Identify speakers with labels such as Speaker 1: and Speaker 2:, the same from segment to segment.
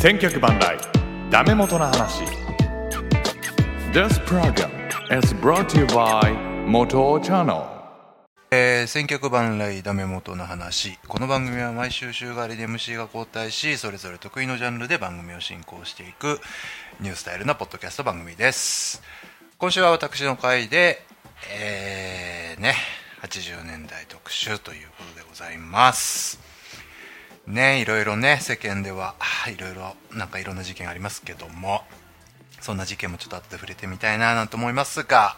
Speaker 1: 千曲万来ダメ元の話 This program is brought to you by Moto Channel
Speaker 2: えー、選曲番来ダメ元の話この番組は毎週週替わりで MC が交代しそれぞれ得意のジャンルで番組を進行していくニュースタイルなポッドキャスト番組です今週は私の回でえー、ね80年代特集ということでございますねいろいろね世間ではあーいろいろなんかいろんな事件ありますけどもそんな事件もちょっとあって触れてみたいななんて思いますが、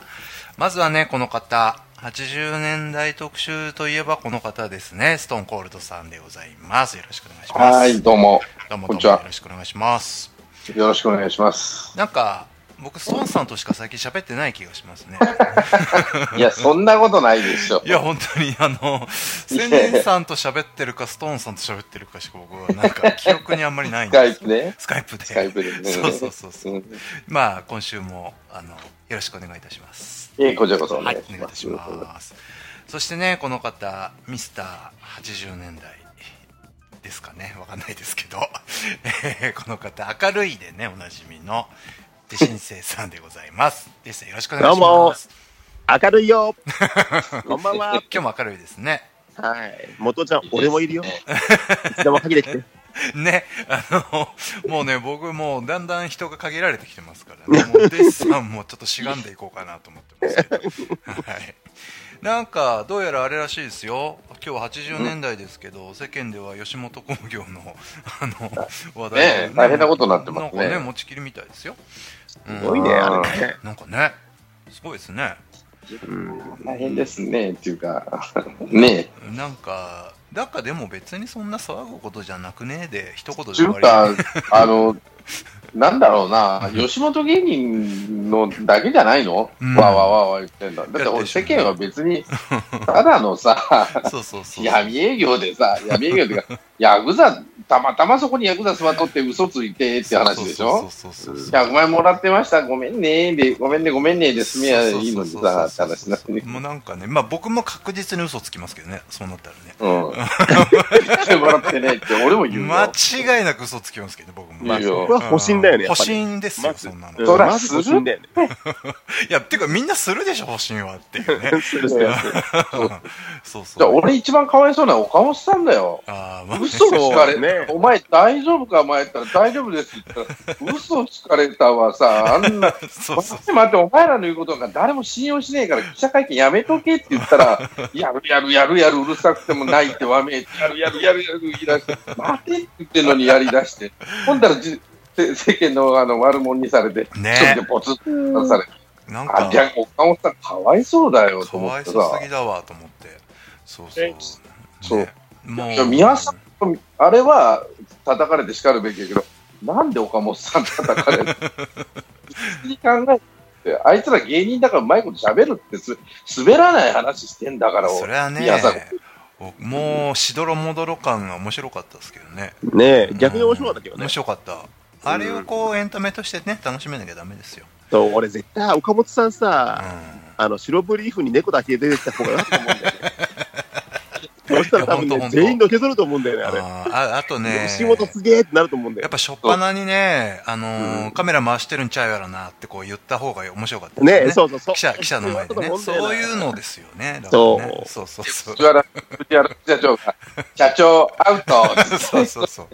Speaker 2: まずはね、この方、80年代特集といえばこの方ですね、ストーンコールドさんでございます。よろしくお願いします。
Speaker 3: はい、
Speaker 2: ど
Speaker 3: どうも。
Speaker 2: うもどう
Speaker 3: こんに
Speaker 2: も
Speaker 3: ち
Speaker 2: よ
Speaker 3: は
Speaker 2: ろ。しくお願いします。
Speaker 3: よろしくお願い します。
Speaker 2: なんか、僕、ストーンさんとしか最近喋ってない気がし ますね。
Speaker 3: いや、そんなことないでしょ
Speaker 2: い。や、本当に、あの、千人さんと喋ってるか、ストーンさんと喋ってるかしか僕は、なんか、記憶にあんまりないん
Speaker 3: ス
Speaker 2: で
Speaker 3: カイ
Speaker 2: す
Speaker 3: プね。
Speaker 2: スカイプで。
Speaker 3: スカイプでね。
Speaker 2: そうそうそうそう。
Speaker 3: ん
Speaker 2: まあ、今週も、あの、よろしくお願いいたします。
Speaker 3: ええこちらこそお
Speaker 2: は
Speaker 3: 願
Speaker 2: い
Speaker 3: い、
Speaker 2: お
Speaker 3: し
Speaker 2: 願いい
Speaker 3: ま
Speaker 2: た
Speaker 3: す。
Speaker 2: します。そしてね、この方、ミスター80年代ですかね、わかんないですけど、 えーこの方、明るいでね、おなじみの、でしんせいさんでございます。でしんよろしくお願いし
Speaker 4: どう
Speaker 2: ま
Speaker 4: も
Speaker 2: す。
Speaker 4: 明る いよこんばんは
Speaker 2: 今日も明るいですね。
Speaker 4: はい。元ちゃん、俺もいるよ。いつでも限れてきて。
Speaker 2: ね、あの、もうね、僕もうだんだん人が限られてきてますからね、もうデッサンもちょっとしがんでいこうかなと思ってますけど、はい。なんか、どうやらあれらしいですよ。今日80年代ですけど、世間では吉本興業の、あの、話題で
Speaker 3: ねえ大変なことになってますね
Speaker 2: なんかね、持ちきりみたいですよ。うん
Speaker 4: すごいね、あれね。
Speaker 2: なんかね、すごいですね。
Speaker 3: 大変ですね、っていうか。ね
Speaker 2: なんか、なんかでも別にそんな騒ぐことじゃなくねで、一言で
Speaker 3: え。てい
Speaker 2: 終
Speaker 3: う
Speaker 2: わり
Speaker 3: か、あの、なんだろうな、吉本芸人のだけじゃないの、
Speaker 2: うん
Speaker 3: わわわわ言ってんだ。だって
Speaker 2: いや
Speaker 3: 俺
Speaker 2: でしょ
Speaker 3: 世間は別に、ただのさ、
Speaker 2: そうそうそう。
Speaker 3: 闇営業でさ、闇営業っていうか、ヤクザ、たまたまそこにヤクザ座っとって嘘ついてって話でしょ
Speaker 2: そうそうそうそうそう
Speaker 3: 100万円もらってました、ごめんねーで、ごめんね、ごめんねーで済みゃいいのにさ、って
Speaker 2: そうそう
Speaker 3: 話
Speaker 2: そ
Speaker 3: に
Speaker 2: うそ
Speaker 3: な
Speaker 2: う
Speaker 3: ってね。
Speaker 2: もうなんかね、まあ僕も確実に嘘つきますけどね、そうなったらね。
Speaker 3: うん。 してもらってねって、俺も言うよ。
Speaker 2: 間違いなく嘘つきますけどね、僕も。
Speaker 3: 言うよ
Speaker 4: これ。は保身だよね。
Speaker 2: 保身ですよ、
Speaker 4: まず
Speaker 2: そんなの。
Speaker 4: うん
Speaker 2: い
Speaker 3: そら
Speaker 4: まず保身だよね。
Speaker 2: や、てかみんなするでしょ、保身はっていうね。
Speaker 4: そうそう
Speaker 2: そうそう。
Speaker 3: じゃあ俺一番かわいそうなのは岡本さんだよ。
Speaker 2: あーまあ、
Speaker 3: 嘘つかれ、
Speaker 4: そうね
Speaker 3: お前大丈夫かお前って言ったら大丈夫ですって言ったら、嘘つかれたはさ、あんな、
Speaker 2: そう
Speaker 3: 待
Speaker 2: そう
Speaker 3: っ。て待って、お前らの言うことが誰も信用しねえから記者会見やめとけって言ったら、やるやるやるやる、うるさくてもないってわめえって、やるやるやるやる言い出して、待てって言ってんのにやり出して、ほんだらじせ世間のあの悪者にされて、
Speaker 2: ね
Speaker 3: ちょっとポツッと出されて、
Speaker 2: なん
Speaker 3: あ、
Speaker 2: か、
Speaker 3: じゃあ岡本さんかわいそうだよ
Speaker 2: か
Speaker 3: と思
Speaker 2: わ
Speaker 3: っ
Speaker 2: い
Speaker 3: て
Speaker 2: そう
Speaker 3: さ
Speaker 2: すぎ、だわと思って。そうそう。ね
Speaker 3: そう。
Speaker 2: も
Speaker 3: いや宮さんあれは叩かれて叱るべきだけど、なんで岡本さん叩かれる 普通に考えて、あいつら芸人だからうまいこと喋るってす、滑らない話してんだから、
Speaker 2: それはね
Speaker 3: 宮さん、
Speaker 2: おもうしどろもどろ感が面白かったですけどね。
Speaker 4: ねえ、逆に面白かったけど
Speaker 2: 面
Speaker 4: ね。
Speaker 2: 白かったあれをこうエンタメとしてね楽しめなきゃダメですよ、
Speaker 4: そう俺絶対、岡本さん
Speaker 2: うん
Speaker 4: さ、、あの、白ブリーフに猫だけ出てきた方がなと思うんだよね。そしたら多分
Speaker 2: いやほんとほん
Speaker 4: ね、
Speaker 2: と
Speaker 4: 全員のけぞると思うんだよね、あれ。
Speaker 2: あーああとね
Speaker 4: 吉本すげえってなると思うんだ
Speaker 2: やっ
Speaker 4: よ。
Speaker 2: ぱしょっぱなにね、あのーカメラ回してるんちゃうやろなってこう言った方が面白かったです
Speaker 4: ねえ、そうそうそう。
Speaker 2: 記者記者の前でねそういうのですよねだからねそうそうそう
Speaker 3: 藤原、藤原社長が、社長、アウト
Speaker 2: そうそうそうも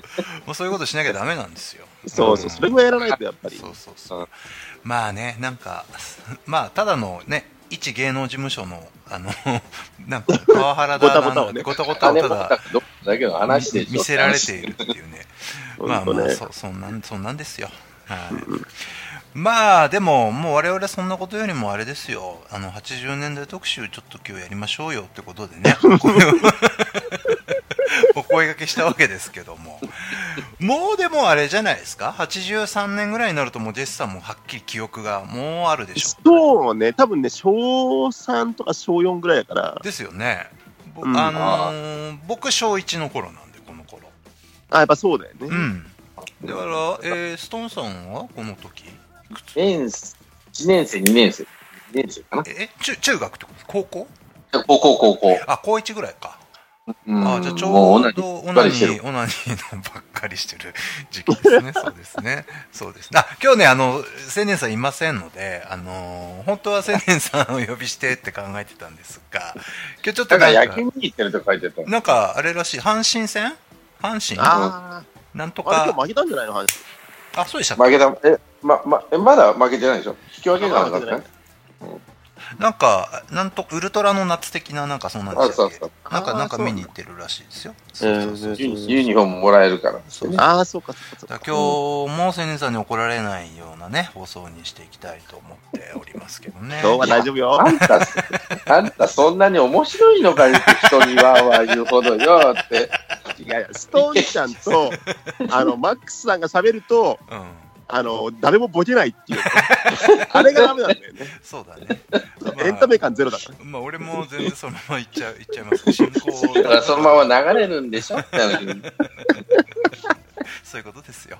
Speaker 2: うそういうことしなきゃダメなんですよ
Speaker 4: そうそう、それぐらいやらないと、やっぱり。
Speaker 2: そうそうそうまあねなんか まあただのね一芸能事務所のあの なんかパワハラだ
Speaker 4: ごたごたを
Speaker 2: なんだ
Speaker 4: ね
Speaker 2: ごたごたを
Speaker 3: 金
Speaker 2: た
Speaker 3: 持った
Speaker 2: だ
Speaker 3: かどうかだけの話でしょ
Speaker 2: 見せられているっていうねまあ
Speaker 4: ほん
Speaker 2: ま
Speaker 4: と
Speaker 2: あ
Speaker 4: ね
Speaker 2: そそんなんそんなんですよはいまあでももう我々そんなことよりもあれですよあの80年代特集ちょっと今日やりましょうよってことでねこれを お声掛けしたわけですけどももうでもあれじゃないですか83年ぐらいになるともうジェスさんもはっきり記憶がもうあるでしょ
Speaker 4: そうね、多分ね、小3とか小4ぐらいだから、
Speaker 2: ですよね、ぼ
Speaker 4: うん
Speaker 2: あのー僕小1の頃なんでこの頃
Speaker 4: あ、やっぱそうだよね。
Speaker 2: うん。だから、えー、ストーンさんはこの時
Speaker 3: 年1年生、2年生、2年生かな。
Speaker 2: え、中中学ってことです高校
Speaker 3: 高校、高校。
Speaker 2: あ、高1ぐらいか。
Speaker 3: うん
Speaker 2: あじゃあち
Speaker 3: も
Speaker 2: ょ
Speaker 3: う同
Speaker 2: う
Speaker 3: じ
Speaker 2: どオナ
Speaker 3: ばっか
Speaker 2: ニ
Speaker 3: りして
Speaker 2: ー、オナニーのばっかりしてる時期ですね。 そうですね。そうですね。あ、今日ね、あの、青年さんいませんので、あのー、本当は青年さんを呼びしてって考えてたんですが、今日ちょっと
Speaker 3: だか
Speaker 2: なん
Speaker 3: ら野
Speaker 2: か
Speaker 3: 球見に行ってると書いてた。
Speaker 2: なんかあれらしい、阪神戦阪神
Speaker 4: あ
Speaker 2: なんと
Speaker 4: あ、あれ今
Speaker 2: か
Speaker 4: 日、負けたんじゃないの話。
Speaker 2: あ、そうでしたっけ
Speaker 3: 負けた、え、ま、ま、えまだ負けてないでしょ引き分けがなかっ
Speaker 4: まだ
Speaker 3: た
Speaker 4: 負
Speaker 3: ね。
Speaker 2: なんか、なんと、ウルトラの夏的な、なんかそんなんで
Speaker 3: あ、
Speaker 2: した
Speaker 3: そ
Speaker 2: っ
Speaker 3: う
Speaker 2: け
Speaker 3: そう。
Speaker 2: なんか、
Speaker 4: あー
Speaker 2: なんか
Speaker 4: そう
Speaker 2: 見に行ってるらしいですよ。
Speaker 4: え
Speaker 2: そうそうそう
Speaker 4: ー
Speaker 3: ユニフォームもらえるから。
Speaker 2: そう
Speaker 4: ああ、そうか、そうか、そう
Speaker 2: だ
Speaker 4: か。
Speaker 2: から今日も青年さんに怒られないようなね、放送にしていきたいと思っておりますけどね。
Speaker 4: 今日は大丈夫よ。
Speaker 3: あんた、あんたそんなに面白いのかよ、人にわーわー言うほどよって。
Speaker 4: いやいや、ストーンちゃんと、あの、マックスさんが喋ると、
Speaker 2: うん、
Speaker 4: あの、誰もボケないっていう。あれがダメなんだよね。
Speaker 2: そうだ ね。まあ
Speaker 4: エンタメ感ゼロだから。
Speaker 2: まあ、俺も全然そのままいっちゃう、いっちゃいます。進行
Speaker 3: だからそのまま流れるんでしょって話に
Speaker 2: そういうことですよ。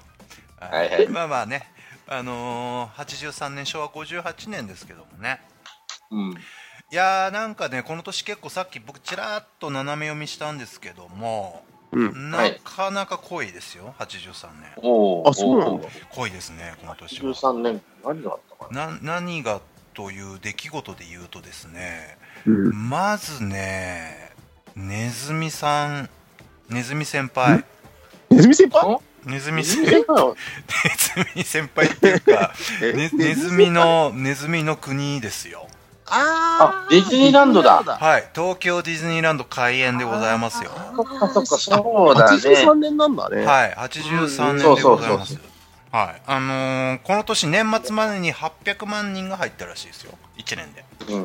Speaker 3: はいはい
Speaker 2: まあまあね、あのー、83年、昭和58年ですけどもね。
Speaker 3: うん。
Speaker 2: いやーなんかね、この年結構さっき僕ちらっと斜め読みしたんですけども、
Speaker 4: うん。
Speaker 2: なかなか濃いですよ、83年。
Speaker 3: おー
Speaker 4: あそうなんだ
Speaker 3: おー
Speaker 2: 濃いですね、この年は。
Speaker 3: 13年、何があったか
Speaker 2: な何がという出来事で言うとですね、
Speaker 4: うん
Speaker 2: まずねネズミさんネズミ先輩
Speaker 4: ネズミ先輩
Speaker 2: ネズ
Speaker 3: な
Speaker 2: ミ先ネ
Speaker 3: ?20 年前は
Speaker 2: ズミ先輩っていうか、
Speaker 4: え
Speaker 2: ね、ネズミのネズミの国ですよ
Speaker 4: あ
Speaker 3: あディズニーランドだ
Speaker 2: はい東京ディズニーランド開園でございますよは
Speaker 3: そっかそっか、そうだ
Speaker 4: 83
Speaker 3: ね。
Speaker 4: 年なんだね。
Speaker 2: い83
Speaker 3: そ
Speaker 2: 年
Speaker 3: う
Speaker 2: で
Speaker 3: そ
Speaker 2: ご
Speaker 3: うそう
Speaker 2: ざいますはいあのーこの年年末までに800万人が入ったらしいですよ1年で
Speaker 3: うん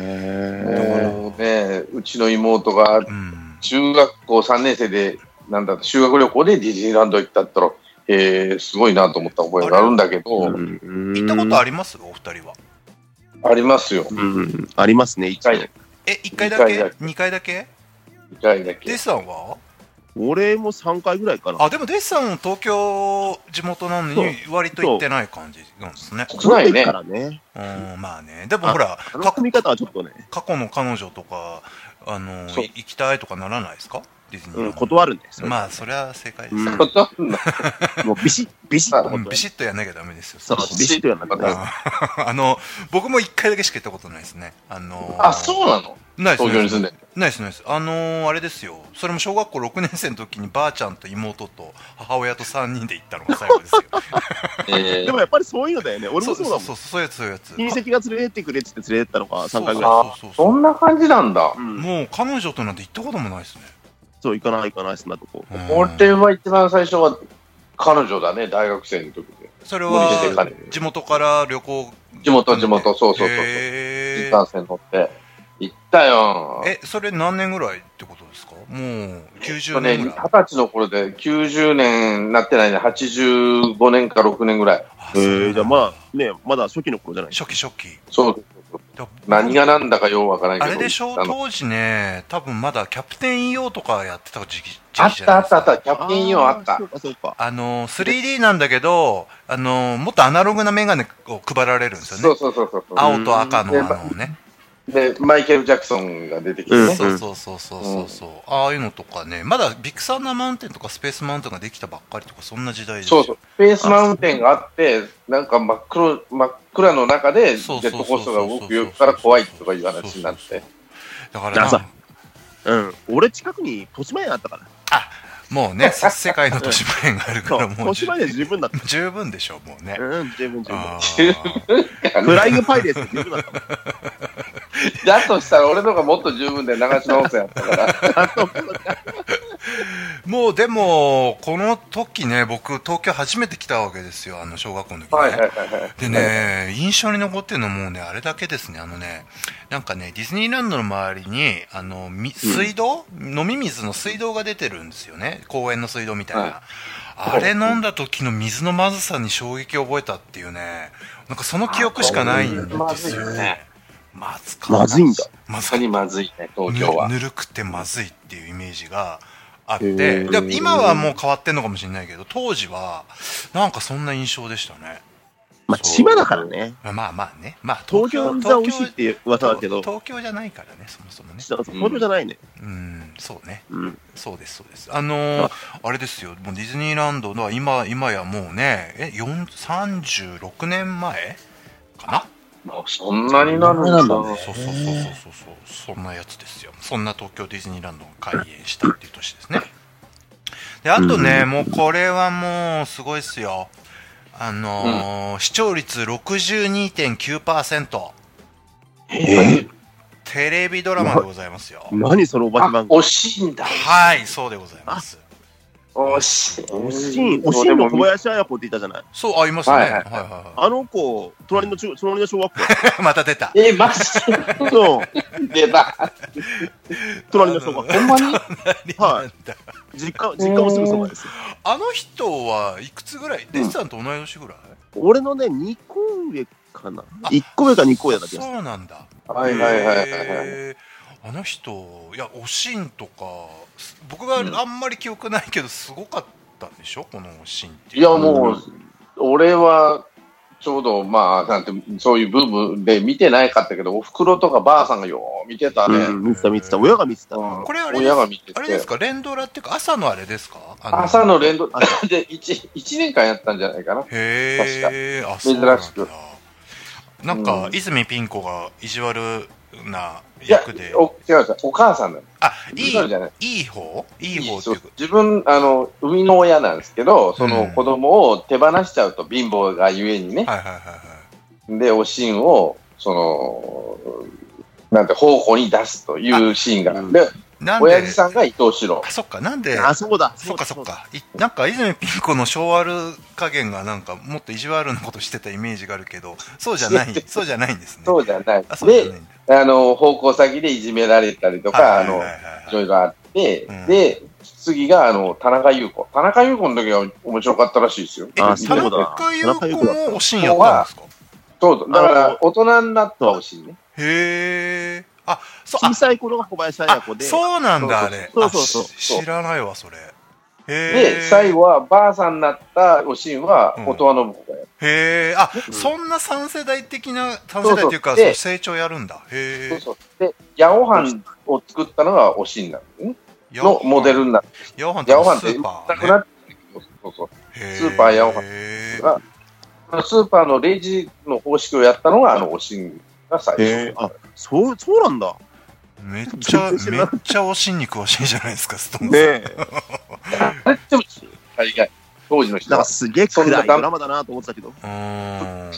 Speaker 4: え
Speaker 3: もうね、うちの妹が
Speaker 2: うん
Speaker 3: 中学校3年生で、なんだ修学旅行でディズニーランド行ったったら、えー、すごいなと思った覚えがあるんだけど、
Speaker 4: 行
Speaker 2: 行ったことあ
Speaker 4: り
Speaker 2: りますお二人は
Speaker 3: ありますよ。
Speaker 4: うん、ありますね、一
Speaker 3: 一回だ
Speaker 4: 回
Speaker 3: け。
Speaker 2: え一回だ
Speaker 3: 二回だ
Speaker 2: け二回だけ
Speaker 3: 一回だけ
Speaker 2: デ。スさんは
Speaker 4: 俺も3回ぐらいかな。
Speaker 2: あでもデスさんも東京地元なのに割と行ってない感じなんですね
Speaker 3: 少ないね
Speaker 4: 行ってからね。
Speaker 2: うんまあねでもほら
Speaker 4: あの組み方はちょっとね、
Speaker 2: 過去の彼女とかあの
Speaker 3: そう
Speaker 2: い行きたいとかならないですかディズニーラン
Speaker 4: うん、
Speaker 2: ド
Speaker 4: 断るんですよ。
Speaker 2: まあそれは正解です、
Speaker 4: うん
Speaker 3: ほとんど
Speaker 4: もうビシッ、ビシッと
Speaker 2: うん
Speaker 4: 断る
Speaker 2: ビ。シッとやんなきゃダメですよ
Speaker 4: そう、ビシッとやんなく
Speaker 2: うん
Speaker 4: て。
Speaker 2: あの僕も一回だけしか行ったことないですねあの
Speaker 3: あ、そうな の
Speaker 2: うないです
Speaker 3: 東京に住んでる。
Speaker 2: ないですないですあのー、あれですよそれも小学校6年生の時にばあちゃんと妹と母親と3人で行った のが最後ですよ
Speaker 3: え
Speaker 4: でもやっぱりそういうのだよね。俺もそうだもん
Speaker 2: そう。そうそうそういうやつそういう
Speaker 4: 親
Speaker 2: やつ
Speaker 4: 戚が連れてってくれって言って連れてったのが3回ぐらい。
Speaker 2: そうそうそう
Speaker 3: そんな感じなんだ。
Speaker 4: うん
Speaker 2: もう彼女となんて行ったこともないですね
Speaker 4: そう、行かない行かない、そんなとこ。
Speaker 2: うん
Speaker 3: 俺は一番最初は彼女だね、大学生の時で。
Speaker 2: それ
Speaker 3: 無理して
Speaker 2: は
Speaker 3: 彼女。
Speaker 2: 地元から旅行
Speaker 3: 地元、地元、そうそうそうそう。新
Speaker 2: へー
Speaker 3: 幹線乗って行ったよ。
Speaker 2: えそれ何年ぐらいってことですかもう90
Speaker 3: とね、
Speaker 2: 年ぐ
Speaker 3: 二
Speaker 2: らい
Speaker 3: 十歳の頃で90年なってないね、85年か6年ぐらい。
Speaker 2: あそう
Speaker 4: えー、じゃあまあね、まだ初期の頃じゃない
Speaker 2: 初期初期
Speaker 3: そう。
Speaker 2: だ
Speaker 3: 何がなんだかようわからな
Speaker 2: あ
Speaker 3: いけど。
Speaker 2: れでしょ
Speaker 3: あの
Speaker 2: 当時ね多分まだキャプテン EO とかやってた時期時期じゃ
Speaker 3: あ
Speaker 2: ないで
Speaker 3: っ
Speaker 2: すか
Speaker 3: たあったあった、キャプテンイオンあった
Speaker 4: そ。うか、そうか。
Speaker 2: あの 3D なんだけどあのもっとアナログなメガネを配られるんですよね
Speaker 3: そうそうそうそうそう。
Speaker 2: 青と赤の
Speaker 3: で
Speaker 2: あのね
Speaker 3: で、マイケル・ジャクソンが出てきて
Speaker 4: うん
Speaker 3: ね。
Speaker 2: そうそうそうそうそうそう、ああいうのとかねまだビッグサンダーマウンテンとかスペースマウンテンができたばっかりとかそんな時代です
Speaker 3: そうそう。スペースマウンテンがあって、なんか真っ黒、真っ暗の中で、ジ
Speaker 2: そ
Speaker 3: ェ
Speaker 2: うそう
Speaker 3: ッ
Speaker 2: そう
Speaker 3: ト
Speaker 2: そ
Speaker 3: コ
Speaker 2: う
Speaker 3: ースターが動くよから怖いとかいう話になっ
Speaker 2: そうそうそ
Speaker 3: て。
Speaker 2: うだから
Speaker 4: ダサ
Speaker 2: な
Speaker 4: うん。俺近くに豊島園あったから。
Speaker 2: もうねせ世界の都市部園があるか
Speaker 4: そ
Speaker 2: ら
Speaker 4: う、
Speaker 2: もう
Speaker 4: 豊
Speaker 2: じゅ
Speaker 4: 島園で十分だった。
Speaker 2: 十分でしょうもうね、
Speaker 4: うん、十分十分。
Speaker 2: あ
Speaker 3: 十
Speaker 2: ー
Speaker 4: フライングパイレーツで十分だったもん。
Speaker 3: だとしたら俺のがもっと十分で流し直せやったから。
Speaker 2: もうでもこの時ね僕東京初めて来たわけですよあの小学校の時ね、
Speaker 3: はいはいはいはい。
Speaker 2: でね、印象に残ってるのはもうね、あれだけですね、あのね、なんかね、ディズニーランドの周りに、あの、み水道、飲み水の水道が出てるんですよね。公園の水道みたいな。
Speaker 3: は
Speaker 2: あれ飲んだ時の水のまずさに衝撃を覚えたっていうね、なんかその記憶しかないんですよね。まずかった
Speaker 4: まずいんだ。
Speaker 2: まず
Speaker 3: 本当
Speaker 2: い
Speaker 3: にまずいね、東京は
Speaker 2: ぬ。ぬるくてまずいっていうイメージがあっ
Speaker 4: へ
Speaker 2: て、
Speaker 4: ー
Speaker 2: で今はもう変わってんのかもしれないけど、当時は、なんかそんな印象でしたね。
Speaker 4: まあ、千葉だからね。
Speaker 2: まあまあまあね。まあ
Speaker 4: 東京の座美味しいっていう噂だけど、
Speaker 2: 東東京じゃないからね、そもそもね。
Speaker 4: そうそう東京じゃないね。
Speaker 2: うん、そうね。
Speaker 4: うん。
Speaker 2: そうです、そうです。あのーあれですよ、もうディズニーランドの今、今やもうね、え、4 36年前かな
Speaker 3: もうそんなになるんだ。
Speaker 4: そんななんだ
Speaker 2: そうそうそうそうそうそうそんなやつですよそんな東京ディズニーランドが開園したっていう年ですねであとね、もうこれはもうすごいっすよあのー視聴率62.9%
Speaker 3: え
Speaker 2: テレビドラマでございますよ
Speaker 4: 何そのおばけ
Speaker 3: あ
Speaker 4: 番、組。
Speaker 3: 惜しいんだ。
Speaker 2: はいそうでございます
Speaker 3: 惜しい。
Speaker 4: おしん、おしんの小林彩子っていたじゃない。
Speaker 2: そうありますねは
Speaker 3: はいい
Speaker 2: は
Speaker 3: はいい
Speaker 2: は
Speaker 4: あの子、隣の中、隣の小学校。
Speaker 2: い また出た
Speaker 3: え、マジ
Speaker 4: そう。
Speaker 3: でだ。
Speaker 4: 隣の小学校。
Speaker 3: ほんまに
Speaker 4: はい。実家、実家もすぐそばです。
Speaker 2: あの人はいくつぐらいデッサンと同い年ぐらい、
Speaker 4: 俺のね、2個上かな
Speaker 2: あ。
Speaker 4: 1個上か2個上だった気がする。
Speaker 2: そうなんだ
Speaker 3: はいはいはいはい。
Speaker 2: へーあの人いやおしんとかす僕があんまり記憶ないけどすごかったんでしょこのおしんって
Speaker 3: いや、もう、俺は、ちょうど、まあ、なんて、そういうブームで見てないかったけど、お袋とかばあさんがよう見てたね。
Speaker 4: うん、見てた見てた。親が見てた。
Speaker 3: うん
Speaker 2: これあれです
Speaker 3: 親が見てて
Speaker 2: あれですか連ドラっていうか朝のあれですかあ
Speaker 3: 朝の連動
Speaker 4: あ
Speaker 3: で 1, 1年間やったんじゃないかな。
Speaker 2: へえあそうなんだ
Speaker 3: 珍しく
Speaker 2: なんか、
Speaker 3: うん
Speaker 2: 泉ピン子が意地悪な役で
Speaker 3: いやお違う違う、お母さんなの。
Speaker 2: あい
Speaker 3: いいじ
Speaker 2: い
Speaker 3: ゃない。
Speaker 2: いい方いい方って
Speaker 3: そ
Speaker 2: いう
Speaker 3: う
Speaker 2: か
Speaker 3: 自分、あの、生みの親なんですけど、そ
Speaker 2: うん
Speaker 3: の子供を手放しちゃうと貧乏がゆえにね。
Speaker 2: はいはいはいはい
Speaker 3: で、おしんを、その、なんて、方向に出すというシーンがある。で、
Speaker 2: なんで
Speaker 3: 親父さんが伊藤四郎
Speaker 2: あ。そっかなんで
Speaker 4: あ、そうだ。
Speaker 2: そっかそっ
Speaker 4: だ。
Speaker 2: か。いなんか泉ピン子の昭和る加減がなんかもっと意地悪なことしてたイメージがあるけど、そうじゃない、そうじゃないんですね。
Speaker 3: そうじゃない
Speaker 2: あ。そうじゃ
Speaker 3: で
Speaker 2: ない、んだ。
Speaker 3: あの、方向先でいじめられたりとか、あ
Speaker 2: はい
Speaker 3: の
Speaker 2: はい、はい
Speaker 3: い
Speaker 2: はい
Speaker 3: ろいろあって
Speaker 2: うん、
Speaker 3: で、次が、あの、田中優子。田中優子の時は面白かったらしいですよ。
Speaker 2: え
Speaker 4: あ
Speaker 2: 田
Speaker 4: そうだ
Speaker 2: 中優
Speaker 4: 田中優
Speaker 2: 子
Speaker 4: 子だった
Speaker 2: もおしんやったんですか
Speaker 3: そうだ。だか
Speaker 4: あの
Speaker 3: ら、大人になったおしいね。
Speaker 2: へえ。あ、そう、あ
Speaker 4: 小さい頃が小林彩
Speaker 2: あ
Speaker 4: 子、で。
Speaker 2: そうなんだ、あれ。
Speaker 4: そうそうそう
Speaker 2: あし知らないわ、それ。へえ。
Speaker 3: で、最。後は、ばあさんになったおしんは
Speaker 2: うん、
Speaker 3: 音羽信子がやる。
Speaker 2: へえ。あ、
Speaker 4: うん
Speaker 2: そんな三世代的な、三世代っていうか、
Speaker 3: そうそう
Speaker 2: その
Speaker 3: で
Speaker 2: 成長やるんだ。へ
Speaker 3: そう
Speaker 2: え。
Speaker 3: そう。で、ヤオハンを作ったのがおしんなのね。
Speaker 2: ヤオ
Speaker 3: の
Speaker 2: ハン
Speaker 3: モデ。ルになって。
Speaker 2: ヤオハンって
Speaker 3: ヤオハン
Speaker 2: ス
Speaker 3: って
Speaker 2: ー
Speaker 3: 言
Speaker 2: パ
Speaker 3: っ
Speaker 2: ー
Speaker 3: た
Speaker 2: ね
Speaker 3: くなって。そうそう。
Speaker 2: ス
Speaker 3: スーパーヤオハン
Speaker 2: ン
Speaker 3: がスーパーのレジの方式をやったのが、あの、おしんが最
Speaker 4: へ
Speaker 3: 初
Speaker 4: ー。あ、そう、そうなんだ。
Speaker 2: めっちゃ、め
Speaker 4: 全然知らな
Speaker 2: っちゃおしんに詳しいじゃないですか、ストーンさん。
Speaker 4: ねえ。
Speaker 3: あれでも、大概、当時の人
Speaker 4: なん
Speaker 3: は
Speaker 4: か。すげえ暗いドラマだなと思ってたけど。
Speaker 2: うーん。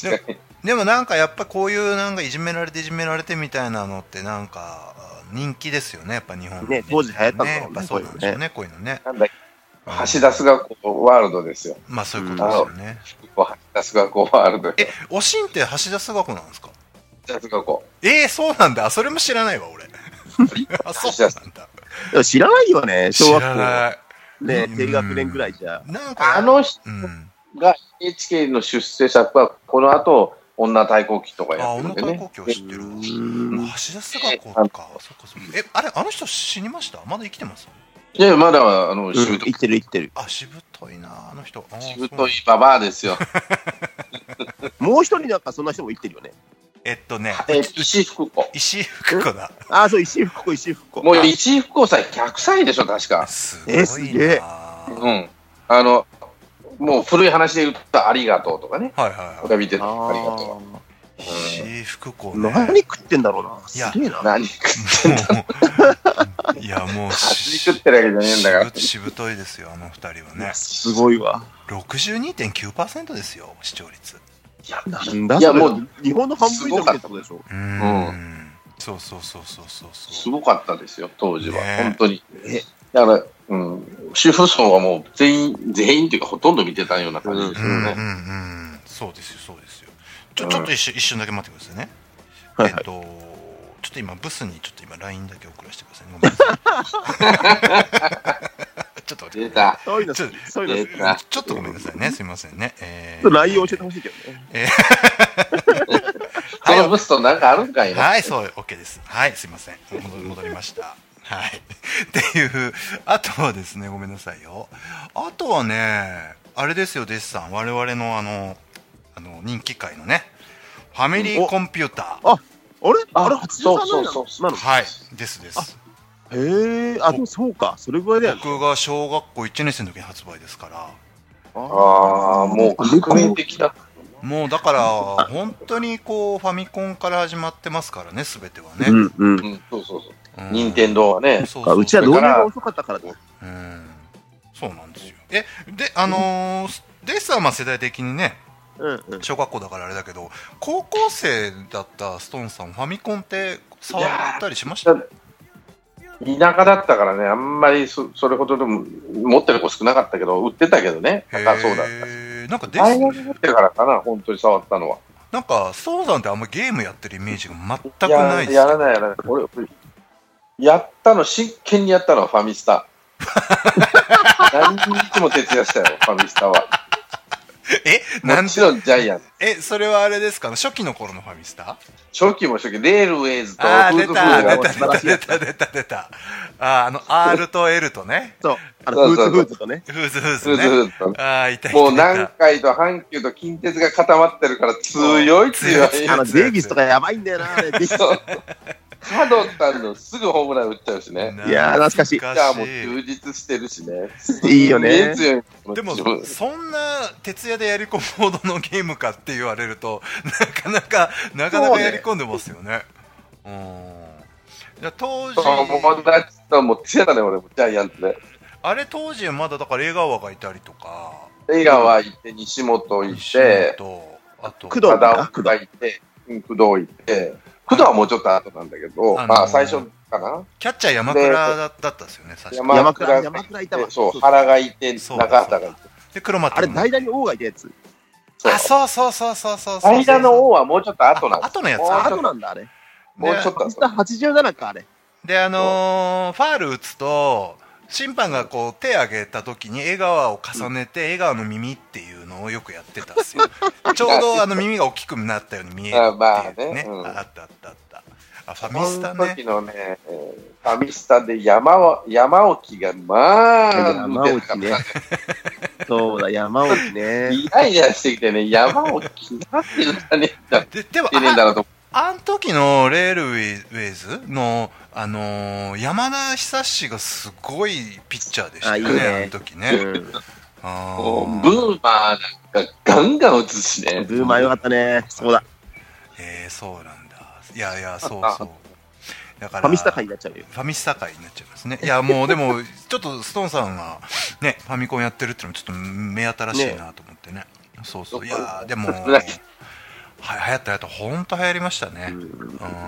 Speaker 3: 確かに
Speaker 2: でもなんかやっぱこういうなんかいじめられていじめられてみたいなのってなんか人気ですよね、やっぱ日本
Speaker 4: ね当時流行ったんだろうね
Speaker 2: ねやっぱそうなんでしょうね、こういうのね。
Speaker 3: なんだっけ橋田須賀子ワールドですよ。
Speaker 2: まあそういうことですよね。
Speaker 3: 橋田須賀子ワールドよ。
Speaker 2: え、おしんって橋田須賀子なんですか
Speaker 3: 橋田須賀子。
Speaker 2: えー、そうなんだ。あそれも知らないわ、俺。あ、そうなんだ。
Speaker 4: でも知らないよね、
Speaker 2: 知
Speaker 4: 小
Speaker 2: ら
Speaker 4: 学
Speaker 2: ない。
Speaker 4: 校。ね
Speaker 2: うん
Speaker 4: え、低学年ぐらいじゃ。
Speaker 2: なんか、
Speaker 3: あ、の人
Speaker 2: うん。
Speaker 3: が NHK の出世作は、この後、女対抗期とか
Speaker 2: あ、
Speaker 3: やってる
Speaker 2: 女
Speaker 3: んで
Speaker 2: 太
Speaker 3: ね。
Speaker 2: 鼓教知ってるわ。橋
Speaker 4: ん。
Speaker 2: 田須賀子とか、そっかそっか。え、あれ、あの人死にましたまだ生きてます
Speaker 3: いや、まだ、あの、しぶと
Speaker 4: 生
Speaker 3: い、
Speaker 4: きてる生きてる。
Speaker 2: あ、しぶといな、あの人。あー
Speaker 3: しぶとい。ババアですよ。
Speaker 4: もう一人なんかそんな人も生きてるよね。
Speaker 2: えっとね、
Speaker 3: え、
Speaker 2: うち
Speaker 3: 石井福子。
Speaker 2: 石井福子だ。
Speaker 4: ああ、そう、石井福子、石井福子。
Speaker 3: もう石井福子さん100歳でしょ、確か。
Speaker 2: す
Speaker 4: え
Speaker 2: ご
Speaker 4: す
Speaker 2: い
Speaker 4: げえ
Speaker 2: な。
Speaker 3: う
Speaker 2: は
Speaker 3: ん。あの、もう古い話で言ったありがとうとかね。
Speaker 2: いはいは
Speaker 3: 俺見てたありがと
Speaker 4: ああ。
Speaker 2: い。石井福子ね。
Speaker 4: 何食ってんだろうな。
Speaker 2: いや
Speaker 4: すげえ
Speaker 3: う。
Speaker 4: な。
Speaker 3: 何食っ
Speaker 2: もういや、もう、
Speaker 3: 味食ってるわけじゃねえんだから
Speaker 2: しぶしぶといですよ、あの二人はね。
Speaker 4: すごいわ。
Speaker 2: 62.9%ですよ、視聴率。
Speaker 4: なんだ
Speaker 3: いや
Speaker 4: それ
Speaker 3: もう、
Speaker 4: 日本の半分以上受けたでしょ。
Speaker 2: うーん。そうそうそうそうそう
Speaker 3: す
Speaker 2: そう。
Speaker 3: ごかったですよ、当時は。
Speaker 2: ねえ
Speaker 3: 本当に
Speaker 4: ね。
Speaker 3: だから、うん、主婦層はもう全員、全員っていうかほとんど見てたような感じです
Speaker 2: うん
Speaker 3: よ
Speaker 2: うん
Speaker 3: ね。
Speaker 2: うん。そうですよ、そうですよ。ちょ、ちょっと一瞬、一瞬だけ待ってくださいね。
Speaker 4: はい
Speaker 2: え
Speaker 4: は
Speaker 2: っ
Speaker 4: い。
Speaker 2: と、ちょっと今、ブスにちょっと今、LINE だけ送らせてください。ごめんなさ いちょっと待って
Speaker 3: 出
Speaker 2: くださ
Speaker 3: た。
Speaker 4: そういうの
Speaker 2: ちょっ
Speaker 4: 好
Speaker 2: と
Speaker 4: き。そういうの好き。
Speaker 3: え
Speaker 2: いち
Speaker 3: 出た
Speaker 4: ちょ
Speaker 2: ょっとごめんなさいね、すみませんね。え
Speaker 4: っと内容教えてほしいけどね。
Speaker 3: そのブスとなんかあるんかいな。
Speaker 2: はい、そう、OK です。はい、すいません。戻戻りました。はい。 っていう、あとはですね、ごめんなさいよ。あとはね、あれですよ、デッサン。我々のあの、あの人気界のねファミリーコンピュータ
Speaker 4: あれ
Speaker 3: あ
Speaker 4: あれ、83年
Speaker 3: そう
Speaker 4: な
Speaker 3: そう
Speaker 4: の
Speaker 3: そ
Speaker 4: な
Speaker 2: ー
Speaker 4: の
Speaker 2: はいですです
Speaker 4: へえ、あ、でもそうか、それぐらいだよね。
Speaker 2: 僕が小学校1年生の時に発売ですから
Speaker 3: ああ、もう革命的だ。
Speaker 2: もうだから本当にこうファミコンから始まってますからね全てはね、
Speaker 4: うんうん。
Speaker 3: うん、そうそうそ
Speaker 2: う
Speaker 3: う。
Speaker 2: ん
Speaker 3: 任天堂はね。
Speaker 2: そう
Speaker 4: あ
Speaker 2: そう
Speaker 4: うちは導入が遅かったからだ。
Speaker 2: うんそうなんですよえであのーデスはまあ世代的にね
Speaker 4: うんうん。
Speaker 2: 小学校だからあれだけど高校生だったストーンさんファミコンって触ったりしました
Speaker 3: 田舎だったからね、あんまりそそれほどでも持ってる子少なかったけど、売ってたけどね、高そうだったし。
Speaker 2: へーなんかデス
Speaker 3: 大学になってからかな、本当に触ったのは。
Speaker 2: なんかストーンさんってあんまゲームやってるイメージが全く
Speaker 3: いや
Speaker 2: ないです
Speaker 3: やらない、やらない。俺、俺やったの、真剣にやったのはファミスタ。 何日も徹夜したよ、ファミスタは。
Speaker 2: えなん
Speaker 3: もちろんジャイアンツ。
Speaker 2: えそれはあれですか初期の頃のファミスタ
Speaker 3: 初期も初期、レールウェイズとフ
Speaker 2: ああ
Speaker 3: ー
Speaker 2: 出
Speaker 3: ドフード
Speaker 2: た出
Speaker 3: がもう
Speaker 2: た
Speaker 3: 素晴らしい
Speaker 2: 出た出た出たあーあの R と L とね
Speaker 4: そう。あ
Speaker 3: そ
Speaker 4: の、
Speaker 3: う
Speaker 4: フ
Speaker 3: そう
Speaker 4: ーズフーズとね。
Speaker 2: フーズフー
Speaker 3: フー
Speaker 2: ズ
Speaker 3: ド
Speaker 2: ね
Speaker 3: フードと
Speaker 2: ああいたいたいた
Speaker 3: もう南海と阪急と近鉄が固まってるから強い強い。
Speaker 4: あの、デイビスとかやばいんだよな、あれ。デイビス
Speaker 3: そう。ハドったんのすぐホームラン打っちゃうしね。
Speaker 4: いやー懐かしい
Speaker 3: じゃあも
Speaker 2: い
Speaker 3: う充実してるしね。
Speaker 4: いいよね
Speaker 3: すげえ強い。
Speaker 2: でも
Speaker 3: 自分
Speaker 2: そんな徹夜でやり込むほどのゲームかって言われるとなかなかなかなかやり込んでますよねうんじゃあ当時
Speaker 3: 友達ともう強いだね、俺もジャイアンツで。
Speaker 2: あれ当時まだだから江川がいたりとか
Speaker 3: 江川行って、西本行って、
Speaker 2: とあと
Speaker 4: 工藤
Speaker 3: 和
Speaker 4: だ
Speaker 3: 田岡行って、うん工藤行って、工藤はもうちょっと後なんだけど、
Speaker 2: あのー
Speaker 3: まあ最初かな。
Speaker 2: キャッチャー山倉だだったんですよね確か
Speaker 4: 山倉、
Speaker 3: 山
Speaker 4: 山
Speaker 3: 倉
Speaker 4: 倉いたわ。
Speaker 3: そう、原がいて、
Speaker 2: そう
Speaker 3: 中畑がいて。
Speaker 2: で黒松
Speaker 4: あれ、代打に王がいたやつ。
Speaker 3: そう
Speaker 2: あそうそうそうそうそうそう
Speaker 3: 間の王はもうちょっと後なん
Speaker 2: あ
Speaker 3: です
Speaker 2: 後のやつ
Speaker 3: もうちょっ
Speaker 4: あ
Speaker 3: と
Speaker 4: となんだ、あれ。
Speaker 3: もうちょっと
Speaker 4: ミスタ
Speaker 3: 後。
Speaker 4: ー87か、あれ。
Speaker 2: であのーファール打つと審判がこう手上げた時に江川を重ねて江川の耳っていうのをよくやってたんですよちょうどあの耳が大きくなったように見える
Speaker 3: あまあ
Speaker 2: っていうね
Speaker 3: ねうん
Speaker 2: ああったあったあったあフ
Speaker 3: こ
Speaker 2: ァミスタ
Speaker 3: の
Speaker 2: ね
Speaker 3: 時のね、えーファミスタで山を山置がまあ、
Speaker 4: 山
Speaker 3: 打てなか
Speaker 4: 内
Speaker 3: っ
Speaker 4: ね。そうだ、山内
Speaker 3: た
Speaker 4: ね。
Speaker 3: イライラしてきてね、山置なんて言ったねえんだ、
Speaker 2: ででも
Speaker 3: 言ってねえんだなと思って。
Speaker 2: あん時のレールウェイズの、あのー山田久志がすごいピッチャーでしたよね、
Speaker 4: あいいね
Speaker 2: あの時ね。
Speaker 4: うん
Speaker 2: あ
Speaker 3: もう
Speaker 2: ー
Speaker 3: ブーマーなんかガンガン打つしね。
Speaker 4: ブーマーよかったね。そうだ。
Speaker 2: えー、そうなんだ。いやいや、そうそう。だから
Speaker 4: ファミスタ会になっちゃうよ。
Speaker 2: ファミスタ会になっちゃいますね。いや、もうでも、ちょっとストーンさんが、ね、ファミコンやってるっていうのも、ちょっと目新しいなと思ってね。そうそう。いやー、でも、
Speaker 3: 少ない
Speaker 2: は流行った流行った、ほんと流行りましたね。う
Speaker 4: う
Speaker 2: ん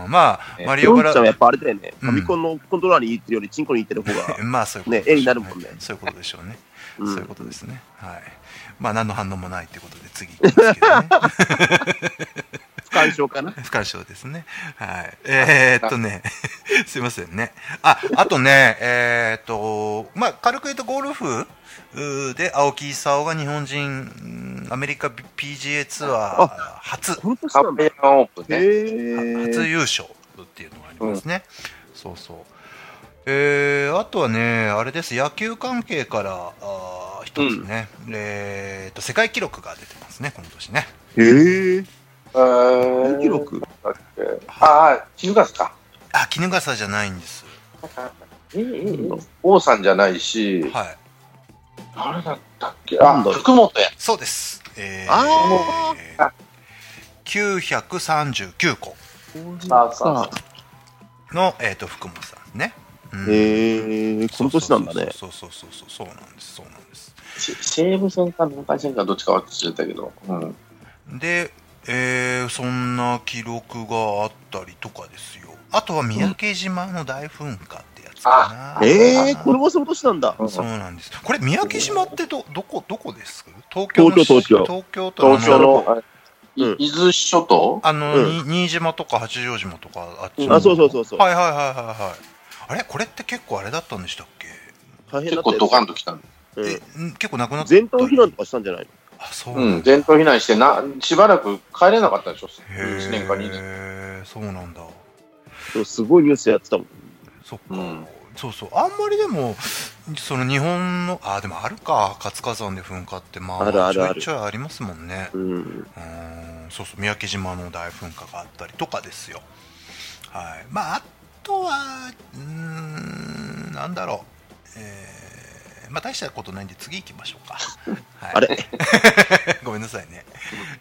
Speaker 4: ん
Speaker 2: まあ、
Speaker 3: ね
Speaker 2: マリ
Speaker 4: ピ
Speaker 2: オ
Speaker 4: ョ
Speaker 2: ブ
Speaker 4: ンち
Speaker 2: ラ
Speaker 4: ゃんはやっぱあれだよね。
Speaker 2: う
Speaker 4: フ
Speaker 2: ん。
Speaker 4: ァミコンのコントローラーに言ってるより、チンコに言ってる方 が
Speaker 2: まあそういうこと
Speaker 4: ね絵になるもんね
Speaker 2: そういうことでしょうね。
Speaker 4: うん
Speaker 2: そういうことですね。はい。まあ何の反応もないということで次行きますけど ね。
Speaker 4: 不干渉かな。
Speaker 2: 不干渉ですね。はい。えー、っとね、すいませんね。あ、あとね、えー、っと、まあ軽く言うとゴルフうーで青木功が日本人、うんアメリカ PGA ツアー初、
Speaker 4: 本当
Speaker 3: カ
Speaker 4: そうなん
Speaker 3: ッ
Speaker 4: だ
Speaker 3: ペ。アンオープンね。
Speaker 4: へ
Speaker 2: 初
Speaker 4: え。
Speaker 2: 優勝っていうのがありますね。そうそう。えー、あとはね、あれです、野球関係から、あー一つね、えーっと、世界記録が出てますね、この年ね。
Speaker 4: へえ。
Speaker 3: えー
Speaker 4: 記録。
Speaker 3: ああ、絹笠か。
Speaker 2: あ、衣笠じゃないんです。
Speaker 3: 王さんじゃないし、
Speaker 2: はい。
Speaker 3: 誰だったっけ
Speaker 4: な
Speaker 3: あ
Speaker 4: ん、だろう
Speaker 3: 福本や。
Speaker 2: そうです。えー、
Speaker 4: あ
Speaker 2: 939個
Speaker 3: あさあ
Speaker 2: の、えー、と福本さんね。うん
Speaker 4: へえ。この年なんだね。
Speaker 2: そうそうそうそうそうそうなんですそうなんです
Speaker 3: し西武線か南海線かどっちか忘れたけど。うん
Speaker 2: で、えー、そんな記録があったりとかですよあとは三宅島の大噴火ってやつかな、
Speaker 4: ええ、これもその年なんだ。
Speaker 2: そうなんですこれ三宅島ってどどこどこです東京の
Speaker 4: 東京東京
Speaker 2: 東京と
Speaker 3: 東京の、あい
Speaker 4: うん
Speaker 3: 伊豆諸島
Speaker 2: あの、
Speaker 4: うん
Speaker 2: に新島とか八丈島とかあっちの
Speaker 4: あ、そうそうそうそう。
Speaker 2: はいはいはいはいはいあれこれって結構あれだったんでしたっけ
Speaker 4: 大変
Speaker 3: 結
Speaker 4: だった
Speaker 3: 構
Speaker 4: よ
Speaker 3: ドカンと来たの。
Speaker 4: うん
Speaker 2: えん結構なくなった
Speaker 4: 全島避難とかしたんじゃない
Speaker 2: あそう
Speaker 3: う、
Speaker 2: なんんだ、
Speaker 3: 全島避難してな、しばらく帰れなかったでしょ、1年か2年。
Speaker 2: へえそうなんだ
Speaker 4: のすごいニュースやってたもん。
Speaker 2: そっか、
Speaker 3: うん
Speaker 2: そうそうあんまりでもその日本のあでもあるか活火山で噴火ってまあ
Speaker 4: あるあるあ
Speaker 2: ちょ
Speaker 4: る
Speaker 2: いちょいありますもんね
Speaker 4: うん。
Speaker 2: うーんそうそう三宅島の大噴火があったりとかですよはいまああとはうーんなんだろうえーまあ大したことないんで次行きましょうか、はい、
Speaker 4: あれ
Speaker 2: ごめんなさいね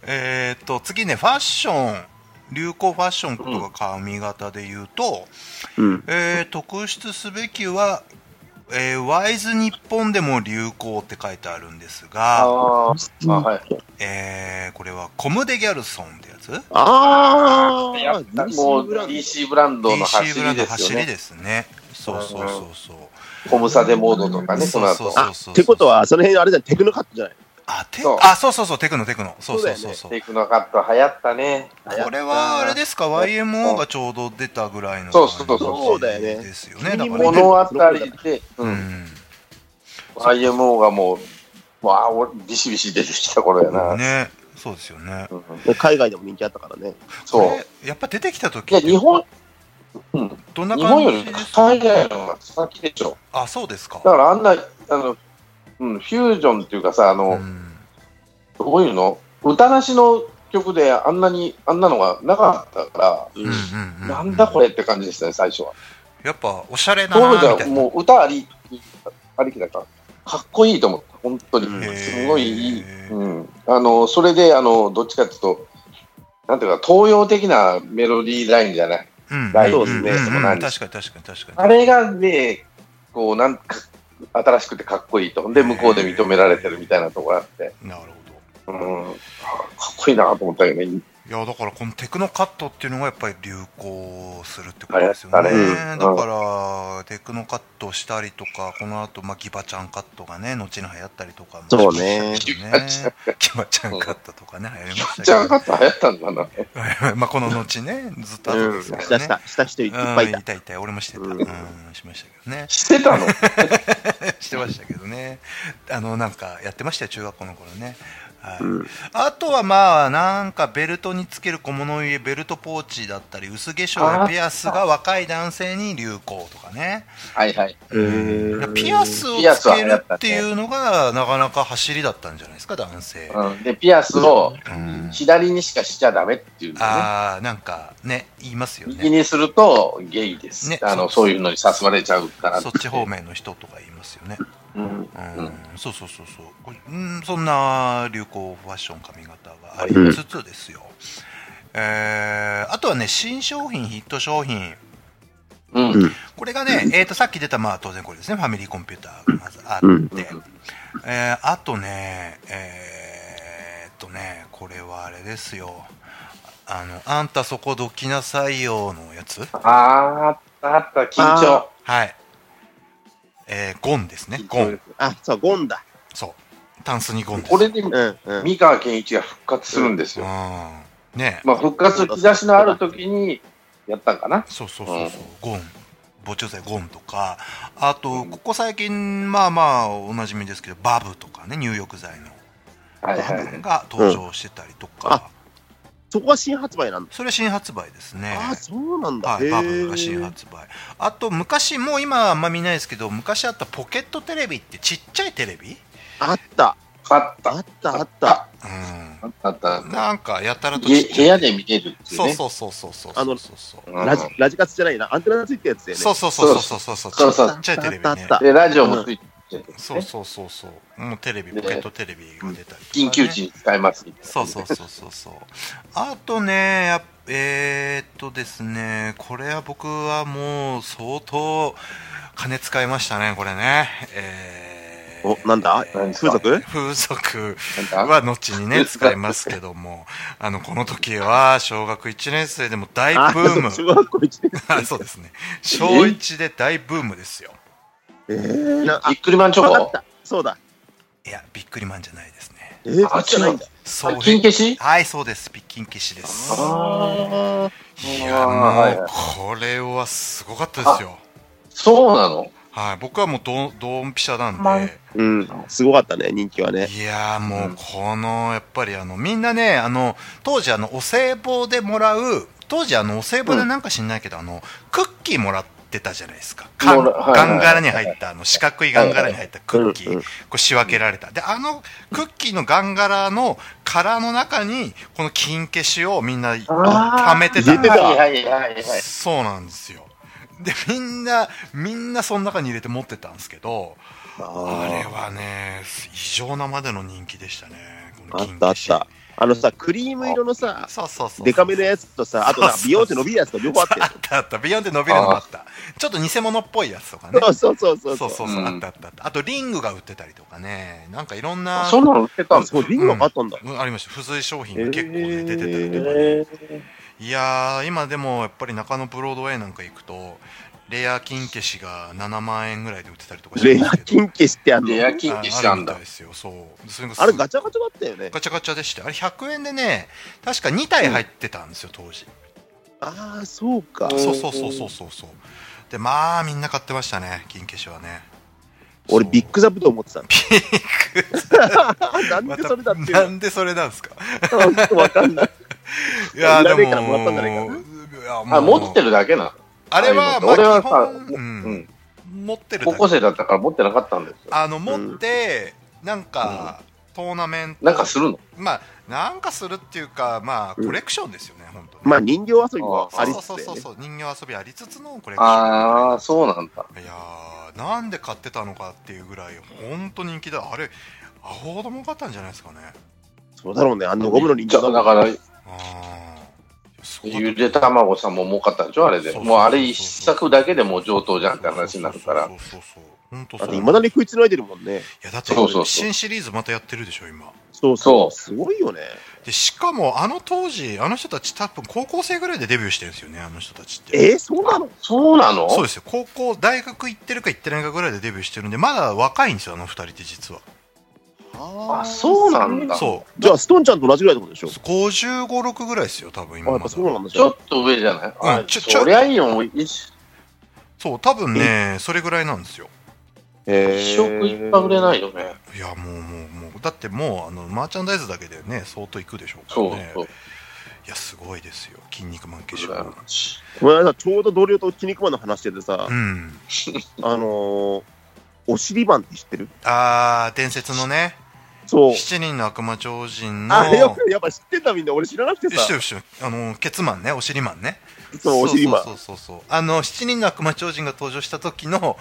Speaker 2: えーっと次ねファッション流行ファッションとか髪型で言うと、
Speaker 4: うん。
Speaker 2: えー特筆すべきは、えーワイズ日本でも流行って書いてあるんです
Speaker 3: あ
Speaker 2: が、
Speaker 3: あー、あはい。
Speaker 2: えーこれはコムデギャルソンってやつ
Speaker 4: あ
Speaker 3: やっぱ
Speaker 4: ー、
Speaker 3: もう
Speaker 4: DC
Speaker 3: DC ブランドの走
Speaker 2: DC ブラ
Speaker 3: り
Speaker 2: ンド
Speaker 3: で
Speaker 2: の
Speaker 3: す
Speaker 2: 走
Speaker 3: よ
Speaker 2: り
Speaker 3: ね。
Speaker 2: ですね。そうそうそうそう。
Speaker 3: コムサデモードとかね、その後。
Speaker 2: そう
Speaker 4: あ、
Speaker 2: そうそう
Speaker 4: ってことは、その辺あれじゃん、テクノカットじゃない
Speaker 2: あ、テ
Speaker 3: そう
Speaker 2: あ、そうそうそう、テクノテクノ。そうそうそうそう。
Speaker 3: テクノカット流行ったね。
Speaker 2: これはあれですか、YMO がちょうど出たぐらいの
Speaker 3: そうそうそう
Speaker 4: そうだよね
Speaker 2: ですよね、だか
Speaker 4: う
Speaker 2: ら
Speaker 3: こ
Speaker 4: ん
Speaker 2: ね。
Speaker 3: のあたりで、う、
Speaker 2: うんん
Speaker 3: IMO がもう、わあ、俺、ビシビシ出てきた頃やな。
Speaker 2: ね、そうですよね。
Speaker 3: うん
Speaker 4: 海外でも人気あったからね。
Speaker 3: そう。
Speaker 2: これやっぱ出てきた時
Speaker 3: いや、
Speaker 2: って
Speaker 3: 日本、
Speaker 2: どんな
Speaker 3: 日
Speaker 2: 感
Speaker 3: 本より
Speaker 2: じですか
Speaker 3: 海外の方が先でしょ。
Speaker 2: あ、そうですか。
Speaker 3: だからあんな、あの、うん、フュージョンっていうかさ、あの、
Speaker 2: うん
Speaker 3: どういうの歌なしの曲であんなに、あんなのがなかったか
Speaker 4: う
Speaker 2: うんうん
Speaker 4: ん。
Speaker 2: う
Speaker 3: ら、
Speaker 2: ん、
Speaker 3: なんだこれって感じでしたね、最初は。
Speaker 2: やっぱおしゃれだ
Speaker 3: 当
Speaker 2: なー
Speaker 3: 時
Speaker 2: み
Speaker 3: は
Speaker 2: たいな
Speaker 3: もう歌あり、ありきだから、かっこいいと思った、本当に
Speaker 4: う。
Speaker 2: へー
Speaker 3: すごいいい。うん。あの、それで、あの、どっちかっていうと、なんていうか、東洋的なメロディーラインじゃない。
Speaker 2: うん
Speaker 3: ラ
Speaker 4: イブですね
Speaker 2: うんうん
Speaker 4: そ
Speaker 3: こなんで
Speaker 2: 確かに確かに確か
Speaker 3: あ
Speaker 2: に
Speaker 3: れがね、こう、なんか、新しくてかっこいいと。で、向こうで認められてるみたいなところあって、
Speaker 2: なるほ
Speaker 3: うん、かっこいいなと思ったけどね。
Speaker 2: どいやだからこのテクノカットっていうのがやっぱり流行するってことですよ
Speaker 3: あ
Speaker 2: ね、
Speaker 3: れあれうん
Speaker 2: だからテクノカットしたりとかこの後、まあギバちゃんカットがね後に流行ったりとかも
Speaker 4: そうね
Speaker 2: しましたけどねギバちゃんカットとかね流行りました
Speaker 3: じゃあ、
Speaker 2: け
Speaker 3: かった流行ったんだな。
Speaker 2: どまあこの後ねずっと後です
Speaker 4: し
Speaker 2: か
Speaker 4: た
Speaker 2: ら
Speaker 4: し
Speaker 2: ね
Speaker 4: た、した人いっ
Speaker 2: うん
Speaker 4: ぱいいた
Speaker 2: い。たいた俺もしてた、う
Speaker 4: うんん、
Speaker 2: しましたけどね
Speaker 3: してたの
Speaker 2: してましたけどねあのなんかやってましたよ中学校の頃ね、はい
Speaker 4: うん
Speaker 2: あとはまあなんかベルトにつける小物入れベルトポーチだったり薄化粧やピアスが若い男性に流行とかね
Speaker 3: はいはい。
Speaker 4: うん
Speaker 2: ピアスを
Speaker 3: ピア
Speaker 2: つ
Speaker 3: スは
Speaker 2: け
Speaker 3: 流行
Speaker 2: る
Speaker 3: ったね
Speaker 2: っていうのがなかなか走りだったんじゃないですか男性、
Speaker 3: うん、で、ピアスを
Speaker 2: うん
Speaker 3: 左にしかしちゃダメっていうのね。
Speaker 2: ああなんかね言いますよ
Speaker 3: 右
Speaker 2: ね
Speaker 3: にするとゲイです。
Speaker 2: ね
Speaker 3: あの
Speaker 2: そう
Speaker 3: そういうのに誘われちゃうから
Speaker 2: そっち方面の人とか言いますよね
Speaker 3: うん
Speaker 2: う
Speaker 3: うんん、
Speaker 2: そうそうそうそうこれ、うん、そんな流行ファッション髪型がありつつですよ、えーあとはね新商品ヒット商品
Speaker 3: うん
Speaker 4: うん
Speaker 2: これがね、えー、とさっき出た、まあ、当然これですねファミリーコンピューターがまずあって、
Speaker 4: うん
Speaker 2: えーあとねえーっとねこれはあれですよあのあんたそこどきなさいよのやつ
Speaker 3: あーあったあった緊張
Speaker 2: はいえーゴンですね
Speaker 3: 緊
Speaker 2: ゴ
Speaker 3: 張
Speaker 2: ン
Speaker 4: あ、そう、ゴンだ。
Speaker 2: そうタンスにゴンです
Speaker 3: これで
Speaker 4: うん。うん
Speaker 3: 三河健一が復活するんですよ、
Speaker 2: うんね
Speaker 3: まあ、復活の兆しのある時にやったんかな
Speaker 2: そうそうそうそう、ゴン防虫剤ゴンとかあとここ最近まあまあおなじみですけどバブとかね入浴剤の
Speaker 3: はいは
Speaker 2: バ
Speaker 3: い
Speaker 2: ブが登場してたりとか、
Speaker 4: そこは新発売なんだ。
Speaker 2: それ新発売ですね
Speaker 4: あ、そうなんだ。
Speaker 2: はい、
Speaker 4: へ
Speaker 2: バブが新
Speaker 4: ー
Speaker 2: 発売あと昔もう今はあんま見ないですけど昔あったポケットテレビってちっちゃいテレビ、
Speaker 4: あった。
Speaker 3: あった
Speaker 4: あった、あった。
Speaker 3: あったあったあっ
Speaker 2: うん、なんかやたら
Speaker 3: た
Speaker 2: とち
Speaker 3: げ
Speaker 2: っち
Speaker 3: 部
Speaker 2: ゃい
Speaker 3: 屋で見れるっていう
Speaker 2: そう
Speaker 3: ね
Speaker 2: そうそうそうそう
Speaker 4: あの
Speaker 2: そうそう
Speaker 3: うん
Speaker 4: ラジラジカツじゃないな。アンテナがついたやつだよね。
Speaker 2: そうそうそうそうそうそう
Speaker 3: そうそ
Speaker 2: ち
Speaker 3: う
Speaker 2: っちゃいテレビ
Speaker 4: あっ
Speaker 2: ね
Speaker 4: たあった。
Speaker 3: でラジオもついてる、ね
Speaker 2: そうそうそうそう、もうテレビ、ポ
Speaker 3: ね
Speaker 2: ケットテレビが出たりとかね、
Speaker 3: 緊急時に使えますみたいな
Speaker 2: そうそうそうそうそう、あとね、やっえーっとですね、これは僕はもう相当金使いましたね、これね。えー
Speaker 4: お、なんだ
Speaker 3: 何です
Speaker 4: 風
Speaker 3: か
Speaker 4: 俗
Speaker 2: 風俗
Speaker 3: なんか
Speaker 2: は後にね使いますけどもあのこの時は小学1年生でも大
Speaker 4: あ
Speaker 2: ブーム
Speaker 4: 小学校1年
Speaker 2: あそうですね小1で大ブームですよ
Speaker 4: 生。えー、なあ
Speaker 3: びっくりマンチョ
Speaker 4: わかっ
Speaker 3: コ
Speaker 4: た。そうだ。
Speaker 2: いやびっくりマンじゃないですね
Speaker 4: えー、
Speaker 3: あ
Speaker 4: そっちじゃないんだ。
Speaker 2: そう
Speaker 3: 金消し
Speaker 2: はい、そうです。ピッキン消しです。
Speaker 3: ああ
Speaker 2: いや、
Speaker 3: はい
Speaker 2: もう、これはすごかったですよ。
Speaker 3: そうなの
Speaker 2: はい、僕はもうドン、ドンピシャなん
Speaker 3: まあ
Speaker 2: で、
Speaker 4: うん。すごかったね、人気はね。
Speaker 2: いやーも
Speaker 3: う
Speaker 2: うんこの、やっぱりあの、みんなね、あの、当時あの、お歳暮でもらう、当時あの、お歳暮でなんか知んないけど、あの、クッキーもらっってたじゃないですか。かん
Speaker 3: もうはいはい
Speaker 2: ガンガラに入った、あの、四角いガンガラに入ったクッキ
Speaker 4: うんう
Speaker 2: ー
Speaker 4: ん、
Speaker 2: こう仕分けられた。で、あのクッキーのガンガラの殻の中に、この金消しをみんな
Speaker 3: あー
Speaker 2: 溜めてたん
Speaker 4: 入
Speaker 2: で
Speaker 4: れてた
Speaker 3: はいはいはいはい。
Speaker 2: そうなんですよ。で、みんな、みんなその中に入れて持ってたんですけど、あれ
Speaker 4: あ
Speaker 2: はね、異常なまでの人気でしたね。
Speaker 4: あ
Speaker 2: こ
Speaker 4: あ
Speaker 2: の
Speaker 4: っ
Speaker 2: 金
Speaker 4: たあ
Speaker 2: 消
Speaker 4: っ。
Speaker 2: した
Speaker 4: あのさ、クリーム色のさ、
Speaker 2: そうそうそう。
Speaker 4: デカめのやつとさ、あとなんか
Speaker 2: そうそうそう
Speaker 4: ビヨーンって伸びるやつと両方あって
Speaker 2: あったあった。ビヨンって伸びるのもあった。ちょっと偽物っぽいやつとかね。
Speaker 4: そうそうそう
Speaker 2: そ
Speaker 4: そうう。
Speaker 2: そううそう、
Speaker 3: うん
Speaker 2: あったあったあった。あと、リングが売ってたりとかね、なんかいろんな、
Speaker 3: そんなの売ってたん
Speaker 4: あ、
Speaker 3: です
Speaker 4: そう、リンゴがあったんだ。
Speaker 2: うんありました。付随商品
Speaker 4: え
Speaker 2: が
Speaker 4: ー
Speaker 2: 結構ね、出てたりとかね。いやー、今でもやっぱり中野ブロードウェイなんか行くと、レア金消しが7万円ぐらいで売ってたりとかして
Speaker 4: レア金消しってあんの
Speaker 3: レア金消しした
Speaker 2: ある
Speaker 3: んだ
Speaker 2: みたい。ですよ、そう。それがす
Speaker 4: あれガチャガチャだったよね。
Speaker 2: ガチャガチャでして、あれ100円でね、確か2体入ってたんですよ、当時。
Speaker 4: ああ、そうか。
Speaker 2: そうそうそうそうそうそう。で、まあ、みんな買ってましたね、金消しはね。
Speaker 4: 俺
Speaker 2: そう
Speaker 4: ビッグザブと思ってた。ビッグなんでそれだっていう
Speaker 2: またな
Speaker 4: の
Speaker 2: んでそれなんですか
Speaker 4: ちょっとわかんない。
Speaker 2: いやーでも
Speaker 4: 裏でからもらったんじゃないかない
Speaker 2: やもう
Speaker 3: あ、持ってるだけな。
Speaker 2: あれは、まあ、
Speaker 3: 俺は
Speaker 2: 基
Speaker 3: さ、
Speaker 2: 本、う
Speaker 3: うんん、
Speaker 2: 持ってるだ
Speaker 3: 高
Speaker 2: け
Speaker 3: 校生だったから持ってなかったんですよ。
Speaker 2: あの持って、なんか、トーナメント
Speaker 3: なんかするの
Speaker 2: まあなんかするっていうかまあ
Speaker 4: うん
Speaker 2: コレクションですよね、本当に
Speaker 4: まあ人形遊びもあり
Speaker 2: そう
Speaker 4: つつ
Speaker 2: そう
Speaker 4: だよ
Speaker 2: そう
Speaker 4: ね。
Speaker 2: そう人形遊びありつつのコレクション
Speaker 3: ああ、そうなんだ。
Speaker 2: いやーなんで買ってたのかっていうぐらい本当人気だあれアホほど儲かったんじゃないですかね
Speaker 4: そうだろうね。あのゴムの人
Speaker 3: じ
Speaker 4: 形
Speaker 3: ゃあ
Speaker 4: だ
Speaker 3: だ
Speaker 4: もん
Speaker 3: から、
Speaker 2: あーすごかった
Speaker 3: ゆで卵さんも儲かったんでしょあれ
Speaker 2: そ
Speaker 3: で。
Speaker 2: うそうそうそう
Speaker 3: もうあれ一作だけでもう上等じゃんって話になるから
Speaker 2: そ。うそうそうそう本当そ
Speaker 4: だっ
Speaker 2: う
Speaker 4: ていまだに食いつないでるもんね。
Speaker 2: いやだって
Speaker 3: そうそうそう
Speaker 2: 新シリーズまたやってるでしょ今
Speaker 4: そうそう。すごいよね。
Speaker 2: でしかもあの当時あの人たち多分高校生ぐらいでデビューしてるんですよねあの人たちって
Speaker 4: えー、そうなの
Speaker 3: そうなの
Speaker 2: そうですよ高校大学行ってるか行ってないかぐらいでデビューしてるんでまだ若いんですよあの二人って実は
Speaker 4: あ
Speaker 3: あそうなんだ
Speaker 2: そ
Speaker 4: じゃあ、ストーンちゃんと同じぐらいってことでし
Speaker 2: う
Speaker 4: ょ
Speaker 2: 5 5 6ぐらいですよ多分
Speaker 4: あ、
Speaker 2: 今ま
Speaker 4: やっ
Speaker 2: だ
Speaker 4: ぱそうなんだ。
Speaker 3: ちょっと上じゃないあ
Speaker 2: ちょちょ
Speaker 3: そりゃいいよ。もう一
Speaker 2: そう多分ねそれぐらいなんですよ
Speaker 4: え
Speaker 3: 一食一泊売れないよね。
Speaker 2: いやもうもうもうだってもうあのマーチャンダイズだけでね相当いくでしょうから
Speaker 3: そう
Speaker 2: ね
Speaker 3: そう。
Speaker 2: いやすごいですよ筋肉マン化
Speaker 3: う
Speaker 2: 粧
Speaker 3: ん
Speaker 4: この間、ちょうど同僚と筋肉マンの話しててさ
Speaker 2: う、ん
Speaker 4: あのー、お尻マンって知ってる
Speaker 2: あー伝説のね
Speaker 4: そう。
Speaker 2: 7人の悪魔超人の
Speaker 4: あ、やっぱやっぱ知ってんだみんな。俺知らなくて
Speaker 2: 知って
Speaker 4: さ。
Speaker 2: る知ってるあのケツマンねお尻マンね
Speaker 4: そう、お尻マン。
Speaker 2: そうそうそうそうあの7人の悪魔超人が登場した時の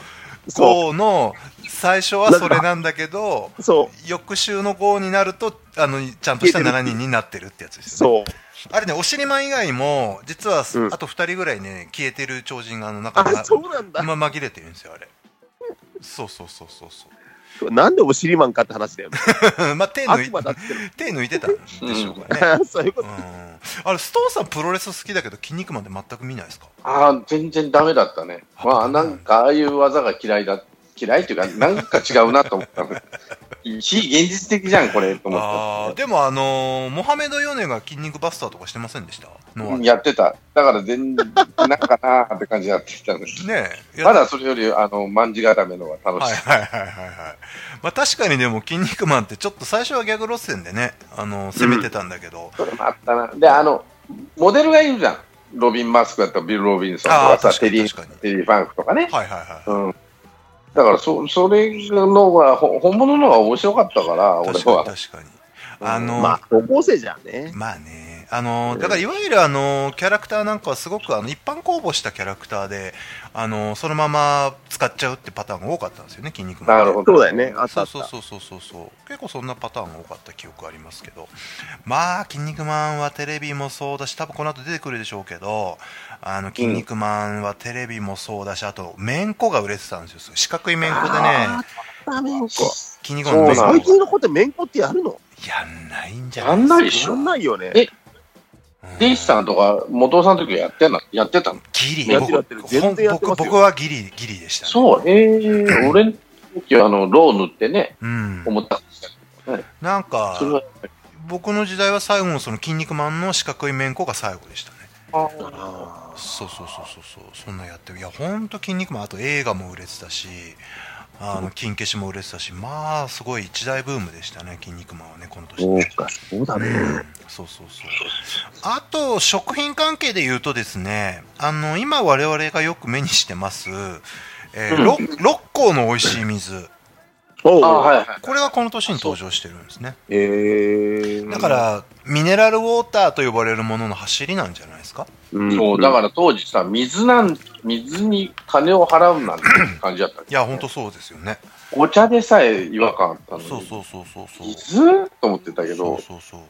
Speaker 4: そ
Speaker 2: 号の最初はそれなんだけど
Speaker 4: う。そう。
Speaker 2: 翌週の号になるとあのちゃんとした7人になってるってやつですよね
Speaker 4: そう。
Speaker 2: あれねお尻マン以外も実は
Speaker 4: うん
Speaker 2: あと2人ぐらいね消えてる超人があの中
Speaker 4: あ、
Speaker 2: が
Speaker 4: そうなんだ。
Speaker 2: ま紛れてるんですよあれそうそうそうそうそう
Speaker 4: なんでお尻マンかって話だよね。
Speaker 2: まあ手抜
Speaker 4: 悪
Speaker 2: い
Speaker 4: 魔だって
Speaker 2: 手抜いてたんでしょうか ね
Speaker 4: の。そういうこ
Speaker 2: う
Speaker 4: と。
Speaker 2: んあれストーンさんプロレス好きだけど筋肉マンって全く見ないですか
Speaker 3: ああ、全然ダメだったね。まあ、なんか、ああいう技が嫌いだ、嫌いっていうか、なんか違うなと思った の。非現実的じゃん、これ、と思
Speaker 2: あ
Speaker 3: っ
Speaker 2: ーでもあのーモハメド・ヨネが筋肉バスターとかしてませんでしたノア
Speaker 3: た。
Speaker 2: で
Speaker 3: やってた。だから、全然、なんかなーって感じになってきたんで す。
Speaker 2: ねえ
Speaker 3: まだそれより、あの、まんじ固めの方が楽
Speaker 2: はい
Speaker 3: しい。
Speaker 2: はいはいはいはいまあ確かにでも「筋肉マン」ってちょっと最初はギャグ路線でねあの攻めてたんだけど、
Speaker 3: それもあったな。で、あの、モデルがいるじゃん。ロビン・マスクだったらビル・ロビンソンと
Speaker 2: ああ
Speaker 3: かさ、
Speaker 2: 確か
Speaker 3: テリ
Speaker 2: に
Speaker 3: ー・
Speaker 2: 確かに
Speaker 3: テリー・ファンクとかね。
Speaker 2: はいはいはい
Speaker 3: うん。だから、そ、それのが、ほ本物のが面白かったから、俺
Speaker 2: 確か
Speaker 3: は。
Speaker 2: に確かにあのー
Speaker 4: まあ、高校生じゃんね。
Speaker 2: まあね、あのだからいわゆるあのキャラクターなんかはすごくあの一般公募したキャラクターであのそのまま使っちゃうってパターンが多かったんですよね、筋肉マン
Speaker 3: なるほど。
Speaker 4: そうだよね。あった
Speaker 2: そ
Speaker 4: あ
Speaker 2: う
Speaker 4: った。
Speaker 2: そうそうそうそうそう結構そんなパターンが多かった記憶ありますけどまあ「筋肉マン」はテレビもそうだし多分この後出てくるでしょうけど「あの筋肉マン」はテレビもそうだしあとめんこが売れてたんですよ四角いめんこで
Speaker 4: あ
Speaker 2: ね
Speaker 4: ーダメんこ
Speaker 2: 筋肉マンのめん
Speaker 3: そうな
Speaker 4: 最
Speaker 2: こ
Speaker 4: 近の子ってめんこってやるの
Speaker 2: やんないんじゃ
Speaker 3: やん
Speaker 2: な
Speaker 3: ない
Speaker 2: で
Speaker 3: いで
Speaker 2: し
Speaker 3: し
Speaker 4: 知
Speaker 3: ょ
Speaker 2: ょ
Speaker 4: らないよね。
Speaker 3: えデイシさんとか、元尾さんの時はやってんのやってたの
Speaker 2: ギリ
Speaker 4: やってるやってる
Speaker 2: 僕
Speaker 4: 全然やってま
Speaker 2: 僕
Speaker 4: すよ
Speaker 2: 僕はギリギリでした、ね、
Speaker 3: そう、えー、 俺の時は、あの、ロー塗ってね、
Speaker 2: うん、
Speaker 3: 思ったんですよ。
Speaker 2: なんか
Speaker 3: それは、
Speaker 2: 僕の時代は最後のその「筋肉マン」の四角い面子が最後でしたね
Speaker 4: あ
Speaker 2: そうそうそうそうそうそんなやってるいやほんと筋肉マンあと映画も売れてたしあの金消しも売れてたしまあすごい一大ブームでしたね筋肉マンはねこの
Speaker 4: あ
Speaker 2: 年
Speaker 4: そう
Speaker 2: ね
Speaker 4: か、そうだね。
Speaker 2: そうそうそうあと食品関係で言うとですねあの今我々がよく目にしてます、えー、六六甲の美味しい水
Speaker 4: おう
Speaker 3: あはいはい。
Speaker 2: これがこの年に登場してるんですね
Speaker 4: えー、
Speaker 2: だか、らミネラルウォーターと呼ばれるものの走りなんじゃないですか
Speaker 4: うん、、
Speaker 3: そう、だからら当時さ、水なん、水に金を払うなんて感じだったけど
Speaker 2: いやほんとそうですよね
Speaker 3: お茶でさえ違和感あったのに。
Speaker 2: そうそうそうそうそう
Speaker 3: 水と思ってたけど、
Speaker 2: そうそうそう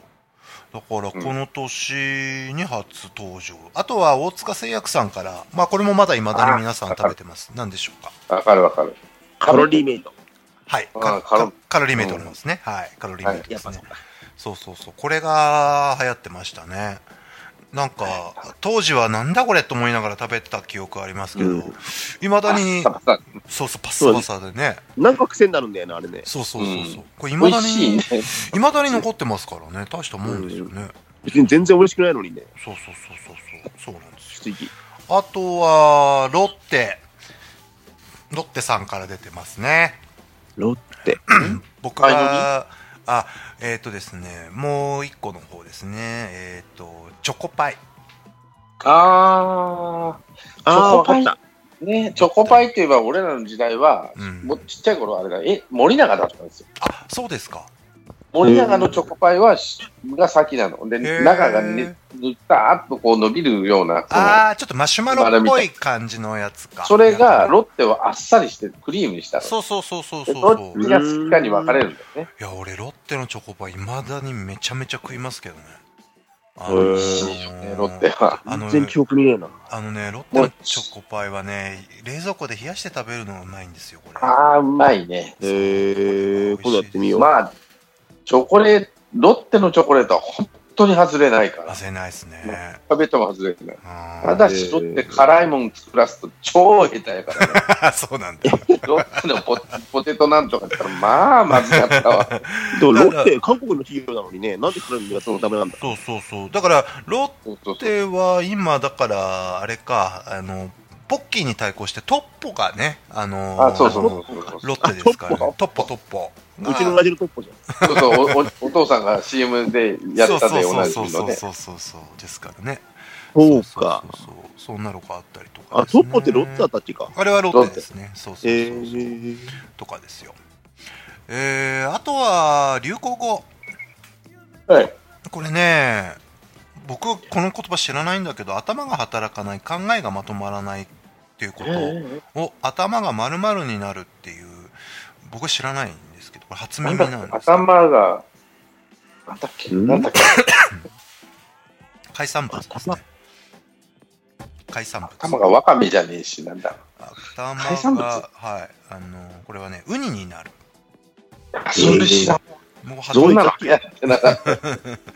Speaker 2: だからこの年に初登場、あとは大塚製薬さんからまあこれもまだいまだに皆さん食べてます何でしょうか
Speaker 3: わかるわかる。
Speaker 4: カロリーメイト。
Speaker 2: はい
Speaker 3: あー
Speaker 2: カ
Speaker 3: カロ
Speaker 2: カカロリーメイトなんですね、はいカロリーメイトで
Speaker 4: やっ
Speaker 2: す
Speaker 4: ぱ
Speaker 2: ね、
Speaker 4: そうか。
Speaker 2: そうそうそうこれが流行ってましたねなんか当時はなんだこれと思いながら食べてた記憶ありますけ
Speaker 4: う
Speaker 2: ど
Speaker 4: ん
Speaker 2: いまだに
Speaker 3: パスタ
Speaker 2: そうそうパッサパサでね
Speaker 4: なんか癖になるんだよね、あれね。
Speaker 2: そうそうそうそううこれい
Speaker 3: 美
Speaker 2: まだ
Speaker 3: 味しい
Speaker 2: に
Speaker 3: ね。
Speaker 2: いまだに残ってますからね大したもんですよね
Speaker 4: 別に全然美味しくないのにね、
Speaker 2: そうそうそうそうそうそうなんですよ
Speaker 4: 不思議。
Speaker 2: あとは、ロッテ。ロッテさんから出てますね。
Speaker 4: ロッテ。
Speaker 2: 僕
Speaker 3: はい
Speaker 2: は、あ、えっ、とですね、もう一個の方ですね。えっ、と、チョコパイ。
Speaker 3: あ
Speaker 4: ああ、わかっ
Speaker 3: チョ
Speaker 4: た。
Speaker 3: ー、ね、チョコパイといえば俺らの時代は、
Speaker 2: うん
Speaker 3: もうちっちゃい頃あれだ、え、森永だったんですよ。
Speaker 2: あ、そうですか。
Speaker 3: 森永のチョコパイは、しが先なの。で、
Speaker 2: ー
Speaker 3: 中がね、塗ったーっとこう伸びるような、その
Speaker 2: ああ、ちょっとマシュマロっぽい感じのやつか。
Speaker 3: それが、ロッテはあっさりしてクリームにしたの。
Speaker 2: そうそうそうそうそ
Speaker 3: で
Speaker 2: う
Speaker 3: ど
Speaker 2: そ
Speaker 3: っ
Speaker 2: う。い
Speaker 3: ちが好きかに分かれるんだよね。
Speaker 2: や、俺、ロッテのチョコパイ、未だにめちゃめちゃ食いますけどね。あ
Speaker 4: へー
Speaker 2: の
Speaker 4: 美味
Speaker 3: しいよね、ロッテは。
Speaker 2: あの
Speaker 4: 全然記憶にねえな。
Speaker 2: あのね、ロッテのチョコパイはね、冷蔵庫で冷やして食べるのがうまいんですよ、これ。
Speaker 3: ああ、うまいね。
Speaker 4: えー、今度やってみよう。
Speaker 3: まあ、チョコレート、ロッテのチョコレートは本当に外れないから。
Speaker 2: 忘れないですね。
Speaker 3: 食べても外れない。
Speaker 2: あ
Speaker 3: ただし、ロッテ辛いもん作らすと超下手やから ね。
Speaker 2: あ、そうなんだ。
Speaker 3: ロッテのポポテトなんとかって言ったら、まあ、まずかった わ。
Speaker 4: でもロッテ、韓国の企業なのにね、なんでこれがダメなんだ
Speaker 2: そうそうそう。だから、ロッ
Speaker 3: そうそうそう
Speaker 2: テは今、だから、あれか、あの、ポッキーに対抗して、トッポがね、あのー
Speaker 3: あ、そうそうそうそう。
Speaker 2: ロッテですから、
Speaker 4: あ
Speaker 2: ね、トッポトッポ。
Speaker 4: うちのラジルトッポじゃん。
Speaker 3: そうそうおおお父さんが CM でやったで同じ
Speaker 2: そう
Speaker 3: みの
Speaker 2: そう
Speaker 3: ね。
Speaker 2: そうそうそうそう。ですからね。
Speaker 4: そ
Speaker 2: そう
Speaker 4: うか。
Speaker 2: そうそう。そんなのがあったりとか
Speaker 4: あ、
Speaker 2: ですね、
Speaker 4: トッポってロッテだったっけか。
Speaker 2: あれはロッテですね。そうそうそう
Speaker 4: え
Speaker 2: そう。
Speaker 4: ー、
Speaker 2: とかですよ。えー、あとは、流行語。
Speaker 3: はい。
Speaker 2: これね僕この言葉知らないんだけど頭が働かない考えがまとまらないっていうことを頭が丸々になるっていう僕は知らないんですけどこれ初
Speaker 3: なん
Speaker 2: 耳
Speaker 3: だっ
Speaker 2: なん
Speaker 3: け
Speaker 2: ですけど
Speaker 3: 頭が、なんだっけ
Speaker 4: うん
Speaker 3: なんだっけ
Speaker 2: 海産物ですね海産物
Speaker 3: 頭がわかめじゃねえし、なんだ。
Speaker 2: 頭が
Speaker 3: 海産物
Speaker 2: はいあのこれはねウニになる
Speaker 3: あそれ知らん。
Speaker 2: もう
Speaker 3: そ
Speaker 2: 初
Speaker 3: ん
Speaker 2: め
Speaker 3: なのやってなかった。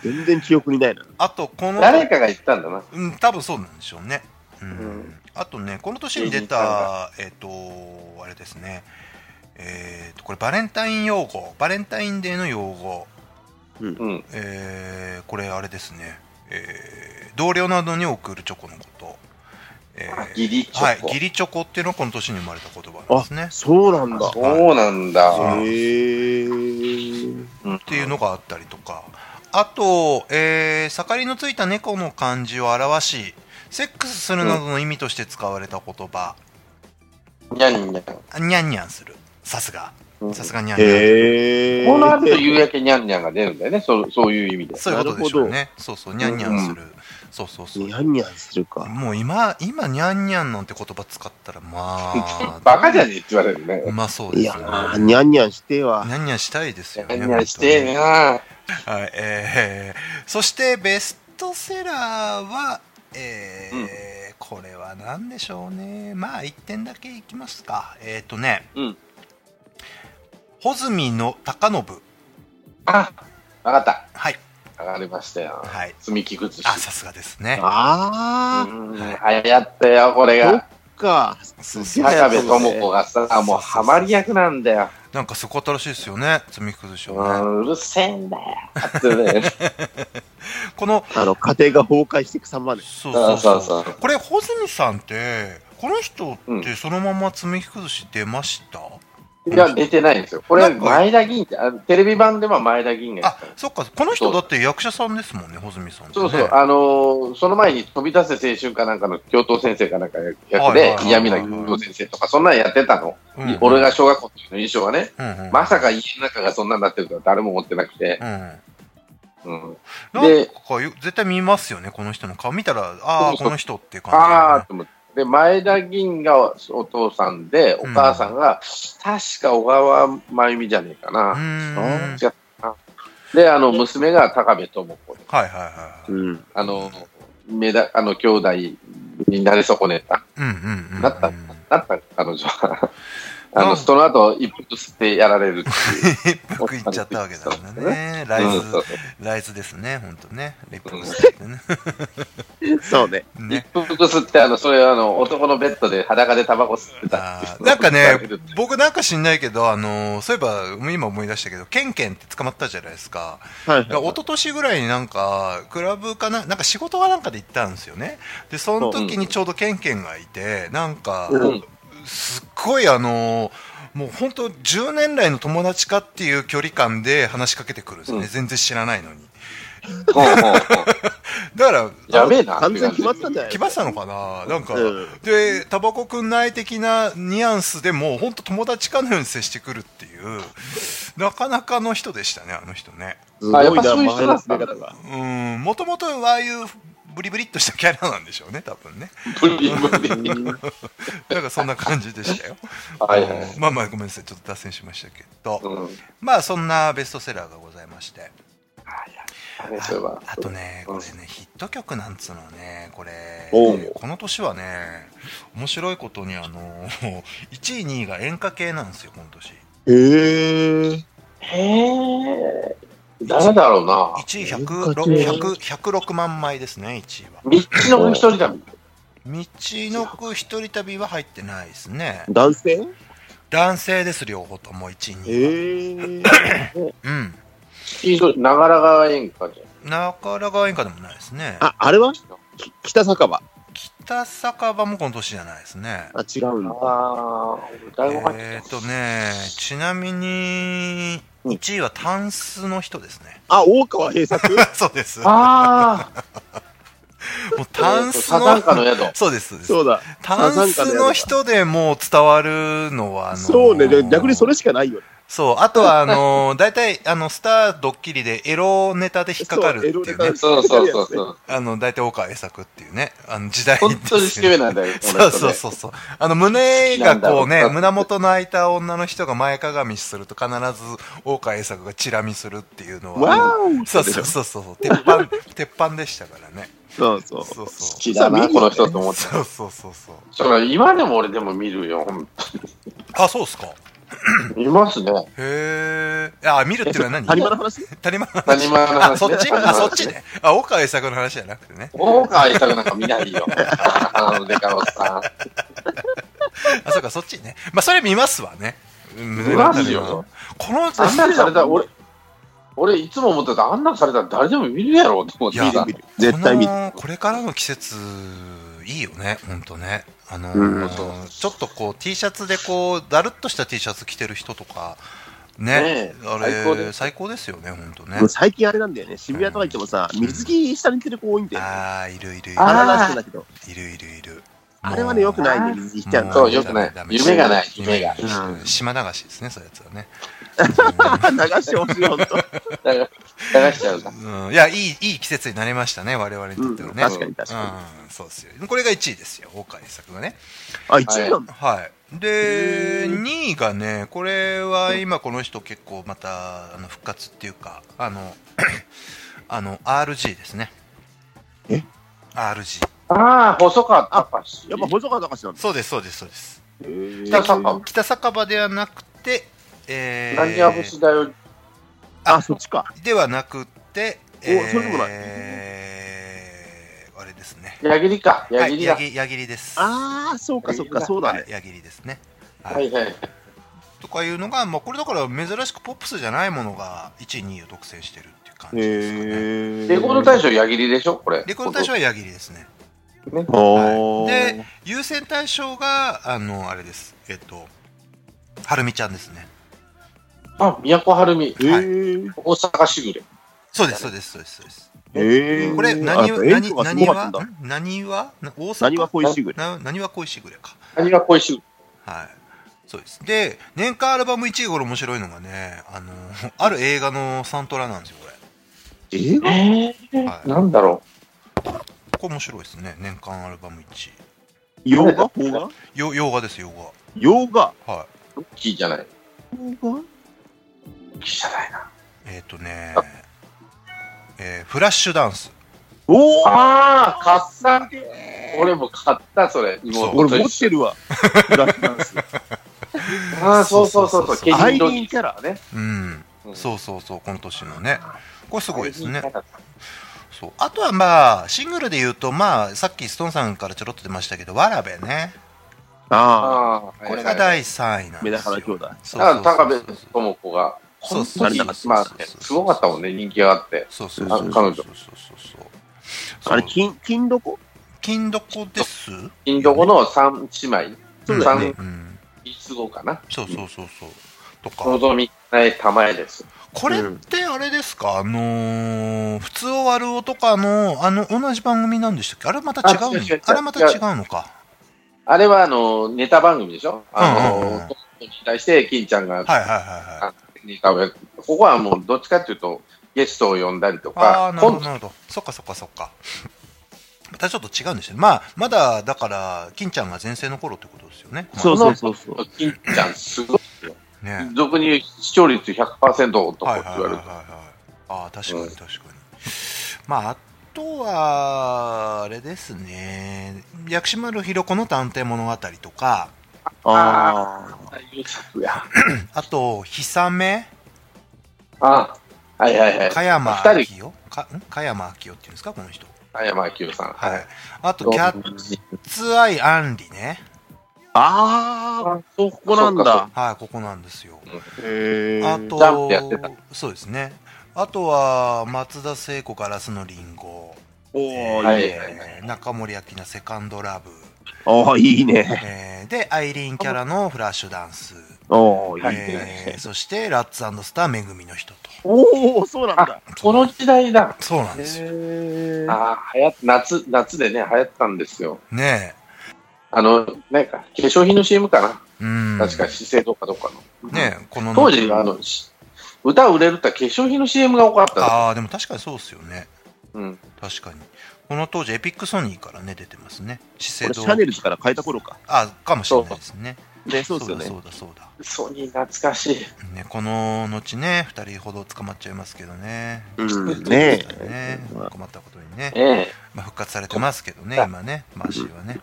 Speaker 4: 全然記憶にないな。
Speaker 2: あとこの
Speaker 3: 誰かが言ったんだな。
Speaker 2: うん、多分そうなんでしょうね。うん
Speaker 3: ん
Speaker 2: あとね、この年に出た、えっ、と、あれですね、えっ、と、これバレンタイン用語、バレンタインデーの用語、
Speaker 3: うん。
Speaker 2: えーこれあれですね、えー同僚などに送るチョコのこと、えー
Speaker 3: あギリチョコ。
Speaker 2: はい、ギリチョコっていうのはこの年に生まれた言葉なんですね。
Speaker 4: そうなんだ。
Speaker 3: そうなんだ。
Speaker 2: そう
Speaker 4: へー。
Speaker 2: っ
Speaker 3: っ
Speaker 2: ていうのがあったりとか、あと、えー盛りのついた猫の漢字を表し、セックスするなどの意味として使われた言葉、
Speaker 3: にゃんにゃん。
Speaker 2: にゃんにゃんする、さすが。
Speaker 3: うん
Speaker 2: さすがにゃんにゃん。
Speaker 4: へー。
Speaker 3: この後夕焼けにゃんにゃんが出るんだよね、そうそういう意味で。
Speaker 2: そういうことでしょうね。そうそう、にゃんにゃんする。そうそうそう
Speaker 4: に。ゃんにゃんするか。
Speaker 2: もう今、今、にゃんにゃんなんて言葉使ったら、まあ
Speaker 3: 、バカじゃねえって言われるね
Speaker 2: う。まそう
Speaker 4: い
Speaker 2: で
Speaker 4: や
Speaker 2: すよね。
Speaker 4: ー、にゃんにゃんしてえわ
Speaker 2: に。ゃんにゃんしたいですよ
Speaker 3: に
Speaker 2: ね。
Speaker 3: ゃんにゃんしてえ
Speaker 2: 本
Speaker 3: な
Speaker 2: 当にはい、えー、そして、ベストセラーは、えーこれは何でしょうね。まあ、一点だけいきますか。えっ、とね、
Speaker 3: うん
Speaker 2: 穂積の高信。
Speaker 3: あ、わかった。
Speaker 2: はい、
Speaker 3: 上がりましたよ。
Speaker 2: はい。
Speaker 3: 積み木靴
Speaker 2: あ、
Speaker 3: 下。
Speaker 2: さすがですね。
Speaker 4: あ
Speaker 3: うん流行ったよ、これが。
Speaker 4: ー、か。
Speaker 2: そう
Speaker 4: すげえ
Speaker 3: 高部
Speaker 4: そうね
Speaker 3: 智子がさ、もうハマり役なんだよ。
Speaker 2: なんかすごかったらしいですよね積み崩し
Speaker 3: う
Speaker 2: はね
Speaker 3: んうるせえんだよ。ってね。
Speaker 2: この
Speaker 4: あの、家庭が崩壊していく様ね。
Speaker 2: そう そうそう
Speaker 3: そうそう
Speaker 2: これ穂積さんってこの人
Speaker 3: う
Speaker 2: ってそのまま積み崩し出ました、
Speaker 3: いや、出てないんですよ。これ、
Speaker 2: なんか
Speaker 3: 前田銀って、あテレビ版では前田銀がやっ
Speaker 2: あ
Speaker 3: た。
Speaker 2: そっかこの人だって役者さんですもんね穂積さんってね
Speaker 3: そうそう、あのーその前に飛び出せ青春かなんかの教頭先生かなんか役役
Speaker 2: はい
Speaker 3: で
Speaker 2: はいはい、
Speaker 3: 嫌味な教頭先生とか、そんなんやってたの。
Speaker 2: うんうん
Speaker 3: 俺が小学校の時の衣装はね、
Speaker 2: うんうん
Speaker 3: まさか家の中がそんなんなってるとは誰も思ってなくて。
Speaker 2: うんなん
Speaker 3: うん、
Speaker 2: かよ絶対見ますよねこの人の顔見たらああ
Speaker 3: そうそう
Speaker 2: この人って感じ
Speaker 3: あ
Speaker 2: だ
Speaker 3: ーって思って。で、前田銀がお父さんで、お母さんが、確か小川真由美じゃねえ
Speaker 2: よ
Speaker 3: か
Speaker 2: ね
Speaker 3: な。
Speaker 2: うーん
Speaker 3: 違ったなで、あの、娘が高部智子で。
Speaker 2: はいはいはいはい
Speaker 4: うん。
Speaker 3: あの、めだ、あの、兄弟になり損ねた、
Speaker 2: うんうんうんうん
Speaker 3: なった、なった、彼女は。あ
Speaker 2: う
Speaker 3: の、
Speaker 2: ん
Speaker 3: その後、一服吸ってやられるっていう。
Speaker 2: 一服いっちゃったわけだからねライ
Speaker 3: うん、
Speaker 2: ズ
Speaker 3: そう
Speaker 2: ライズですね本当ね一服しちゃってね
Speaker 4: そうね。
Speaker 2: ね
Speaker 3: 一服吸って、あの、それ、あの、男のベッドで裸でタバコ吸ってたってい
Speaker 2: あ
Speaker 3: う
Speaker 2: ーなんか
Speaker 3: やら
Speaker 2: ね
Speaker 3: れる、
Speaker 2: 僕なんか知んないけど、あのーそういえば、今思い出したけど、ケンケンって捕まったじゃないですか。
Speaker 4: はい
Speaker 2: 一昨年ぐらいになんか、クラブかな、なんか仕事かなんかで行ったんですよね。で、その時にちょうどケンケンがいて、なんか、
Speaker 3: うん
Speaker 2: すっごいあのーもう本当10年来の友達かっていう距離感で話しかけてくるんですよね。
Speaker 3: うん
Speaker 2: 全然知らないのに。
Speaker 3: ほうほうほう
Speaker 2: だから、
Speaker 3: やべえな。
Speaker 4: 完全に決まったんじゃない
Speaker 2: 来ましたのかななんか、
Speaker 4: うん
Speaker 2: で、タバコくんない的なニュアンスでも、本当友達かのように接してくるっていう、なかなかの人でしたね、あの人ね。
Speaker 4: すごい
Speaker 3: あやっぱ
Speaker 4: な、
Speaker 3: そういう人
Speaker 4: 前
Speaker 3: だ
Speaker 4: の
Speaker 3: った
Speaker 4: 詰め方が。
Speaker 2: うん、もともとああいうブリブリっとしたキャラなんでしょうね、多分ね。
Speaker 3: ブリブリ
Speaker 2: なんかそんな感じでしたよ。
Speaker 3: はいはい。
Speaker 2: まあまあ、ごめんなさい、ちょっと脱線しましたけど、
Speaker 3: うん。
Speaker 2: まあそんなベストセラーがございまして。
Speaker 3: あれそれは。
Speaker 2: あとね、こ
Speaker 3: うん
Speaker 2: れね、ヒット曲なんつうのはね、これ、
Speaker 4: おう
Speaker 2: この年はね、面白いことに、あの、1位、2位が演歌系なんですよ、この年。
Speaker 4: へえ。
Speaker 3: へえ。誰だろうな。
Speaker 2: 1位
Speaker 4: 演
Speaker 2: 106
Speaker 4: 歌系
Speaker 2: 100 106万枚ですね、1位は。
Speaker 3: 道の一人旅。
Speaker 2: 道のく一人旅は入ってないですね。
Speaker 4: 男性
Speaker 2: 男性です、両方とも、1位、2位は。
Speaker 4: へ え。
Speaker 2: うん。
Speaker 3: いいぞ長良川演歌じ
Speaker 2: 中良川演歌でもないですね。
Speaker 4: あ、あれは
Speaker 3: ゃん。
Speaker 4: き北酒場。
Speaker 2: 北酒場もこの年じゃないですね。
Speaker 4: あ、違うんだ。
Speaker 3: ああ、だいぶ入って
Speaker 2: えっ、とね、ちなみに、1位はタンスの人です ね。
Speaker 4: あ、大川 平作
Speaker 2: そうです。も
Speaker 3: ああ、
Speaker 2: うタンス
Speaker 3: サザンカの
Speaker 2: の、
Speaker 3: 宿。
Speaker 2: そうです、そうです。
Speaker 4: そうだ。
Speaker 2: タンスの人でもう伝わるのは、あのー
Speaker 4: そうね。で逆にそれしかないよ。
Speaker 2: そう、あとは、あのー、 大体、あの、スタードッキリでエロネタで引っかかるって
Speaker 4: そう
Speaker 2: い
Speaker 4: エ
Speaker 2: う
Speaker 4: ロネ
Speaker 2: ね
Speaker 4: タ。
Speaker 3: そうそうそうそう。
Speaker 2: あの、大体、大川栄作っていうね、あの、時代
Speaker 3: 本当に
Speaker 2: で
Speaker 3: 好
Speaker 2: す
Speaker 3: き
Speaker 2: よね
Speaker 3: 目なんだよ。
Speaker 2: そうそうそうそう。あの、胸がこう
Speaker 3: 好きなんだ
Speaker 2: ね、
Speaker 3: ろ う
Speaker 2: 胸元の開いた女の人が前かがみすると必ず、大川栄作がチラ見するっていうの
Speaker 4: わ
Speaker 2: は、
Speaker 4: ーお
Speaker 2: そうそうそうそう、鉄板、鉄板でしたからね。
Speaker 4: そうそう。
Speaker 2: そうそう
Speaker 3: 好。きだな、この人と思って。
Speaker 2: そうそうそうそう。
Speaker 3: それ今でも俺でも見るよ。
Speaker 2: あ、そうですか。
Speaker 3: いますね。
Speaker 2: へえ。あ、見るっていうのは何
Speaker 4: 谷間の話
Speaker 2: 谷間の話。
Speaker 3: 谷間の
Speaker 2: あ、
Speaker 3: 話。
Speaker 2: そっちあ、そっち。ね。あ、大川栄作の話じゃなくてね。
Speaker 3: 大川愛作なんか見ない よ。あのデカオさ
Speaker 2: あ、そうか、そっちね。まあ、それ見ますわね。うん
Speaker 3: 見ますよ。
Speaker 2: この、
Speaker 3: ん。あんなんされたら俺、俺いつも思ってた、あんなんされたら誰でも見るやろと思っ
Speaker 2: い
Speaker 3: て
Speaker 2: や
Speaker 3: た
Speaker 4: 見。る絶対見る
Speaker 2: こ。のこれからの季節いいよね本当ねあのー
Speaker 4: うん
Speaker 2: ちょっとこう T シャツでこうだるっとした T シャツ着てる人とかね
Speaker 3: ねえ
Speaker 2: あ
Speaker 3: 最高で
Speaker 2: れ
Speaker 3: す
Speaker 2: 最高ですよね本当ね
Speaker 4: もう最近あれなんだよね。渋谷とか行ってもさ、水着下に着てる子多いんだよね。
Speaker 2: ああいるいるいる
Speaker 3: あー
Speaker 4: 体らしくだけど。
Speaker 2: いるいるいる
Speaker 4: あれはね、よくない
Speaker 3: もう
Speaker 4: ね、水着着ちゃう
Speaker 2: も
Speaker 4: の。
Speaker 3: そうよくない
Speaker 2: ダメ
Speaker 3: 夢がない夢が
Speaker 4: うん
Speaker 2: 島流しですねそういうやつはね、
Speaker 4: 流してほしい、ほんと。
Speaker 3: だから流しちゃうんだ。
Speaker 2: うん、いやいいいい季節になりましたね我々にとってはね、
Speaker 4: 確かに確か
Speaker 2: うん、そうですよこれが1位ですよ大川栄作がね
Speaker 4: に。あ、1位なんだ。
Speaker 2: はい。で、
Speaker 4: へー
Speaker 2: 2位がね、これは今この人結構また、あの、復活っていうか、あの、 あの、RG ですね。
Speaker 4: え
Speaker 2: ?RG。
Speaker 3: ああ、細川隆
Speaker 4: やっぱ細川隆なんだ。
Speaker 2: そうです、そうです、そうです。
Speaker 4: へー
Speaker 3: 北酒場
Speaker 2: 北酒場ではなくて、えー
Speaker 3: 何は節だよ。
Speaker 4: あ、そっちか。
Speaker 2: ではなくて、
Speaker 4: おそれでもない
Speaker 2: えーあれでですね。
Speaker 3: 矢切か。矢切だ。
Speaker 2: はい、矢切矢切です。
Speaker 4: ああ、そうかそうか、そうだ
Speaker 2: は
Speaker 4: ね
Speaker 2: い。矢切ですね。は
Speaker 3: はいいはい。
Speaker 2: とかいうのが、まあ、これだから珍しくポップスじゃないものが1位、2位を独占してるっていう感じですかね。
Speaker 4: へえ。
Speaker 3: レコード大賞矢切でしょこれ。
Speaker 2: レコード大賞は矢切ですね。
Speaker 3: ね。
Speaker 4: 賞
Speaker 2: で、優先大賞が、あの、あれです。えっと、はるみちゃんですね。
Speaker 3: あ、宮古はるみ。
Speaker 4: へ
Speaker 3: 大
Speaker 4: え。
Speaker 3: 阪しぐれ。
Speaker 2: そうです、そうです、そうです、そうです。
Speaker 4: へえ。
Speaker 2: これ、何は、
Speaker 4: あとエイ
Speaker 2: 何
Speaker 4: ト
Speaker 2: は、
Speaker 4: がす
Speaker 2: 何
Speaker 4: ごかった
Speaker 2: は
Speaker 4: んだ、
Speaker 2: ん何は、な大阪
Speaker 4: 何は恋しぐれ。
Speaker 2: な何は恋しぐれか。
Speaker 3: 何が恋しぐ
Speaker 2: はい。そうです。で、年間アルバム1位頃面白いのがね、あの、 ある映画のサントラなんですよ、これ。
Speaker 3: れ。
Speaker 4: 映画
Speaker 3: え
Speaker 2: はい
Speaker 3: ー、なんだろ
Speaker 2: これ面白いですね。年間アルバム1位。
Speaker 4: 洋画邦画
Speaker 2: よ洋画です、洋画。
Speaker 4: 洋画
Speaker 2: はい。
Speaker 3: う。ロッキーじゃない。ロ
Speaker 4: 邦画
Speaker 3: ッキーじゃないな。
Speaker 2: えっ、とね、えーフラッシュダンス。
Speaker 4: おー
Speaker 3: ああ、買った。俺も買った、それ。
Speaker 2: そう
Speaker 3: 妹と
Speaker 4: 俺
Speaker 3: 一
Speaker 4: 持っ
Speaker 3: 緒
Speaker 4: てるわ。ブラックダ ンス。
Speaker 3: ああ、そうそうそうそ
Speaker 2: そうそう
Speaker 3: う。
Speaker 2: そう
Speaker 3: ケ
Speaker 4: ア
Speaker 3: ニー
Speaker 4: イリ
Speaker 3: ロ
Speaker 4: ーンキャラね。
Speaker 2: うん。
Speaker 3: うん
Speaker 2: そうそうそう、この年のね。これす
Speaker 3: す
Speaker 2: ごいですね。そうあとはまあ、シングルで言うと、まあ、さっきストーンさんからちょろっと出ましたけど、わらべね。
Speaker 4: ああ。
Speaker 3: ああ、
Speaker 2: これが第3位なんですよ。
Speaker 4: メダハラ兄弟。
Speaker 2: そ
Speaker 3: だ
Speaker 2: うそう
Speaker 3: か
Speaker 2: そ
Speaker 3: ら
Speaker 2: う
Speaker 3: 高部智子が、
Speaker 2: そう
Speaker 3: 本
Speaker 2: そう
Speaker 3: 当に
Speaker 4: そうそう
Speaker 2: そう
Speaker 3: まあね、すごかったもんね、人気があって。
Speaker 2: そうそう
Speaker 3: あ
Speaker 2: そう。
Speaker 3: 彼女
Speaker 2: そうそうそうそう。
Speaker 4: あれ、金、金どこ
Speaker 2: 金どこです
Speaker 3: インド語の三姉妹、
Speaker 4: そう
Speaker 3: だよね
Speaker 2: ねうん。
Speaker 3: 三つ子かな。
Speaker 2: そうそうそうそう。と
Speaker 3: の
Speaker 2: か、
Speaker 3: ぞみない玉江です。
Speaker 2: これってあれですか、あのー、普通を割る音とかの、あの、同じ番組なんでしたっけあれまた違う
Speaker 3: あ違う違う違
Speaker 2: の
Speaker 3: う
Speaker 2: あれまた違うのか。
Speaker 3: あれはあの、ネタ番組でしょあ
Speaker 2: うんうんうん
Speaker 3: の、トップに対して、金ちゃんが
Speaker 2: はいはいはいはい。
Speaker 3: ネタをやる。ここはもう、どっちかっていうと、ゲストを呼んだりと
Speaker 2: ああー、なる
Speaker 3: か、
Speaker 2: ほ
Speaker 3: 今
Speaker 2: ど、
Speaker 3: 度、
Speaker 2: なるほど。そっかそっかそっか。またちょっと違うんですよね。まあ、まだ、だから、金ちゃんが前世の頃ってことですよね。
Speaker 4: そうそうそうそう。
Speaker 3: 金ちゃん、すごい。
Speaker 2: ね。
Speaker 3: 俗に言う視聴率100%とか
Speaker 2: はい
Speaker 3: って
Speaker 2: はい
Speaker 3: 言
Speaker 2: は
Speaker 3: わ
Speaker 2: い
Speaker 3: れ
Speaker 2: はい
Speaker 3: る。
Speaker 2: ああ確かに確かに、まああとはあれですね薬師丸ひろ子の探偵物語とか
Speaker 4: ああ。
Speaker 3: 大優作や
Speaker 2: あと「ひさめ
Speaker 3: ああ、はいはいはい。
Speaker 2: 加山
Speaker 3: 二
Speaker 2: 明
Speaker 3: 人、
Speaker 2: 夫」かん加山明夫っていうんですかこの人
Speaker 3: 加山明夫さん。
Speaker 2: はい、
Speaker 3: はい。
Speaker 2: あと「キャッツアイアンリね
Speaker 4: ああ。
Speaker 3: そ
Speaker 4: ここなんだ。。
Speaker 2: はいここなんですよ
Speaker 4: へえ。
Speaker 2: あ
Speaker 3: ジャンプやっ
Speaker 2: と
Speaker 3: てた
Speaker 2: そうですねあとは松田聖子ガラスのリンゴ、
Speaker 4: お
Speaker 2: えー
Speaker 4: ー、
Speaker 3: はい
Speaker 4: い
Speaker 3: い
Speaker 4: いね。
Speaker 2: 中森明菜セカンドラブ、
Speaker 4: ああ、いいね。
Speaker 2: えーでアイリーンキャラのフラッシュダンス、
Speaker 4: おおいい
Speaker 2: え
Speaker 4: ね
Speaker 2: ー。そしてラッツスターめぐみの人と
Speaker 4: おお、そうなんだ。
Speaker 3: この時代だ。
Speaker 2: そうなんですよ
Speaker 4: へー
Speaker 3: ああ、流行っ夏、夏でね、流行ったんですよ。
Speaker 2: ね
Speaker 3: あの、なんか、化粧品の CM かな。
Speaker 2: えうん
Speaker 3: 確か、資生堂かどっかの。
Speaker 2: ねえこの
Speaker 3: 当時、あの、し歌売れるって化粧品の CM が多かった
Speaker 2: ああでも確かにそうですよね
Speaker 3: の。うん。
Speaker 2: 確かにこの当時エピックソニーからね出てますね資生
Speaker 4: これ
Speaker 2: 堂
Speaker 4: シャネルズから変えた頃か。
Speaker 2: あかもしれないですね
Speaker 4: ね、そうですよね。
Speaker 2: そうだそうだ
Speaker 3: ソニー懐かしい。
Speaker 2: そうだねこの後ね2人ほど捕まっちゃいますけどね
Speaker 4: うん、ねえ。
Speaker 2: ね
Speaker 4: まあ
Speaker 2: 困ったことにね
Speaker 3: ええ。
Speaker 2: まあ、復活されてますけどね、今ね、マーシーはね。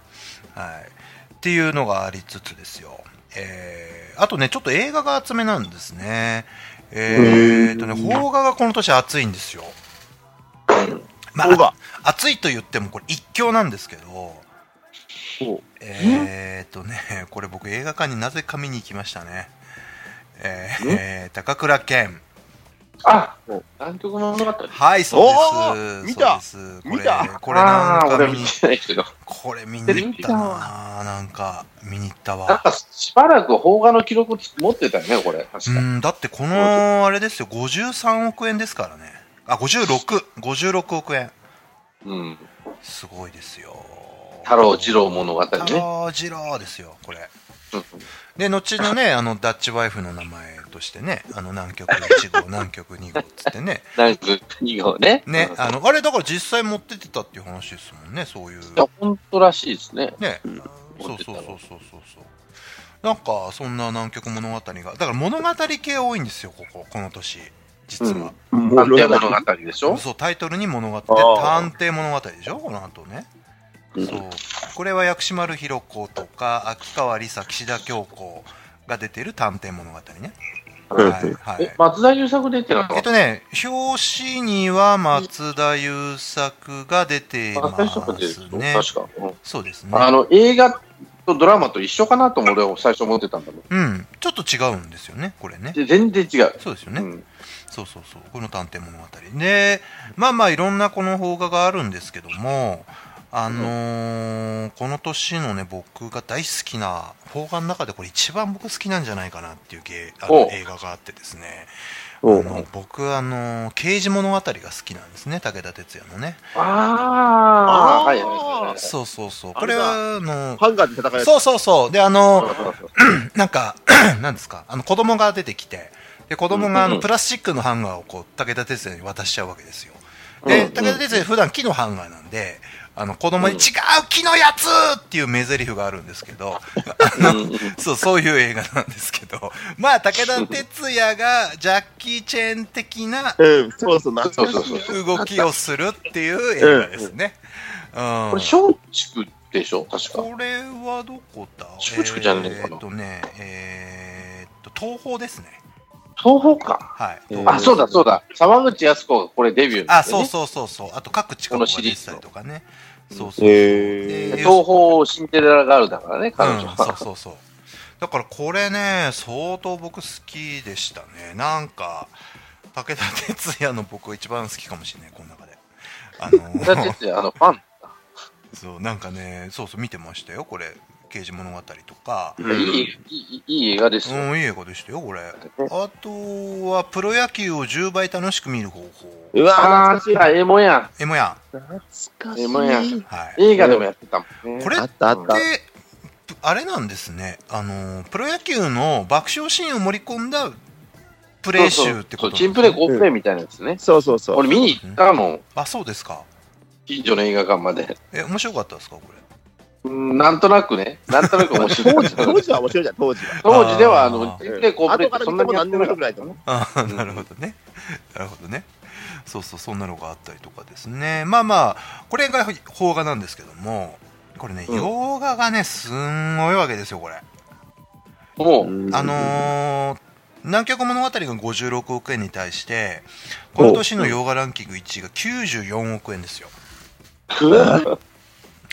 Speaker 2: はい、っていうのがありつつですよ、えーあとね、ちょっと映画が厚めなんですね、えーっとね、邦画がこの年、熱いんですよ。ま
Speaker 4: そう
Speaker 2: あ
Speaker 4: だ、。
Speaker 2: 熱いと言っても、これ、一強なんですけど、
Speaker 4: そう
Speaker 2: えーっとね、これ、僕、映画館になぜか見に行きましたね。えーえー高倉健。
Speaker 3: あ、南極物語。
Speaker 2: はい、そう
Speaker 4: おー
Speaker 2: です。
Speaker 4: 見た
Speaker 2: そうですこ
Speaker 4: 見
Speaker 2: れ
Speaker 4: た、
Speaker 2: これなん
Speaker 3: あー
Speaker 2: か
Speaker 3: 俺
Speaker 2: 見
Speaker 3: 見
Speaker 2: に
Speaker 3: てないけど。
Speaker 2: これ見に行ったななんか見に行った
Speaker 3: なん
Speaker 2: わ
Speaker 3: か、しばらく邦画の記録つ持ってたよね、これ。
Speaker 2: う
Speaker 3: 確か。
Speaker 2: んだってこのあれですよ53億円ですからねあ5656億円
Speaker 3: うん。
Speaker 2: すごいですよ
Speaker 3: 太郎二郎物語ね。
Speaker 2: 太郎次郎ですよこれ
Speaker 3: うん
Speaker 2: で後のねあのダッチワイフの名前としてねあの南極1号南極2号っつってね
Speaker 3: 南極2号ね。
Speaker 2: ね
Speaker 3: うん
Speaker 2: あのあれだから実際持ってってたっていう話ですもんねそういう
Speaker 3: いや、本当らしいですね。
Speaker 2: ね、そうそうそうそうそうそうなんかそんな南極物語がだから物語系多いんですよこここの年実は、
Speaker 4: も
Speaker 3: 探偵
Speaker 4: う
Speaker 3: 物語でしょ
Speaker 2: そうタイトルに物語で
Speaker 4: あ
Speaker 2: 探偵物語でしょこの後ね、
Speaker 4: うん
Speaker 2: そうこれは薬師丸ひろ子とか秋川梨沙岸田京子が出てる探偵物語ねはいはい
Speaker 3: え、松田優作出てなか
Speaker 2: え
Speaker 3: っ
Speaker 2: っとね、表紙には松田優作が出てい
Speaker 3: た松田優作
Speaker 2: ま
Speaker 3: 出
Speaker 2: す
Speaker 3: てる
Speaker 2: ね。
Speaker 3: の確か。うん
Speaker 2: そうですね。
Speaker 3: あの、映画とドラマと一緒かなとも俺は最初思ってたんだけど。
Speaker 2: うん。ちょっと違うんですよね、これね。
Speaker 3: で全然違う。
Speaker 2: そうですよ
Speaker 3: う
Speaker 2: ね。
Speaker 3: ん
Speaker 2: そうそうそう。この探偵物語。で、まあまあいろんなこの邦画があるんですけども、あのーこの年のね、僕が大好きな、邦画の中でこれ一番僕好きなんじゃないかなっていうゲあ
Speaker 3: お
Speaker 2: の
Speaker 3: う
Speaker 2: 映画があってですね、あ
Speaker 4: お
Speaker 2: の僕、あのー刑事物語が好きなんですね、武田鉄矢のね。
Speaker 3: ああ、はいはいはい。
Speaker 2: そうそうそう。
Speaker 4: あ
Speaker 2: こ
Speaker 4: れ
Speaker 2: れ
Speaker 4: だ
Speaker 2: は、あの
Speaker 4: ハンガーで戦え
Speaker 2: そうそうそう。で、あの ー
Speaker 4: う
Speaker 2: なんか、 なんですか、あの子供が出てきて、で子供があ
Speaker 3: うんう
Speaker 2: の
Speaker 3: ん
Speaker 2: プラスチックのハンガーをこう武田鉄矢に渡しちゃうわけですよ。で、
Speaker 3: うんうん
Speaker 2: 武田鉄矢、普段木のハンガーなんで、あの子供に違う木のやつっていう名台詞があるんですけど、
Speaker 3: うん
Speaker 2: そう、そういう映画なんですけど、 まあ、武田鉄矢がジャッキー・チェーン的な
Speaker 4: うん、そうそう、懐かしい
Speaker 3: そうそうそ
Speaker 2: 動きをするっていう映画ですね。うん
Speaker 3: これ、松竹でしょ確か。
Speaker 2: これはどこだ
Speaker 3: 松竹じゃねえかな
Speaker 2: えーっとね、えーっと、東宝ですね。
Speaker 3: 東宝か。
Speaker 2: はい。
Speaker 4: えー
Speaker 3: あ、そうだそうだ。沢口靖子がこれデビューな
Speaker 2: あ、
Speaker 3: んだよ
Speaker 2: そう
Speaker 3: ね
Speaker 2: そうそうそう。あと各地から出てたりとかね。そうそう。
Speaker 4: へ
Speaker 2: で
Speaker 4: ー
Speaker 3: 東宝シンデレラガールだからね、彼
Speaker 2: うん
Speaker 3: 女、
Speaker 2: そう
Speaker 3: は。
Speaker 2: そうそう。だからこれね、相当僕好きでしたね。なんか、武田鉄矢の僕一番好きかもしれない、この中で。あ
Speaker 3: 武田
Speaker 2: の、
Speaker 3: 鉄矢、あの、ファン。
Speaker 2: そう、なんかね、そうそう見てましたよ、これ。刑事物語とか。
Speaker 4: うん
Speaker 3: いい、いい、いい映画ですよ。
Speaker 2: うん、いい映画でしたよ、これ。あとは、プロ野球を10倍楽しく見る方法。
Speaker 4: うわ
Speaker 3: ああ、
Speaker 4: ー、
Speaker 3: 違う、エモや
Speaker 2: えもや
Speaker 4: 懐か
Speaker 3: エモや
Speaker 4: しい。
Speaker 2: ん。はい。
Speaker 3: ん。映画でもやってたもんね。
Speaker 2: これ
Speaker 4: あったあった。
Speaker 2: で、あれなんですね、あのプロ野球の爆笑シーンを盛り込んだプレー
Speaker 3: そうそう
Speaker 2: 集ってことなんです
Speaker 3: そうチ
Speaker 2: ね
Speaker 3: ンプレー、コープレーみたいなやつね。
Speaker 4: そうそうそう。
Speaker 3: 俺見に行ったもん。
Speaker 2: あ、そうですか。
Speaker 3: 近所の映画館まで。
Speaker 2: え、面白かったですか、これ。
Speaker 3: うん、なんとなくね。なんとなく面白
Speaker 4: 当
Speaker 3: い。
Speaker 4: 時、当時は面白いじゃん、当時は。
Speaker 3: 当時では、あ
Speaker 2: あ
Speaker 3: の、チンプレー、コープレー
Speaker 4: 後
Speaker 3: っ
Speaker 4: か
Speaker 3: て
Speaker 4: ら
Speaker 3: そん
Speaker 4: 見
Speaker 3: な
Speaker 4: て
Speaker 3: に
Speaker 4: も
Speaker 3: やってなかった
Speaker 4: 何年も良くないと思う。
Speaker 2: あー
Speaker 3: うん
Speaker 2: なるほどね。なるほどね。そうそう、そんなのがあったりとかですね。まあまあ、これが邦画なんですけども、これね、
Speaker 3: うん
Speaker 2: 洋画がね、すんごいわけですよ、これ。
Speaker 3: もう、
Speaker 4: うん
Speaker 2: あのー南極物語が56億円に対して、この年の洋画ランキング1位が94億円ですよ。は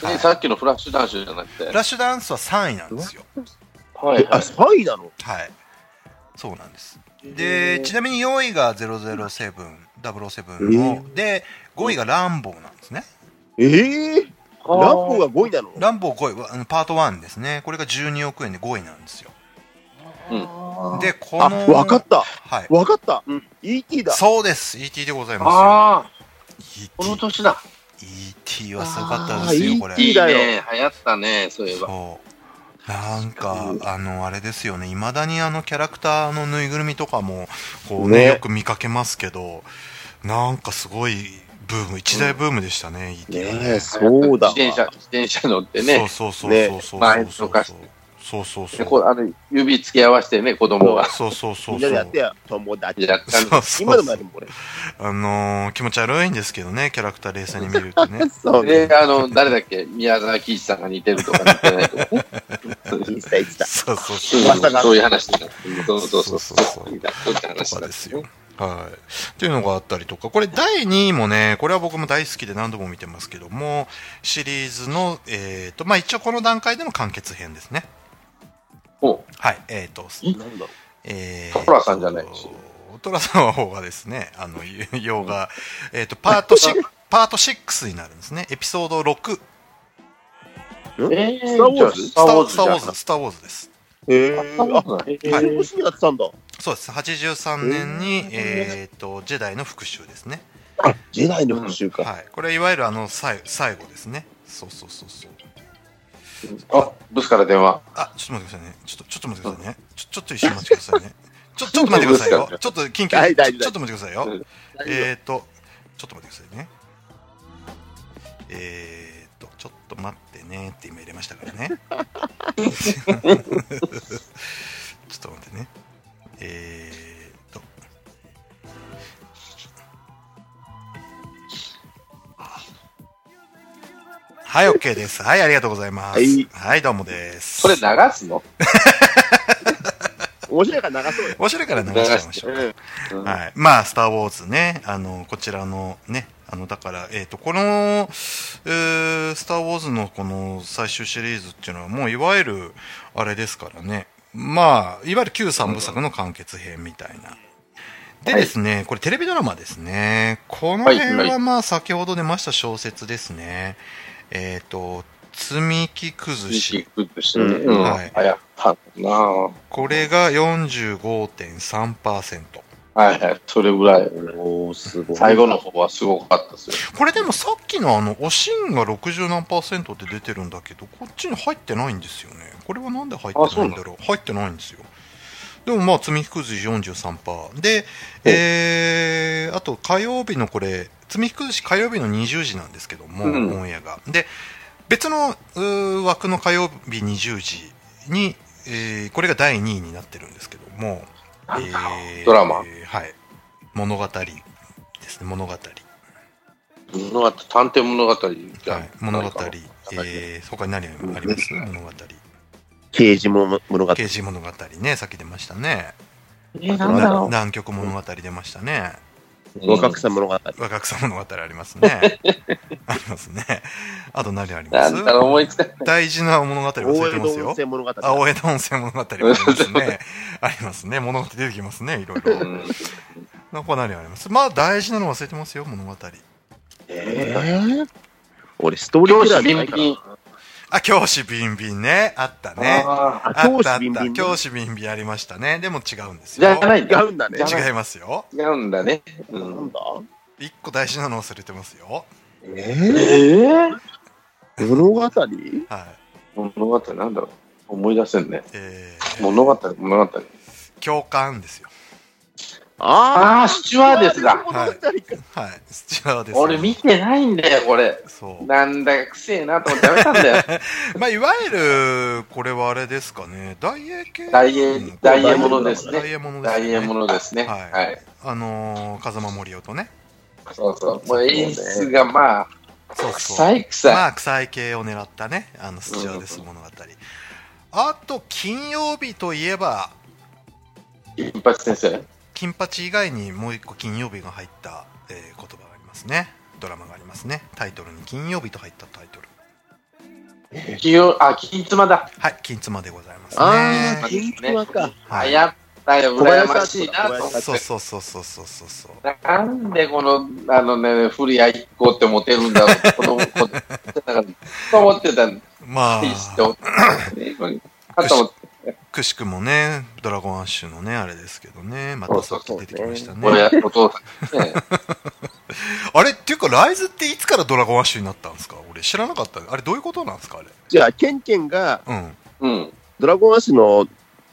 Speaker 2: い
Speaker 3: ねさっきのフラッシュダンスじゃなくて。
Speaker 2: フラッシュダンスは3位なんですよ。
Speaker 3: は
Speaker 4: え
Speaker 3: い
Speaker 4: あ、
Speaker 3: はい。
Speaker 4: 3位なの
Speaker 2: はい。そうなんです。で、ちなみに4位が007、007の、で、5位がランボーなんですね。
Speaker 4: ええ
Speaker 3: あー
Speaker 4: ランボーが5位なの
Speaker 2: ランボー5位は、あのパート1ですね。これが12億円で5位なんですよ。
Speaker 3: うん
Speaker 2: で、こ
Speaker 4: あ、
Speaker 2: の、
Speaker 4: わかった
Speaker 2: はい。
Speaker 4: わかった
Speaker 3: うん
Speaker 4: !ET だ
Speaker 2: そうです。ET でございま
Speaker 3: ああ、
Speaker 2: すよ。
Speaker 3: この
Speaker 2: ET,
Speaker 3: 年だ。
Speaker 2: ET はすごかったです
Speaker 4: あ
Speaker 2: よ、
Speaker 4: ー
Speaker 2: これ。
Speaker 3: い
Speaker 4: い
Speaker 3: い
Speaker 4: いだよ
Speaker 3: ね。流行ったね、そういえば。
Speaker 2: そうなんかあのあれですよねいまだにあのキャラクターのぬいぐるみとかもこう、ね
Speaker 4: ね
Speaker 2: よく見かけますけどなんかすごいブーム一大ブームでしたね、ET は
Speaker 4: ねえ、そうだわ
Speaker 3: 自転車、自転車乗ってね。
Speaker 2: そうそうそう
Speaker 4: ね
Speaker 2: そうそう
Speaker 3: 前
Speaker 2: そう
Speaker 3: とかして
Speaker 2: そうそうそう
Speaker 3: でこうあの指付け合わせてね、子供が。
Speaker 2: そうそうそ
Speaker 4: み
Speaker 2: うん
Speaker 4: な
Speaker 2: そ
Speaker 4: でやっ
Speaker 2: う
Speaker 4: てや、友達。
Speaker 3: やったん
Speaker 2: そうそう
Speaker 4: 今でもやるもん、俺。
Speaker 2: あのー気持ち悪いんですけどねキャラクター冷静に見ると ね
Speaker 4: そうね。
Speaker 3: で、あの、誰だっけ宮沢喜一さんが似てるとか似てないとかね。
Speaker 4: インスタ行ってた。
Speaker 2: そうそうそう
Speaker 3: うん
Speaker 4: 噂が
Speaker 3: そういう話になってるそうそうそう。
Speaker 2: そうそうそう
Speaker 3: みたいなそういった
Speaker 2: と
Speaker 3: 話
Speaker 2: か
Speaker 3: になっ
Speaker 2: で
Speaker 3: て
Speaker 2: すよ。はい。っていうのがあったりとか、これ第2位もね、これは僕も大好きで何度も見てますけども、シリーズの、えっ、と、まあ、一応この段階での完結編ですね。
Speaker 3: お
Speaker 2: はい。えっ、と、
Speaker 4: なんだろ
Speaker 2: えー、
Speaker 3: トラさんじゃないし
Speaker 2: トラさんの方がですね、あの、用が、えっ、と、パート6、パート6になるんですね。エピソード6。
Speaker 4: う
Speaker 3: えー
Speaker 4: スターウォーズ
Speaker 2: ス
Speaker 3: じゃあス
Speaker 2: タ
Speaker 3: タ
Speaker 2: ー
Speaker 3: ー
Speaker 2: ウォー
Speaker 3: ウォー
Speaker 2: ズ
Speaker 3: ズ
Speaker 2: だ、
Speaker 3: だ
Speaker 2: スターウォーズです。
Speaker 4: う。へ
Speaker 3: あスターウ
Speaker 4: え。
Speaker 3: ォー
Speaker 4: あ、
Speaker 3: ズだ
Speaker 4: そ
Speaker 3: へ
Speaker 4: れ
Speaker 3: ー
Speaker 4: も趣味やってたんだ。
Speaker 2: そうです。83年に、えっ、と、ジェダイの復讐ですね。
Speaker 4: あ、ジェダイの復讐か。
Speaker 2: はい。これ、いわゆるあの、最最後ですね。そうそうそうそう。
Speaker 3: あ、ブスから電話。
Speaker 2: あ、ちょっと待ってくださいね。ちょっと、ちょっと待ってくださいね。ちょ、ちょっと一瞬待ちくださいね。ちょ、 ちょっと待ってくださいよ。ちょっと緊急。
Speaker 4: 大丈夫大丈夫
Speaker 2: ちょちょっと待ってくださいよ。えーっと、ちょっと待ってくださいね。えーっと、ちょっと待ってねって今入れましたからね。 ちょっと待ってね。えーっと。はい、OK です。はい、ありがとうございます。
Speaker 4: はい
Speaker 2: はい、どうもです。
Speaker 3: それ流すの
Speaker 4: 面白いから流そうよ。
Speaker 2: 面白いから流
Speaker 3: 流
Speaker 2: しちゃいま
Speaker 3: し
Speaker 2: してょう。
Speaker 3: ね。うん
Speaker 2: はい、まあ、スター・ウォーズね、あのこちらのね、あのだから、えー、とこの、えースター・ウォーズのこの最終シリーズっていうのは、もういわゆるあれですからね、まあ、いわゆる旧三部作の完結編みたいな。でですね、これテレビドラマですね。この辺はまあ先ほど出ました小説ですね。えっ、と、積み木崩し。
Speaker 3: してね。うん。
Speaker 2: は
Speaker 3: はいい、やったんだなは
Speaker 2: これが45.3%。
Speaker 3: いはい、それぐらい。
Speaker 4: おー、すごい。
Speaker 3: 最後の方はすごかったですよ。
Speaker 2: これでもさっきのあのおしんが60何パーセントって出てるんだけどこっちに入ってないんですよねこれはなんで入ってないんだろう入ってないんですよでもまあ積み木崩し43パーでえー、あと火曜日のこれ積み木崩し火曜日の20時なんですけども、
Speaker 3: うん
Speaker 2: オンエアがで別のうー枠の火曜日20時に、えーこれが第2位になってるんですけども、えー
Speaker 3: ドラマ
Speaker 2: はい物語ですね物語
Speaker 3: 物語、探偵物語みた
Speaker 2: はいい
Speaker 3: な。、
Speaker 2: 物語、
Speaker 3: なんか
Speaker 2: えー、他に何あります物語。
Speaker 4: 刑事物語。
Speaker 2: 刑事物語ね、さっき出ましたね。
Speaker 3: えー、なんだ
Speaker 2: な
Speaker 3: ろ
Speaker 2: 南極物語出ましたね。
Speaker 3: う。
Speaker 4: 若草物語。
Speaker 2: 若草物語ありますね。ありますね。あと何ありま
Speaker 3: な
Speaker 2: す
Speaker 3: んだろう、思いつかない。
Speaker 2: 大事な物語忘
Speaker 4: 大
Speaker 2: れて
Speaker 4: 江
Speaker 2: ます
Speaker 4: 戸温
Speaker 2: よ。
Speaker 4: 泉物語。
Speaker 2: あ大江戸温泉物語もありますね。ありますね。物語出てきますね、いろいろ。
Speaker 3: うん
Speaker 2: 他何ありますまあ大事なの忘れてますよ、物語。
Speaker 4: えー俺、ストーリー
Speaker 3: 教
Speaker 4: キラー
Speaker 3: 師
Speaker 4: じ
Speaker 3: ビ
Speaker 4: ゃな
Speaker 3: ン
Speaker 4: いから
Speaker 3: ビン。
Speaker 2: あ、教師ビンビンね。あったね。あっ
Speaker 3: ああ
Speaker 4: あ
Speaker 2: たあっ
Speaker 4: 教
Speaker 2: た
Speaker 4: 師ビンビン。
Speaker 2: 教師ビンビンありましたね。でも違うんです
Speaker 3: じ
Speaker 2: よ。
Speaker 3: ゃないん
Speaker 4: 違
Speaker 3: だ。
Speaker 4: うんだね。
Speaker 3: じゃない
Speaker 2: 違いますよ。
Speaker 3: 違うんだね。う
Speaker 4: なん
Speaker 3: ん、
Speaker 4: だ
Speaker 2: 一個大事なの忘れてますよ。
Speaker 4: え
Speaker 3: ええ
Speaker 4: ー、物語
Speaker 2: はい。
Speaker 3: 物語なんだろう。思い出せんね。
Speaker 2: えー、
Speaker 3: 物語、物語。
Speaker 2: 共感ですよ。
Speaker 4: あ
Speaker 3: ああ、スチュワーデスだ。
Speaker 4: 物語か。
Speaker 2: はい。スチュワーデス。
Speaker 3: 俺見てないんだよ、これ。
Speaker 2: そ
Speaker 3: なんだかくせえなと思ってやめたんだよ。
Speaker 2: う。まあ、いわゆる、これはあれですかね。大英系
Speaker 3: 大英
Speaker 2: うん
Speaker 3: 大英ものですね
Speaker 2: 大英ものですね。
Speaker 3: 大変ものですね。
Speaker 2: はい
Speaker 3: はい。
Speaker 2: あのー、風間森夫とね。
Speaker 3: そうそう。もう演出がまあ、
Speaker 2: そうそう。
Speaker 3: 臭い臭
Speaker 2: ま
Speaker 3: い。
Speaker 2: あ、臭い系を狙ったね。あの、スチュワーデス物語。あと、金曜日といえば、
Speaker 3: 金八先生。
Speaker 2: 金八以外にもう一個金曜日が入った、えー言葉がありますね。ドラマがありますね。タイトルに金曜日と入ったタイトル。
Speaker 3: 金曜、あ、金妻だ。
Speaker 2: はい、金妻でございますね。
Speaker 4: ああ、
Speaker 3: ー
Speaker 4: 銀座か。
Speaker 2: は
Speaker 3: はいい、やったよ、
Speaker 4: 小
Speaker 3: 羨
Speaker 4: 林さん
Speaker 3: ましいなと思って。
Speaker 2: そうそうそうそうそうそうそう。
Speaker 3: なんでこの、あのね、古谷一行ってモテるんだろう って、子供子供だから、と思ってたんで
Speaker 2: まあ、
Speaker 3: すよ。ねこれあと思って、
Speaker 2: くしくもね、ドラゴンアッシュのね、あれですけどね、またさっき出てきましたね。
Speaker 3: 親、お父さん。ね
Speaker 2: あれっていうか、ライズっていつからドラゴンアッシュになったんですか俺知らなかった。あれどういうことなんですかあれ。
Speaker 4: じゃあ、ケンケンが
Speaker 2: うん。はい
Speaker 3: うん。
Speaker 4: ドラゴンアッシュの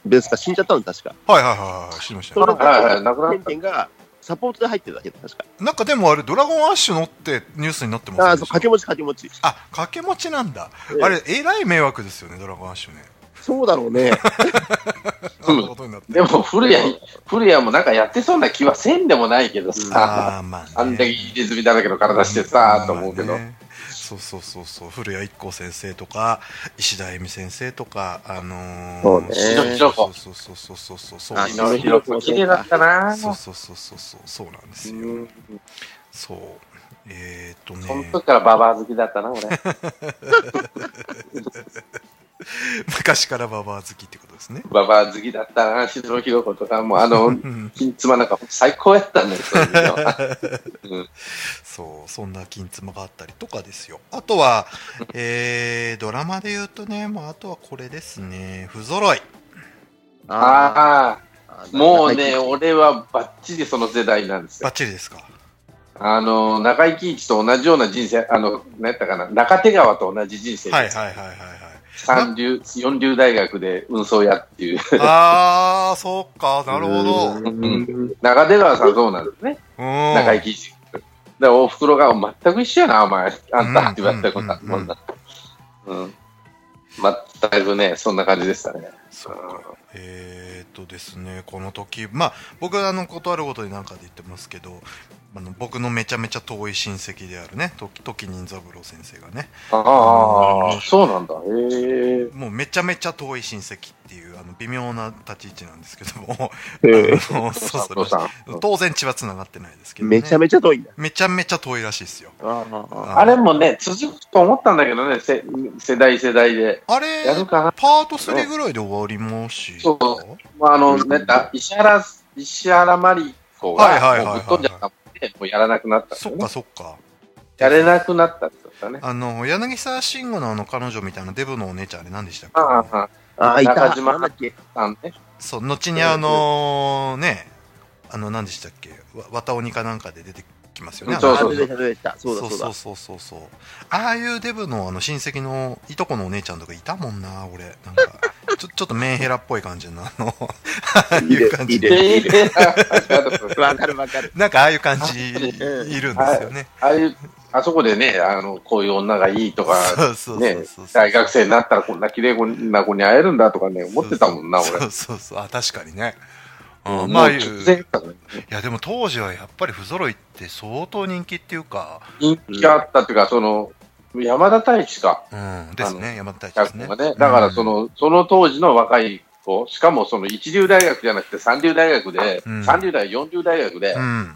Speaker 4: ベースが死んじゃったの、確か。
Speaker 2: はいはいはい。知りました
Speaker 4: そ
Speaker 2: よ
Speaker 4: れで
Speaker 3: はいはい亡くなった
Speaker 4: ケンケンがサポートで入ってるだけだ、確か。
Speaker 2: なんかでもあれ、ドラゴンアッシュのってニュースになってます
Speaker 4: ああ、そう、
Speaker 2: ね。
Speaker 4: 掛け持ち掛け持ち。
Speaker 2: あ、掛け持ちなんだ。
Speaker 4: ええ
Speaker 2: あれ、えらい迷惑ですよね、ドラゴンアッシュね。
Speaker 4: そうだろうね。
Speaker 2: そんなことになって。
Speaker 3: でも、古谷、古谷もなんかやってそうな気はせんでもないけどさ、
Speaker 2: ああ、まあね。
Speaker 3: あんだけ入れ墨だらけの体してさ、と思うけ
Speaker 2: ま
Speaker 3: ど
Speaker 2: あ。ねそうそうそうそう古谷一行先生とか石田恵美先生とかあのー、
Speaker 4: そうね
Speaker 2: そうそうそうそうそうそうそう
Speaker 4: あ
Speaker 3: 井
Speaker 4: そう
Speaker 3: 上弘子綺麗だったな
Speaker 2: そうそうそうそうそうそうなんですよ、
Speaker 3: うん
Speaker 2: そうえー、っと
Speaker 3: その
Speaker 2: ね
Speaker 3: 時からババア好きだったな、俺。
Speaker 2: 昔からババア好きってことですね
Speaker 3: ババア好きだったな、静野弘子とか、もうあの
Speaker 2: ん、
Speaker 3: 金妻なんか最高やったんだよ、そういうのはうん
Speaker 2: そうそんな金妻があったりとかですよあと はえー、ドラマで言うとね、まあ、あとはこれですね不揃い
Speaker 4: あ
Speaker 3: あ
Speaker 4: あ
Speaker 3: あ、もうね、、俺はバッチリその世代なんですよ
Speaker 2: バッ。チリですか
Speaker 3: あの、中井貴一と同じような人生、あの、何やったかな、中手川と同じ人生
Speaker 2: はい
Speaker 3: です。
Speaker 2: はいはいはいはい
Speaker 3: 三流、四流大学で運送やっていう。
Speaker 2: ああそうかなるほど
Speaker 4: う
Speaker 2: うん
Speaker 4: ん
Speaker 3: 中手川さんそうなんですね。中井貴一。で、おふくろが、全く一緒やな、お前。あんたって言われたことあるもんな。うん。全くね、そんな感じでしたね。
Speaker 2: そうかえー、っとですねこの時まあ僕はあの断るごとに何かで言ってますけどあの僕のめちゃめちゃ遠い親戚であるね時時任三郎先生がね
Speaker 3: ああ、そうなんだ。へえ。
Speaker 2: もうめちゃめちゃ遠い親戚っていうあの微妙な立ち位置なんですけども
Speaker 3: へえ。
Speaker 2: あのそう
Speaker 3: お父
Speaker 2: そ
Speaker 3: さ
Speaker 2: うん当然血はつながってないですけど、ね、
Speaker 4: めちゃめちゃ遠いんだ。
Speaker 2: めちゃめちゃ遠いらしいですよ
Speaker 4: ああああ
Speaker 3: あれもね、続くと思ったんだけどね、せ世代世代で。
Speaker 2: あれ
Speaker 3: やるかな。
Speaker 2: パート3ぐらいで終わりまし
Speaker 3: そ
Speaker 2: た
Speaker 3: うまあ、あの、ね、だ石原、石原まり子が、
Speaker 2: はいはいはいはい
Speaker 3: もうぶっ飛んじゃったもんね、もうやらなくなったんだ
Speaker 2: そ
Speaker 3: よ
Speaker 2: っ
Speaker 3: ね、
Speaker 2: かそっか
Speaker 3: やれなくなったってことだね。
Speaker 2: あの柳沢慎吾のあの彼女みたいなデブのお姉ちゃんあれ何でしたっけ
Speaker 3: ああ、ああ
Speaker 4: ああ、いた。
Speaker 3: 中島
Speaker 4: なんだっけ。
Speaker 3: あのね。
Speaker 2: そう後にあのねあの何でしたっけわ綿鬼かなんかで出てきますよね
Speaker 3: うんそう
Speaker 4: あ
Speaker 3: そう
Speaker 4: 出てきた出てきた。そうだそう
Speaker 2: そう
Speaker 4: だ。
Speaker 2: そうそうそうああいうデブのあの親戚のいとこのお姉ちゃんとかいたもんな俺なんかちょちょっとメンヘラっぽい感じのあのああいう感じ
Speaker 4: いいねいい ね
Speaker 3: で、
Speaker 4: わかるわかる。
Speaker 2: なんかああいう感じいるんです
Speaker 4: うん
Speaker 2: よね、
Speaker 3: ああいう、あそこでね、あの、こういう女がいい とか、
Speaker 2: そうそうそう
Speaker 3: ね
Speaker 2: そう、
Speaker 3: 大学生になったらこんな綺麗な子に会えるんだとかね、思ってたもんな、
Speaker 2: そう
Speaker 3: 俺。
Speaker 2: そうそうあ確かにね、うん、まあい
Speaker 3: もう直
Speaker 2: う
Speaker 3: 前だったからね
Speaker 2: いやでも当時はやっぱり不揃いって相当人気っていうか、
Speaker 3: 人気あったっていうか、その、山田太一か、
Speaker 2: うん、ですね山田大
Speaker 3: 脚
Speaker 2: 地です
Speaker 3: 本が
Speaker 2: ね
Speaker 3: ね。だからその、その当時の若い子、しかもその一流大学じゃなくて三流大学で、
Speaker 2: うん
Speaker 3: 三流大、四流大学で
Speaker 2: う、ん、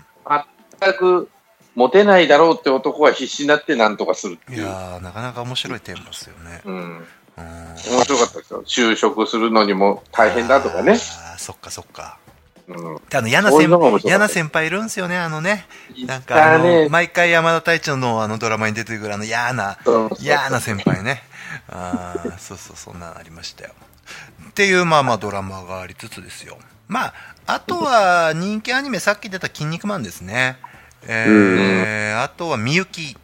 Speaker 3: 全くモテないだろうって男が必死になってなんとかするって
Speaker 2: い
Speaker 3: いう。
Speaker 2: やーなかなか面白いテーマですよね、
Speaker 3: うん。
Speaker 2: うん、面
Speaker 3: 面白かったですよ。就職するのにも大変だとかね。
Speaker 2: あーそっかそっか
Speaker 3: うん。
Speaker 2: あの嫌な
Speaker 3: そうい
Speaker 2: 先
Speaker 3: うのが面白かった
Speaker 2: 嫌な先輩いるんですよね、あのね。なんか、あ
Speaker 3: だ
Speaker 2: の、
Speaker 3: ね、
Speaker 2: 毎回山田太一のあのドラマに出てくるあの嫌な、
Speaker 3: そうそう
Speaker 2: 嫌な先輩ね。ああ、そうそう、そんなのありましたよ。っていう、まあまあドラマがありつつですよ。まあ、あとは人気アニメ、さっき出た筋肉マンですね。えー、あとはみゆき。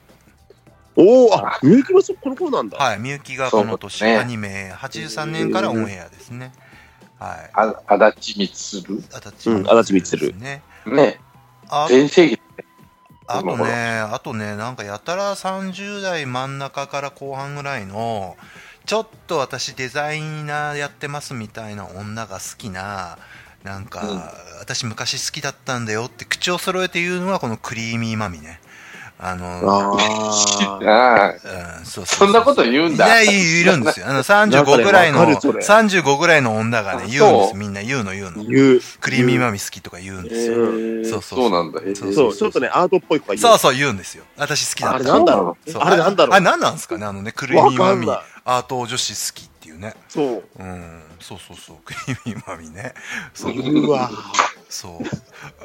Speaker 4: おお、あ、みゆきもそこの頃なんだ。
Speaker 2: はい、みゆきがこの
Speaker 3: そ
Speaker 2: 年、
Speaker 3: うですね
Speaker 2: アニメ83年からオンエアですね。はい。
Speaker 3: あ足立光する。
Speaker 2: 足立
Speaker 4: うん足立みつる
Speaker 2: ね。
Speaker 3: ね。
Speaker 2: あ
Speaker 3: 全盛期。
Speaker 2: あと
Speaker 3: ほ
Speaker 2: ね、あとね、なんかやたら30代真ん中から後半ぐらいの、ちょっと私デザイナーやってますみたいな女が好きな、なんか、
Speaker 3: うん
Speaker 2: 私昔好きだったんだよって口を揃えて言うのはこのクリーミーマミね。あの、
Speaker 4: ああ。
Speaker 3: ああ。
Speaker 2: うん、そうそう
Speaker 3: そんなこと言うんだ
Speaker 2: いや、いいるんですよ。あの、
Speaker 4: なんか
Speaker 2: 35
Speaker 4: ね
Speaker 2: ぐらいの、
Speaker 4: わかるそれ
Speaker 2: 35ぐらいの女がね、
Speaker 3: あ
Speaker 2: 言うんで
Speaker 3: そ
Speaker 2: す。
Speaker 3: う
Speaker 2: みんな言うの言うの。
Speaker 4: 言う。
Speaker 2: クリーミーマミ好きとか言うんですよ。そうそうそう
Speaker 3: そうなんだ。えー
Speaker 2: そう
Speaker 4: そう、ちょっとね、アートっぽい子がいる。
Speaker 2: そうそう言うんですよ。私好きだった
Speaker 4: あれなんだろ
Speaker 2: そう
Speaker 4: う。あれなんだろ
Speaker 2: あれ
Speaker 4: う。
Speaker 2: 何なんですかねあのね、クリーミーマミ
Speaker 4: わかんない
Speaker 2: アート女子好きっていうね。
Speaker 4: そう。
Speaker 2: うん、そうそうそう、 クリーミーマミね。そう、
Speaker 4: うわ。
Speaker 2: そう。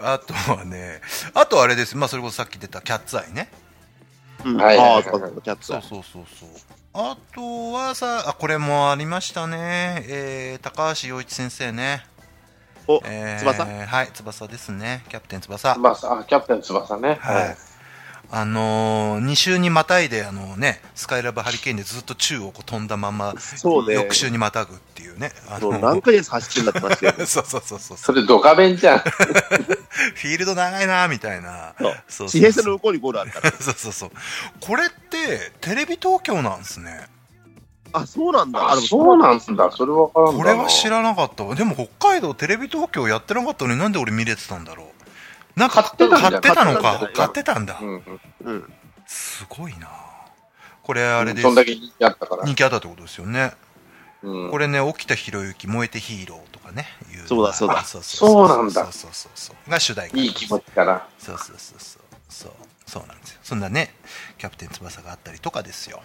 Speaker 2: あとはね、あとあれです。まあ、それこそさっき出たキャッツアイね。
Speaker 4: うん
Speaker 3: はい
Speaker 4: ああ、そうそうキャッツ
Speaker 2: そう
Speaker 4: ア
Speaker 2: そうそうそう。あとはさ、あ、これもありましたね。えー、高橋洋一先生ね。
Speaker 4: お
Speaker 2: えー、
Speaker 4: 翼
Speaker 2: はい、翼ですね。キャプテン翼。
Speaker 3: 翼、あ、キャプテン翼ね。
Speaker 2: はい。あのー、2週にまたいで、あのね、スカイラブハリケーンでずっと宙をこう飛んだまま、
Speaker 4: そうね
Speaker 2: 翌週にまたぐっていうね。あ
Speaker 4: イ。そ
Speaker 2: の
Speaker 4: う何ヶ月走ってんだって話だ よね
Speaker 2: そうそうそうそう
Speaker 3: それドカベン じゃん。
Speaker 2: フィールド長いなみたいな。
Speaker 4: そう
Speaker 2: そうそう
Speaker 4: 地平線の向こうにゴールあるから。
Speaker 2: そうそうそう。これって、テレビ東京なんですね。
Speaker 4: あ、そうなんだ。
Speaker 3: あ
Speaker 4: あ、でも
Speaker 3: そうなんだ。それわからんだ
Speaker 2: これは知
Speaker 3: ん。
Speaker 2: らなかったわ。でも北海道テレビ東京やってなかったのになんで俺見れてたんだろう。なんか
Speaker 3: 買ってたんじ
Speaker 2: 買っ
Speaker 3: ゃない
Speaker 2: てたのか
Speaker 4: 買ってたんじゃない。
Speaker 2: 買ってたんだ。
Speaker 3: うん。
Speaker 4: うん。
Speaker 2: すごいなこれあれです
Speaker 3: そん。だけ人気あったから。
Speaker 2: 人気あったってことですよね。
Speaker 3: うん
Speaker 2: こ。れね、沖田博之、燃えてヒーローとかね、いう
Speaker 4: そうだそうだ
Speaker 2: あそうそう
Speaker 3: そうなんだ
Speaker 2: そうそうそうそう。が主題歌。
Speaker 3: いい気持ちかな。
Speaker 2: そうそうそうそう。そう、そうなんですよ。そんなね、キャプテン翼があったりとかですよ。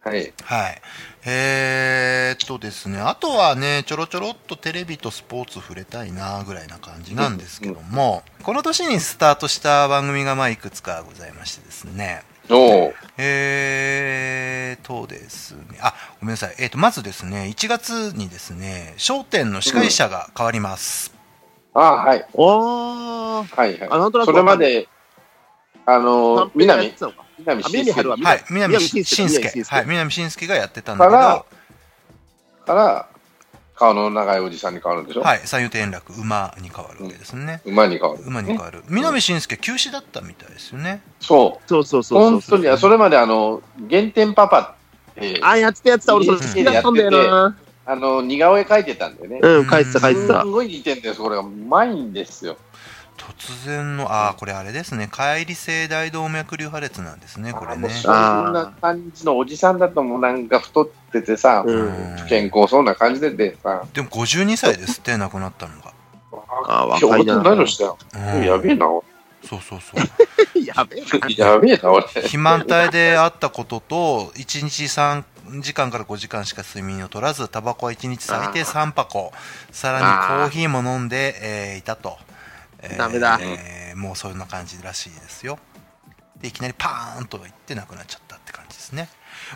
Speaker 3: はい。
Speaker 2: はい。えー、っとですね、あとはね、ちょろちょろっとテレビとスポーツ触れたいな、ぐらいな感じなんですけども、この年にスタートした番組がまあいくつかございましてですね、
Speaker 3: おう。
Speaker 2: えーとですね、あ、ごめんなさい。えーと、まずですね、1月にですね、商店の司会者が変わります。
Speaker 3: あはい。
Speaker 4: あ
Speaker 3: は
Speaker 4: あ。
Speaker 3: いはい。
Speaker 4: あなんとなく
Speaker 3: それまで、あ
Speaker 4: 短
Speaker 3: の、
Speaker 4: 編やっ
Speaker 3: 南
Speaker 4: て、たのか
Speaker 3: 南
Speaker 4: あ南春は
Speaker 2: はい、南
Speaker 4: 南
Speaker 2: 信
Speaker 4: 信
Speaker 2: 介。
Speaker 4: 介南信介
Speaker 2: はい、南信介がやってたんだけ
Speaker 3: から
Speaker 2: ど、
Speaker 3: から、顔の長いおじさんに変わるんでしょ
Speaker 2: はい、三遊亭円楽、馬に変わるわけですね。
Speaker 3: 馬に変わる。
Speaker 2: 馬に変わる。南信介、休止だったみたいですよね。
Speaker 3: そう。
Speaker 4: そうそうそうそう。
Speaker 3: 本当に、それまであの、原点パパって、
Speaker 4: あ、やってたやってた。俺それ好きだったんだよな。
Speaker 3: あの、似顔絵描いてたんだよね。
Speaker 4: うん、書いてた、書いて
Speaker 3: す
Speaker 4: た。
Speaker 3: ごい似てんです、これが。うまいんですよ。
Speaker 2: 突然の、ああ、これあれですね。乖離性大動脈瘤破裂なんですね、これ
Speaker 3: あも
Speaker 2: ね
Speaker 3: う。そんな感じのおじさんだともうなんか太っててさ、
Speaker 4: うん
Speaker 3: 健康そうな感じででさ、
Speaker 2: でも52歳ですって、亡くなったのが。
Speaker 3: 今
Speaker 4: あー若
Speaker 3: 日
Speaker 4: い
Speaker 3: 俺
Speaker 4: な。
Speaker 3: 何をしたよ。
Speaker 2: うん
Speaker 3: やべえな、俺
Speaker 2: そうそうそう。
Speaker 4: やべえな。
Speaker 3: やべえな、俺。
Speaker 2: 肥満体であったことと、1日3時間から5時間しか睡眠を取らず、タバコは1日最低3箱、さらにコーヒーも飲んで、えーいたと。えー
Speaker 4: ダメだ
Speaker 2: えーもうそんな感じらしいですよ。で、いきなりパーンといって亡くなっちゃったって感じですね。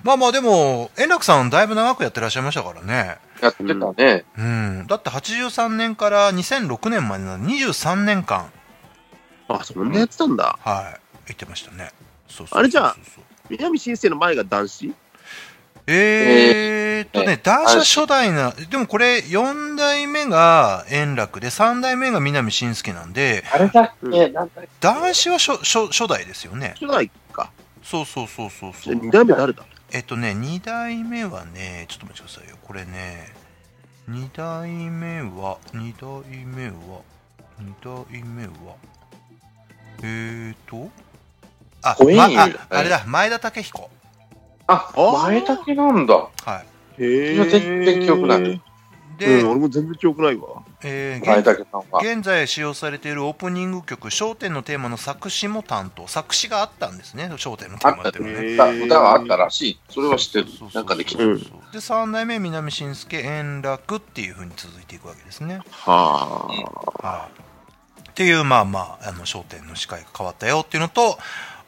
Speaker 2: まあまあでも、円楽さんだいぶ長くやってらっしゃいましたからね。
Speaker 3: やってたね。
Speaker 2: うん。だって83年から2006年までの23年間、
Speaker 4: あ、そんなやってたんだ。
Speaker 2: はい、行ってましたね。そうそうそうそう
Speaker 4: あれじゃあ南新生の前が男子
Speaker 2: えーっとね、
Speaker 3: え
Speaker 2: 男子は初代な、でもこれ、4代目が円楽で、3代目が南信介なんで、
Speaker 3: あれだっ
Speaker 4: う
Speaker 3: け、なんだっけ
Speaker 2: 男子は初初初代ですよね。
Speaker 4: 初代か。
Speaker 2: そうそうそうそう
Speaker 4: じ
Speaker 2: そ
Speaker 4: ゃあ
Speaker 2: う。
Speaker 4: 二代目誰だ
Speaker 2: えっとね、2代目はね、ちょっと待ってくださいよ、これね、2代目は、2代目は、2代目は、えーっと、あ、
Speaker 3: コイン
Speaker 2: まああれだ、前田武彦。
Speaker 3: あ、
Speaker 4: あー
Speaker 3: 前竹なんだ。
Speaker 2: はい。
Speaker 4: へ
Speaker 3: いや全然記憶ない
Speaker 2: で、
Speaker 4: うん、俺も全然記憶ないわ。
Speaker 2: えー現
Speaker 3: 前竹さんは。
Speaker 2: 現在使用されているオープニング曲『笑点』のテーマの作詞も担当作詞があったんですね『笑点』のテーマっていうのはね
Speaker 3: 歌
Speaker 4: へー
Speaker 3: 歌はあったらしい。それは知ってる
Speaker 2: そうそう。そ
Speaker 3: な
Speaker 2: うん
Speaker 3: かで聞いた。
Speaker 4: うん
Speaker 2: で3代目南信介円楽っていうふうに続いていくわけですね、
Speaker 4: は
Speaker 2: はいっていうまあまああの『笑点』の司会が変わったよっていうのと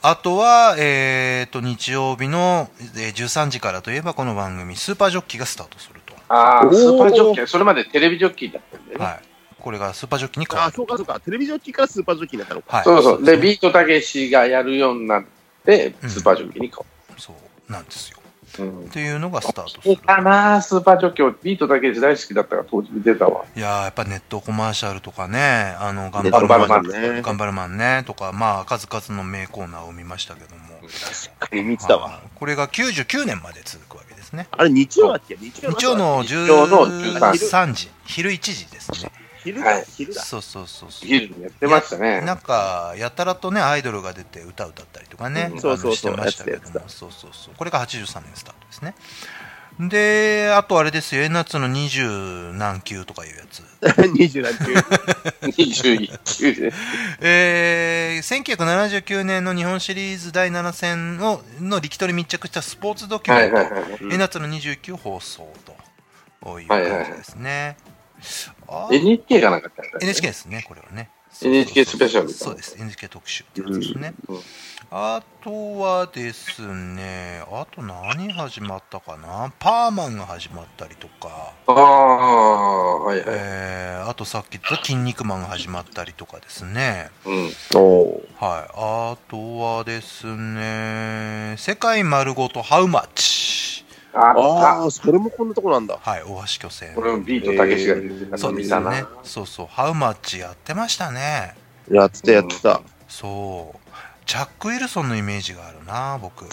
Speaker 2: あとは、えー、と日曜日のえー13時からといえばこの番組「スーパージョッキ」がスタートすると、
Speaker 3: ああ、
Speaker 4: おー
Speaker 3: スーパージョッキー。それまでテレビジョッキーだったんだよね。
Speaker 2: はい、これがスーパージョッキに変
Speaker 4: あ。
Speaker 2: わ
Speaker 4: あ、
Speaker 2: る
Speaker 4: そうかそうか。テレビジョッキーからスーパージョッキーになったのか。
Speaker 2: はい、
Speaker 3: そうそ
Speaker 2: で
Speaker 3: う。
Speaker 2: す
Speaker 3: で、
Speaker 2: ね
Speaker 3: ビートたけしがやるようになって、スーパージョッキーにこ
Speaker 2: そうなんですよ
Speaker 3: う。うん
Speaker 2: っていうのがスタートす
Speaker 3: 見
Speaker 2: る
Speaker 3: てたなあスーパージョッキー。ビートたけし大好きだったから当時見てたわ。
Speaker 2: いやーやっぱネットコマーシャルとかね、あの、頑
Speaker 4: で
Speaker 2: 張るマン、
Speaker 3: マン
Speaker 4: ね。
Speaker 2: 頑張るマンね、とか、まあ、数々の名コーナーを見ましたけども。
Speaker 4: 確かに見てたわ。
Speaker 2: はいこれが99年まで続くわけですね。
Speaker 4: あれ、日曜だっけ日曜
Speaker 2: 日曜の
Speaker 3: 曜の
Speaker 2: 13時、昼1時ですね。
Speaker 4: 昼
Speaker 3: は
Speaker 4: だ、
Speaker 3: い
Speaker 4: 昼だ。
Speaker 2: そうそうそうそう。
Speaker 3: ギルにやってましたね。
Speaker 2: なんか、やたらとね、アイドルが出て歌歌ったりとかね、
Speaker 3: うん
Speaker 2: あの
Speaker 4: そうそうそう
Speaker 2: してましたけど
Speaker 4: やってたや
Speaker 2: も、そうそうそう。これが83年スタートですね。で、あとあれですよ、えなつの20何級とかいうやつ。
Speaker 4: 20なんていう。
Speaker 3: 21で。
Speaker 2: えー、1979年の日本シリーズ第7戦をの力取り密着したスポーツドキュ
Speaker 3: は
Speaker 2: メン
Speaker 3: い
Speaker 2: ト、
Speaker 3: はいはい。
Speaker 2: えなつの29放送という感じですね。あー
Speaker 3: NHK がなかったんだよね
Speaker 2: NHK ですね、これはね。
Speaker 3: NHK スペシャル
Speaker 2: そうです、NHK 特集ってやつですね。
Speaker 3: うんうん
Speaker 2: あとはですね、あと何始まったかなパーマンが始まったりとか、
Speaker 3: ああ、はいはい。
Speaker 2: えー、あとさっき言った筋肉マンが始まったりとかですね。
Speaker 3: うん。
Speaker 4: お
Speaker 2: はい、あとはですね、世界丸ごとハウマッチ。
Speaker 3: あ
Speaker 4: あ
Speaker 3: っ
Speaker 4: あ、それもこんなとこなんだ。
Speaker 2: はい、大橋巨船
Speaker 3: た。。これもビートたけしが出てた
Speaker 2: そ
Speaker 3: の
Speaker 2: うで
Speaker 3: 見
Speaker 2: す
Speaker 3: た
Speaker 2: よ
Speaker 3: な。
Speaker 2: ね。そうそう、ハウマッチやってましたね。
Speaker 4: やってた、やってた。
Speaker 2: そう。チャック・ウィルソンのイメージがあるな、僕。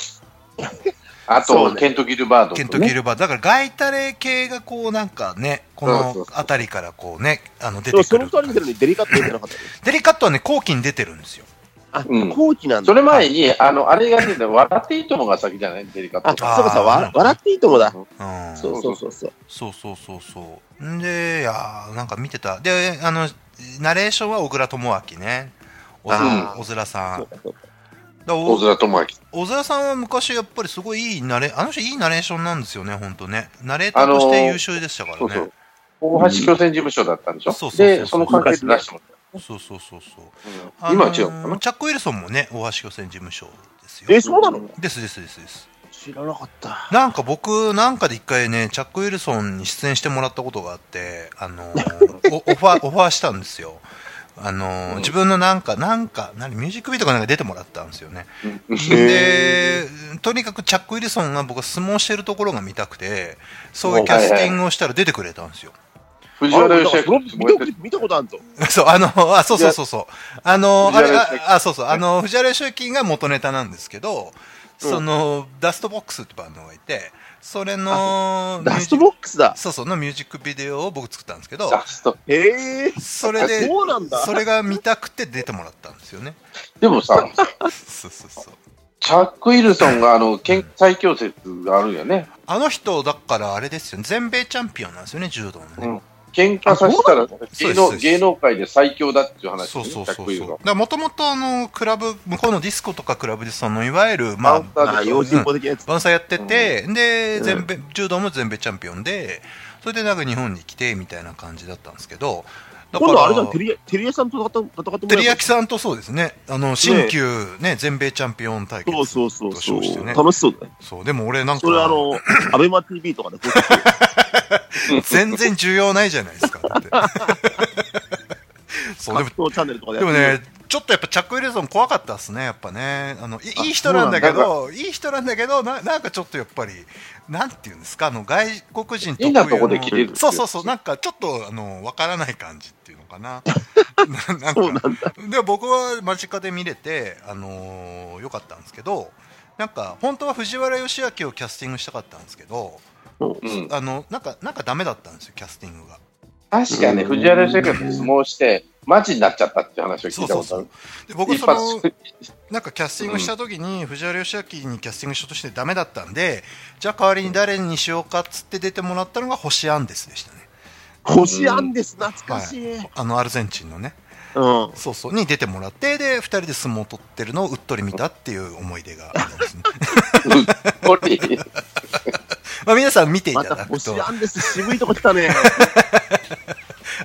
Speaker 3: あ
Speaker 4: そう
Speaker 3: と、
Speaker 4: ね
Speaker 3: ケント・ギルバード
Speaker 2: ケン
Speaker 3: と
Speaker 2: ト・キ
Speaker 3: ね。
Speaker 2: ルバー。だから、ガイタレ系がこう、なんかね、こ
Speaker 3: そうそ
Speaker 2: の
Speaker 3: うそう
Speaker 2: 辺りからこうね、あの出
Speaker 4: でも
Speaker 2: て
Speaker 4: そ
Speaker 2: く
Speaker 4: の二
Speaker 2: る。
Speaker 4: 人見てるのにデリカット出てなかったね。
Speaker 2: デリカットはね、後期に出てるんですよ。
Speaker 4: あ、
Speaker 3: うん
Speaker 4: 後期なんだ
Speaker 3: そ。れ前に、あの、あれが出てた、笑っていいともが先じゃないデリカ
Speaker 4: あ、
Speaker 3: ッ
Speaker 4: そ
Speaker 3: ト。
Speaker 4: うかそうか、
Speaker 2: あー
Speaker 4: わ笑っていいともだ。
Speaker 2: うん。
Speaker 4: そうそうそうそう。
Speaker 2: そうそうそうそう。んで、いやーなんか見てた。で、あの、ナレーションは小倉智明ね。小
Speaker 4: あ
Speaker 2: 倉
Speaker 4: ー
Speaker 2: 小倉さん。だ
Speaker 4: そう
Speaker 2: か
Speaker 4: かそうから
Speaker 3: 大
Speaker 2: お
Speaker 3: 空智明。
Speaker 2: 小倉さんは昔やっぱりすごいいいナレ、あの人いいナレーションなんですよね、本当ね。ナレーターとして優秀でしたからね。
Speaker 3: そうそう。大橋巨船事務所だったんでし
Speaker 2: そう
Speaker 3: ょ
Speaker 2: そうそうそう
Speaker 3: で、その関係で出してもらっ
Speaker 2: そうそうそうそう。
Speaker 3: た。うん今は違う
Speaker 2: あ
Speaker 3: のか
Speaker 2: のー
Speaker 3: な
Speaker 2: チャック・ウィルソンもね、大橋漁船事務所ですよ。
Speaker 4: え、そうなの
Speaker 2: ですですですです。
Speaker 4: 知らなかった。
Speaker 2: なんか僕なんかで一回ね、チャック・ウィルソンに出演してもらったことがあって、あのーおオファー、オファーしたんですよ。あのー
Speaker 3: うん
Speaker 2: 自分のなんか、なんか、何、ミュージックビデオかなんか出てもらったんですよね。
Speaker 3: うん
Speaker 2: で、とにかくチャック・ウィルソンが僕は相撲してるところが見たくて、そういうキャスティングをしたら出てくれたんですよ。
Speaker 3: 藤原義明って燃え
Speaker 4: あ俺だからその見た
Speaker 3: てる
Speaker 4: 見たことあるぞ。
Speaker 2: そう、あの、あ、そうそうそうそう。あの、あれ、
Speaker 3: 藤原良
Speaker 2: あ、あそうそう、あの、藤原良之が元ネタなんですけど、そのダストボックスってバンドがいてそれの
Speaker 4: ダストボ
Speaker 2: ック
Speaker 4: ックスだ。
Speaker 2: そうそうのミュージックビデオを僕作ったんですけど
Speaker 3: ダスト。
Speaker 4: へえ。
Speaker 2: それで
Speaker 4: そうなんだ。
Speaker 2: それが見たくて出てもらったんですよね
Speaker 3: でもさ、
Speaker 2: そうそうそう
Speaker 3: チャック・イルソンがあの、県最強説があるよね。
Speaker 2: あの人だからあれですよね全米チャンピオンなんですよね柔道のね、
Speaker 3: うん喧嘩させたら芸
Speaker 2: そう
Speaker 3: 能
Speaker 2: です
Speaker 3: 芸能界で最強だっていう話、
Speaker 2: そ
Speaker 3: ね、
Speaker 2: うそう
Speaker 3: チャ
Speaker 2: そ
Speaker 3: ッ
Speaker 2: う
Speaker 3: クイ
Speaker 2: そ
Speaker 3: ル
Speaker 2: う。
Speaker 3: ソ
Speaker 2: だ
Speaker 3: ン
Speaker 2: からもともとあの、クラブ、向こうのディスコとかクラブで、その、いわゆる、ま
Speaker 3: バ
Speaker 2: あ
Speaker 3: ウン、サー
Speaker 4: あ、
Speaker 3: でし
Speaker 4: 用
Speaker 3: ょ
Speaker 4: 心棒的なやつ。
Speaker 2: バンサーやってて、で、
Speaker 4: うん
Speaker 2: 全米、柔道も全米チャンピオンで、それでなんか日本に来て、みたいな感じだったんですけど、だから
Speaker 4: 今度あれじゃん、テリヤテリヤさんと戦った戦っても
Speaker 2: 照
Speaker 4: ら
Speaker 2: り
Speaker 4: えば
Speaker 2: 焼きさんとそうですね、あの、新旧ね、全米チャンピオン対決。
Speaker 4: そうそうそうそ
Speaker 2: と称して
Speaker 4: う。
Speaker 2: ね
Speaker 4: 楽しそうだね。
Speaker 2: そう、でも俺なんか
Speaker 4: そ、れあの、アベマ TV とかでこう
Speaker 2: 全然需要ないじゃないですか、だって。そう、でも
Speaker 4: 格闘チャンネルとかで
Speaker 2: で
Speaker 4: やっ
Speaker 2: も
Speaker 4: てる。
Speaker 2: ね、ちょっとやっぱチャック・ウィルソン怖かったっすね、やっぱね。あの、いいい人なんだけど、いい人なんだけど、ななんかちょっとやっぱり、なんていうんですか、あの、外国人特有の
Speaker 3: 変なとこで切れる
Speaker 2: そうそうそう、なんかちょっと、あの、わからない感じっていうのかな。ななん
Speaker 4: そうなん
Speaker 2: か、で、僕は間近で見れて、あのーよかったんですけど、なんか、本当は藤原義明をキャスティングしたかったんですけど、
Speaker 3: うん、
Speaker 2: あの、なんか、なんかダメだったんですよ、キャスティングが。
Speaker 3: 確かね、
Speaker 4: うん
Speaker 3: 藤原正和と相撲して、マジになっちゃったっていう話を聞
Speaker 2: そ
Speaker 3: いう
Speaker 2: そう
Speaker 3: たことあ
Speaker 2: そ
Speaker 3: る
Speaker 2: う。。で、僕、
Speaker 3: 一
Speaker 2: その
Speaker 3: 発、、
Speaker 2: なんかキャスティングした時に藤原義明にキャスティングしたとしてダメだったんで、じゃあ代わりに誰にしようかっつって出てもらったのが星アンデスでしたね。
Speaker 4: 星アンデス、懐かしい。うん。
Speaker 2: あのアルゼンチンのね。そうそう。に出てもらって、で、二人で相撲を取ってるのをうっとり見たっていう思い出がありますね。
Speaker 3: これ、い
Speaker 2: まあ皆さん見ていた
Speaker 4: また
Speaker 2: だく
Speaker 4: 星
Speaker 2: と、
Speaker 4: アンデス、渋いとこ来 たね。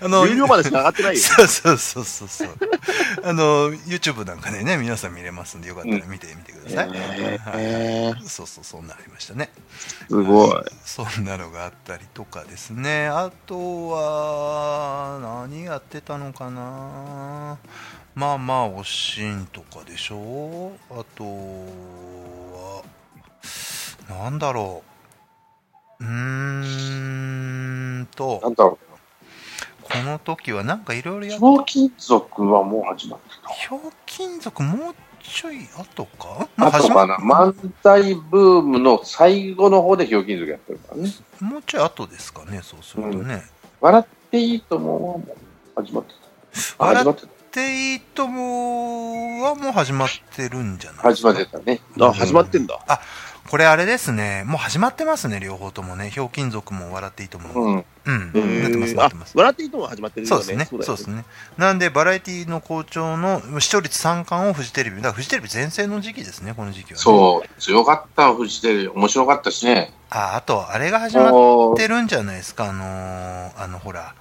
Speaker 2: あの、
Speaker 4: 有料までしか上がってないよ。
Speaker 2: そうそうそうそうそう。あの、YouTube なんかでね、皆さん見れますんで、よかったら見てみてください。
Speaker 4: えー
Speaker 2: そうそう、そんなんありましたね。
Speaker 4: すごい。
Speaker 2: そんなのがあったりとかですねあとは何やってたのかなまあまあおしんとかでしょあとはなんだろううーんと
Speaker 3: なんだろ
Speaker 2: この時はなんかいろいろ
Speaker 3: う、
Speaker 2: やっ
Speaker 3: ひょうきん族はもう始まって
Speaker 2: ひょうきん族もうちょい後か
Speaker 3: た。あとかな、
Speaker 2: まあ
Speaker 3: 漫才ブームの最後の方でひょうきん族やってるからね。
Speaker 2: もうちょい後ですかねそうするとね、
Speaker 3: 笑っていいともう始まってた。あ
Speaker 2: 笑っ
Speaker 3: 始まってた。
Speaker 2: っていいともはもう始まってるんじゃない
Speaker 3: 始まってたね。
Speaker 4: あ、始まってんだ。
Speaker 2: これあれですねもう始まってますね両方ともねひょうきん族も笑っていいともうん
Speaker 3: う。
Speaker 2: うん、
Speaker 4: え
Speaker 2: なってますな
Speaker 4: ー
Speaker 2: っ
Speaker 4: あ
Speaker 2: てます、
Speaker 4: 笑っていいとも始まってる
Speaker 2: そ
Speaker 4: よ
Speaker 2: うで
Speaker 4: ね。
Speaker 2: すねそう
Speaker 4: だよ
Speaker 2: ですねなんでバラエティの好調の視聴率3冠をフジテレビだからフジテレビ全盛の時期ですねこの時期は、ね、う
Speaker 3: そう、強かった、フジテレビ。面白かったしね。
Speaker 2: ああとあれが始まっ
Speaker 3: もう
Speaker 2: てるんじゃないですかあのー、あのほら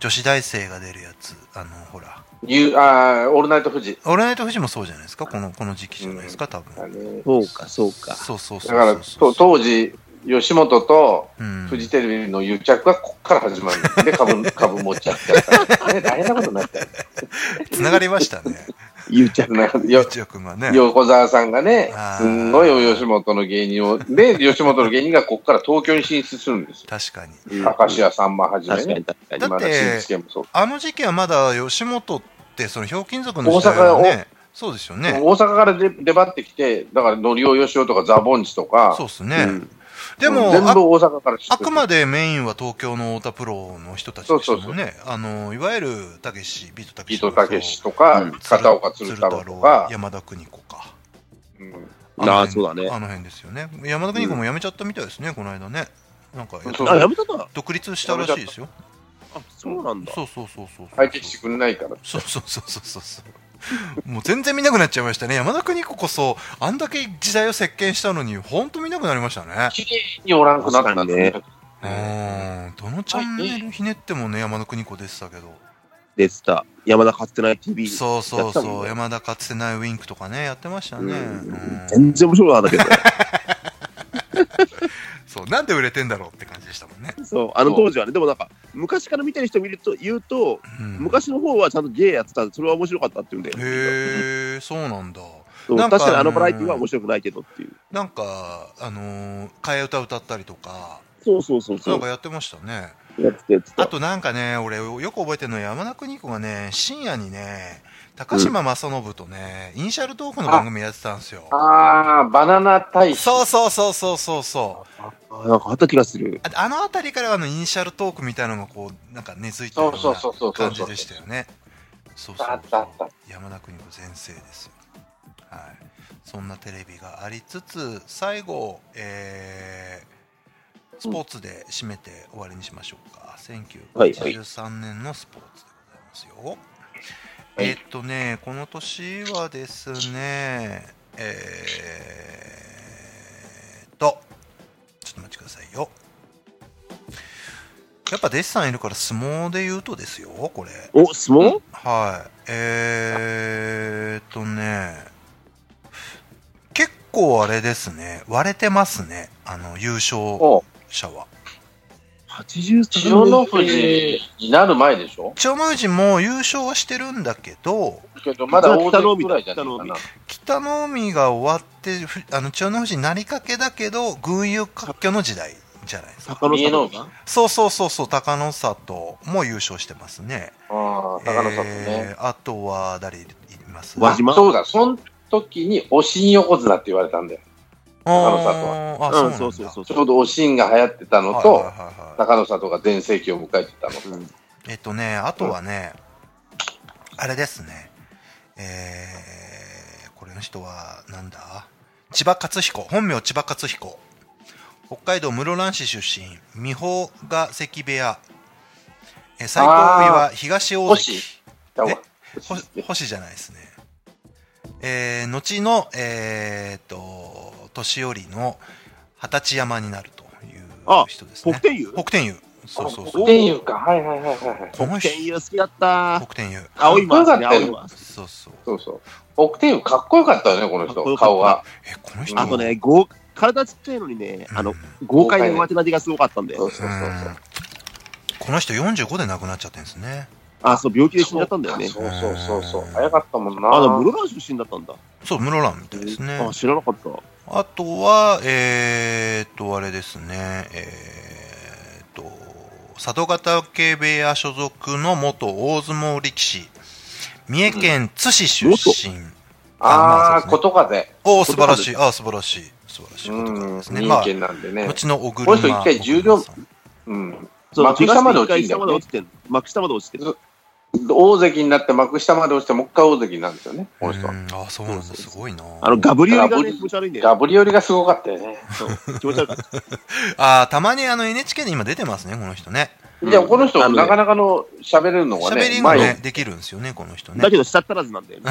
Speaker 2: 女子大生が出るやつあのほら
Speaker 3: ゆあーオールナイトフジ。
Speaker 2: 「オールナイトフジ」もそうじゃないですかこのこの時期じゃないですか多分、
Speaker 3: だね
Speaker 4: そうか、そうか。
Speaker 2: そうそうそう
Speaker 3: だから、
Speaker 2: そう
Speaker 3: と当時、吉本と
Speaker 2: うん
Speaker 3: フジテレビの癒着はこっから始まるんだよね。株、株持っちゃってやったからね。大変なことになったよ
Speaker 2: つながりましたね。
Speaker 4: ゆうちゃん。
Speaker 3: なんかよ
Speaker 2: 内田君が ね。
Speaker 3: 横澤さんがね
Speaker 2: あー、
Speaker 3: すんごい吉本の芸人を、 で、吉本の芸人がこっから東京に進出するんですよ。
Speaker 2: 確かに。
Speaker 3: 明石家さんまはじめ
Speaker 4: 確か
Speaker 3: ね
Speaker 4: に、。確かに。
Speaker 2: だ
Speaker 3: 今
Speaker 2: っ
Speaker 3: の
Speaker 2: て
Speaker 3: 新之助もそう。
Speaker 2: あの時期はまだ吉本って、そのひょうきん族の時代は
Speaker 3: 大阪
Speaker 2: ね、そうですよね。
Speaker 3: 大阪から出出張ってきて、だから、のりおよしおとかザ・ボンチとか、
Speaker 2: そうです
Speaker 4: う
Speaker 2: ね。
Speaker 4: ん
Speaker 2: でも、
Speaker 3: 全
Speaker 2: あ
Speaker 3: 部大阪から知って
Speaker 2: あくまでメインは東京の太田プロの人たちでしたもんね。あの、いわゆる、たけし、ビートたけ
Speaker 3: ビー
Speaker 2: し。
Speaker 3: トたけしと
Speaker 2: う
Speaker 3: か
Speaker 2: ん、
Speaker 3: 片岡鶴太郎とか、
Speaker 2: 山田邦子か。
Speaker 3: うん
Speaker 2: の
Speaker 4: ああ、
Speaker 2: 辺
Speaker 4: そうだね。
Speaker 2: あの辺ですよね。山田邦子も辞めちゃったみたいですね、この間ね。なんか、
Speaker 3: そう
Speaker 4: あ、やめたんだ。
Speaker 2: 独立したらしいですよ。
Speaker 4: あ、そうなんだ。
Speaker 2: そうそうそうそうそう。
Speaker 3: 解決してくれないから。
Speaker 2: そうそうそうそうそうそう。もう全然見なくなっちゃいましたね。山田邦子こそ、あんだけ時代を席巻したのに、ほんと見なくなりましたね。
Speaker 3: 綺麗におらんくなったんだよね。
Speaker 2: うーん。どのチャンネルひねってもね、山田邦子でしたけど。
Speaker 4: 出てた。山田かつてない TV。
Speaker 2: そうそう
Speaker 4: やってた
Speaker 2: そ
Speaker 4: も
Speaker 2: う。
Speaker 4: んね
Speaker 2: 山田かつてないウィンクとかね、やってました
Speaker 4: う
Speaker 2: ね。うんん
Speaker 4: 全然面白かったけどね。
Speaker 2: そう。なんで売れてんだろうって感じでしたもん ね。
Speaker 4: そう、あの当時はね、でもなんか、昔から見てる人見ると、言うと、
Speaker 2: うん、
Speaker 4: 昔の方はちゃんと芸やってたんで、それは面白かったっていうんだよね。
Speaker 2: へえ、そうなんだ。
Speaker 4: そう
Speaker 2: なんか
Speaker 4: 確かにあのバラエティは面白くないけどっていう。
Speaker 2: なんか、あのー、替え歌歌ったりとか、
Speaker 4: そうそうそうそ
Speaker 2: なん
Speaker 4: う
Speaker 2: か。やってましたね。
Speaker 4: やってたやって
Speaker 2: あ
Speaker 4: た。
Speaker 2: となんかね、俺よく覚えてるのは山田邦子がね、深夜にね、高島正信とね、イニシャルトークの番組やってたんですよ。
Speaker 3: ああ、バナナ大使。
Speaker 2: そうそうそうそうそうそう。
Speaker 4: あなんかあった気がする。
Speaker 2: ああの辺りからあのイニシャルトークみたいなのがこうなんか根付いてるよ
Speaker 3: そうそうそううそう
Speaker 2: な感じでしたよね。そうそう
Speaker 3: あったあった
Speaker 2: 山田邦子全盛ですよ。はい。そんなテレビがありつつ最後、えースポーツで締めて終わりにしましょうか。
Speaker 4: はいはい
Speaker 2: 1983年のスポーツでございますよ。
Speaker 4: はい
Speaker 2: えーっとねこの年はですねえーっとちょっと待ってくださいよ。やっぱ弟子さんいるから相撲で言うとですよ、これ。
Speaker 4: お、相撲
Speaker 2: はい。えーっとね、結構あれですね、割れてますね、あの、優勝
Speaker 3: もう、
Speaker 2: 者は。
Speaker 4: ?83
Speaker 3: 千代の富士になる前でしょ
Speaker 2: 千代の富士も優勝はしてるんだけど、
Speaker 3: けど、まだ大関くらいじゃない
Speaker 4: 北の
Speaker 3: か
Speaker 4: 海
Speaker 3: な。
Speaker 2: 北の海が終わって、ふあの千代の富士になりかけだけど、群雄割拠の時代じゃないですか。
Speaker 4: 坂野さんの
Speaker 3: 三重の
Speaker 2: そうそうそうそう、高の里も優勝してますね。
Speaker 3: ああ、高野さんもね。
Speaker 2: えーあとは誰います
Speaker 4: 輪島
Speaker 3: あそうだ、その時に、おしん横綱って言われたんだよ。高野里
Speaker 2: あーあ、
Speaker 4: うん、
Speaker 2: そ
Speaker 4: そうう
Speaker 2: そ
Speaker 4: そうう
Speaker 2: そ
Speaker 4: そうう
Speaker 3: ち。ょうどおしんが流行ってたの
Speaker 2: はい
Speaker 3: と
Speaker 2: は、いはいはい
Speaker 3: 高野里が全盛期を迎えてたの。
Speaker 4: うん
Speaker 2: えっとね、あとはね、あれですね、えー、これの人は、なんだ千葉勝彦、本名千葉勝彦。北海道室蘭市出身、美穂が関部屋。えー最高位は東大関。
Speaker 3: だわ
Speaker 2: ほ星じゃないですね。えー、後の、えー、っと、年寄りの二十歳山になるという人です
Speaker 4: 北
Speaker 2: ね。
Speaker 4: 天佑
Speaker 2: 北天佑。そうそうそう。
Speaker 3: っていうか、はいはいはいはいはい。
Speaker 2: この
Speaker 4: 北
Speaker 2: 人
Speaker 4: 天佑好きだった。
Speaker 2: 北天佑。
Speaker 4: 青いマスね、
Speaker 3: かっこ
Speaker 4: 青
Speaker 3: よ
Speaker 4: い
Speaker 3: か
Speaker 4: マス。
Speaker 2: そうそう。
Speaker 3: そうそう。奥天佑かっこよかったよね、この
Speaker 4: かっこ
Speaker 3: 人、
Speaker 4: よかった
Speaker 3: 顔が。
Speaker 2: え、この人
Speaker 4: あとね、豪体ちっちゃいのにね、あの、豪快な上手投げがすごかったんだ
Speaker 3: そ
Speaker 4: よ。
Speaker 3: うそうそうそう。
Speaker 2: この人45で亡くなっちゃってるんですね。
Speaker 4: あ、そう、病気で死んじゃったんだよね。
Speaker 3: そうそうそうそう。早かったもんな。
Speaker 4: あ、でも室蘭出身だったんだ。
Speaker 2: そう、室蘭みたいですね。
Speaker 4: あ、知らなかった。
Speaker 2: あとは、えー、っと、あれですね、えー、っと、佐渡ヶ嶽部屋所属の元大相撲力士、三重県津市出身。
Speaker 3: ああ、
Speaker 2: ま
Speaker 3: ことかで。
Speaker 2: おお、素晴らしい。ああ、素晴らしい。素晴らしいことなん
Speaker 3: うん、
Speaker 2: ですね。
Speaker 3: 三
Speaker 2: ま
Speaker 3: 重
Speaker 2: あ、
Speaker 3: 県なんでね。
Speaker 2: 後の小
Speaker 3: こ
Speaker 2: 車。
Speaker 3: の人一回重量うん。幕下まで落ちてんだよね
Speaker 4: 東に一回下まで落ちてん幕下まで落ちてる。
Speaker 3: 大関になって幕下まで落ちて、もう一回大関なんですよね、この人
Speaker 2: う。んああ、そうなんだ。すごいな。
Speaker 4: あの、ガブリオ
Speaker 3: ガ
Speaker 4: リが
Speaker 3: ブリ
Speaker 4: ね、気持ち悪いんだよ。
Speaker 3: ガブリオリがすごかったよね。
Speaker 4: そう気持ち悪かった。
Speaker 2: ああ、たまにあの NHK で今出てますね、この人ね。
Speaker 3: じゃあ、この人、
Speaker 4: あのね
Speaker 3: なかなかの喋れるのがね、
Speaker 2: 喋りが
Speaker 3: 前に
Speaker 2: ね、できるんですよね、この人ね。
Speaker 4: だけど、下ったらずなんだよね。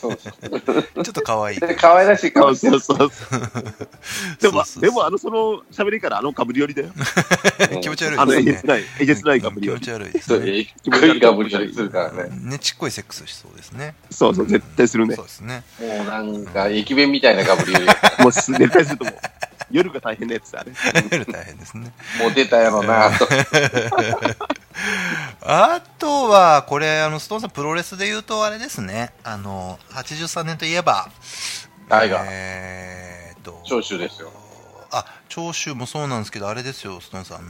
Speaker 3: そうそう
Speaker 2: ちょっと可愛い。
Speaker 3: で可愛らしい
Speaker 4: そ
Speaker 3: 顔
Speaker 4: う
Speaker 3: して
Speaker 4: そう
Speaker 3: る。
Speaker 4: そう。でも、
Speaker 2: そうそうそう
Speaker 4: でも、あの、その、喋りから、あのガブリオリだよ。
Speaker 2: 気持ち
Speaker 4: あ
Speaker 2: 悪
Speaker 4: の、え
Speaker 2: い
Speaker 4: げ
Speaker 2: です
Speaker 4: つ
Speaker 2: ね。
Speaker 4: ない、えげつないガブリ
Speaker 2: 気
Speaker 4: オ
Speaker 2: 持
Speaker 4: リ。
Speaker 2: ち悪いです
Speaker 3: そう
Speaker 2: ね。
Speaker 3: えっくりガブリオリするからね。
Speaker 2: ねちっこいセックスしそうですね。
Speaker 4: そうそう、絶対するね
Speaker 2: そ。うですね。
Speaker 3: もうなんか、駅弁みたいなガブリオリ。
Speaker 4: もうす、絶対すると思う。夜が大変なやつだね。
Speaker 2: 大変ですね。
Speaker 3: もう出たやろな、 と。
Speaker 2: あとは、これ、あの、ストーンさん、プロレスで言うと、あれですね。あの、83年といえば、
Speaker 3: タイガー
Speaker 2: えーっと、
Speaker 3: 長州ですよ。
Speaker 2: あ、長州もそうなんですけど、あれですよ、ストーンさん。あの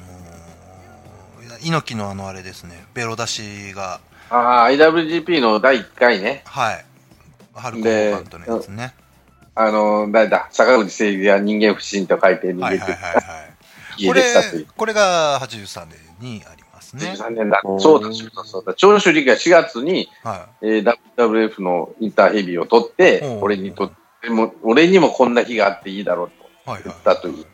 Speaker 2: ー、猪木のあの、あれですね、ベロ出しが、
Speaker 3: ああ、IWGP の第1回ね。
Speaker 2: はい。ハルコ・ホーガンとのやつね。
Speaker 3: あの、誰だ、坂口誠二は人間不信と書いて逃
Speaker 2: はい
Speaker 3: げ
Speaker 2: はい
Speaker 3: て
Speaker 2: はいはい。
Speaker 3: 消
Speaker 2: こ
Speaker 3: えてきたとい
Speaker 2: れ
Speaker 3: う。、
Speaker 2: これが83年にありますね。
Speaker 3: 13年だ
Speaker 4: う。ん
Speaker 3: そうだ、そうだ、そうだ。長州力が4月に、
Speaker 2: は
Speaker 3: えー WWF のインターヘビーを取って
Speaker 2: うん、
Speaker 3: 俺にとっても、俺にもこんな日があっていいだろ
Speaker 2: い。
Speaker 3: う
Speaker 2: はい、
Speaker 3: と言
Speaker 2: は
Speaker 3: ったという。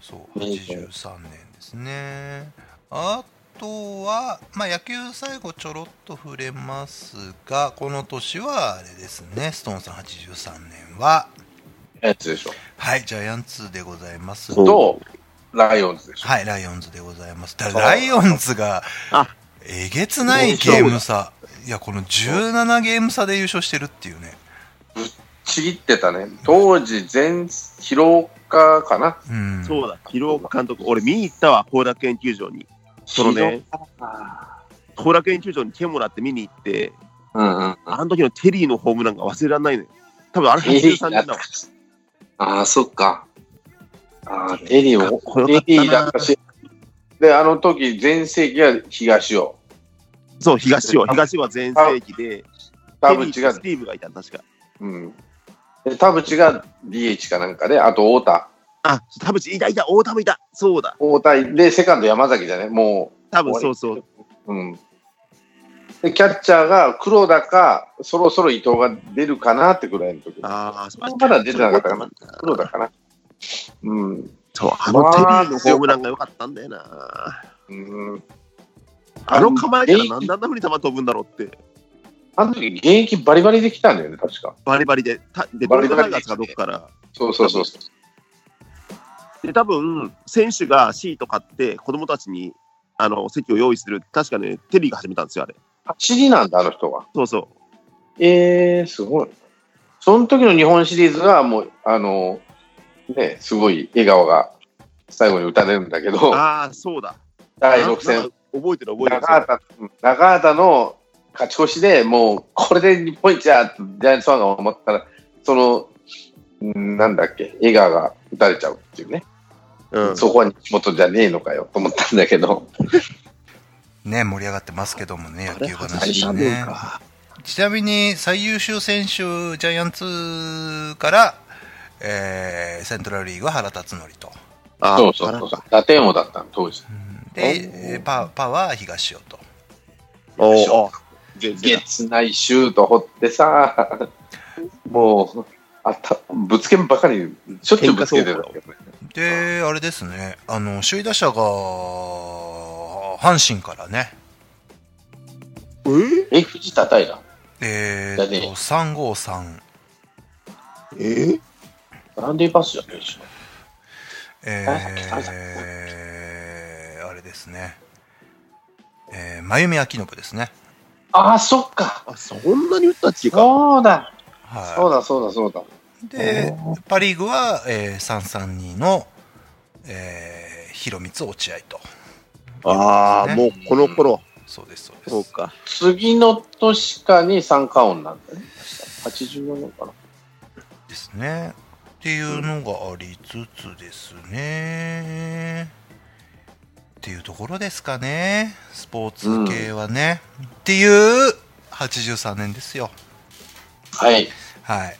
Speaker 2: そう、83年ですね。あとは、まあ野球最後ちょろっと触れますが、この年はあれですね、ストーンさん83年は、
Speaker 3: やつでしょ。
Speaker 2: はい、ジャイアンツでございます。
Speaker 4: うん
Speaker 3: と、ライオンズでしょ。
Speaker 2: はい、ライオンズでございます。だ
Speaker 3: そう
Speaker 2: ライオンズが
Speaker 4: あ、
Speaker 2: えげつないゲーム差。いや、この17ゲーム差で優勝してるっていうね。
Speaker 3: ちぎってたね。当時、全、疲労家かな。
Speaker 2: うん。
Speaker 4: そうだ、広岡監督、俺見に行ったわ、後楽園球場に。そのね、後楽園球場に手もらって見に行って、
Speaker 3: うんうん。
Speaker 4: あの時のテリーのホームランが忘れられないのよ。多分あれ
Speaker 3: え
Speaker 4: 83
Speaker 3: ー
Speaker 4: 年だわ。
Speaker 3: ああ、そっか。ああ、テリーを
Speaker 4: かっこ、よか
Speaker 3: テ
Speaker 4: ったな
Speaker 3: リーだったし。で、あの時、全盛期は東を。
Speaker 4: そう、東尾。東尾は全盛期で、
Speaker 3: 多
Speaker 4: テ
Speaker 3: 分
Speaker 4: リ
Speaker 3: 違
Speaker 4: ーとス
Speaker 3: う。
Speaker 4: ティーブがいた、確か。
Speaker 3: うん。で田淵が DH かなんかで、あと太田。
Speaker 4: あ、田淵、いたいた、大田もいた。そうだ。
Speaker 3: 太田で、セカンド山崎じゃねも
Speaker 4: 多分そうそう。
Speaker 3: う。うん。で、キャッチャーが黒田か、そろそろ伊藤が出るかなってぐらいの時。
Speaker 4: ああ、そ
Speaker 3: まだ出てなかったかな黒田かな。うん。
Speaker 4: そう、あの
Speaker 3: まあ
Speaker 4: テリーのホームランが良かったんだよな。
Speaker 3: うん。
Speaker 4: あの構えから
Speaker 3: あ
Speaker 4: なんであんなふうに球飛ぶんだろうって。
Speaker 3: あの時現役バリバリできたんだよね、確か。
Speaker 4: バリバリで、たで、
Speaker 3: バ
Speaker 4: バ
Speaker 3: リ
Speaker 4: リ
Speaker 3: バ
Speaker 4: バ
Speaker 3: リ
Speaker 4: リ
Speaker 3: で
Speaker 4: でかどっから。
Speaker 3: そうそうそうそう。
Speaker 4: で、多分、選手がシート買って、子供たちに、あの、席を用意する。確かね、テリーが始めたんですよ、あれ。
Speaker 3: 走りなんだ、あの人は。
Speaker 4: そうそう。
Speaker 3: えー、すごい。その時の日本シリーズはもう、あの、ね、すごい笑顔が最後に打たれるんだけど、
Speaker 4: ああ、そうだ。
Speaker 3: 第6
Speaker 4: な
Speaker 3: 戦
Speaker 4: ん、か覚えてる、覚えて
Speaker 3: 中畑うん中畑の勝ち越しでもう、これで日本一だってジャイアンツファンが思ったら、その、うんなんだっけ、笑顔が打たれちゃうっていうね、
Speaker 4: る。うん、
Speaker 3: そこは西本じゃねえのかよと思ったんだけど、
Speaker 2: ね、盛り上がってますけどもね、
Speaker 4: あ
Speaker 2: 野
Speaker 4: れ
Speaker 2: 球
Speaker 4: 外し
Speaker 2: 話
Speaker 4: た
Speaker 2: ね。
Speaker 4: ねえか。
Speaker 2: ちなみに最優秀選手、ジャイアンツから、えーセントラルリーグは原辰徳と、
Speaker 4: あ
Speaker 3: そうそうそう
Speaker 4: あら、
Speaker 3: 打点王だったの、当時。
Speaker 2: でえーパパワー東尾と、
Speaker 4: お
Speaker 3: でしょ
Speaker 4: ーあ全然だ
Speaker 3: 月内シュート掘ってさ、もう、あったぶつけんばかり、しょっちゅうぶつけてる。
Speaker 2: で、あれですね、あの首位打者が阪神からね、
Speaker 4: えー
Speaker 3: え、藤田平。
Speaker 2: えー、と
Speaker 3: だね
Speaker 2: 3号3、
Speaker 4: えー
Speaker 3: ランディパスじゃないでしょ。
Speaker 2: え
Speaker 3: あ
Speaker 2: ーあれですね、えー、真由美秋信ですね。
Speaker 3: ああ、そっか。
Speaker 4: あ、そんなに打ったっちゅうか。
Speaker 3: そうだ。
Speaker 2: はい
Speaker 3: そうだ、そうだ、そうだ。
Speaker 2: で、パ・リーグは、えー、332の、えー、広光落合と。
Speaker 4: ああ、もうこの頃。
Speaker 2: そうです、そうです。
Speaker 4: そうか。
Speaker 3: 次の年かに三冠王なんだね。84年かな。
Speaker 2: ですね。っていうのがありつつですね。っていうところですかね。スポーツ系はね。っていう83年ですよ。
Speaker 3: はい。
Speaker 2: はい。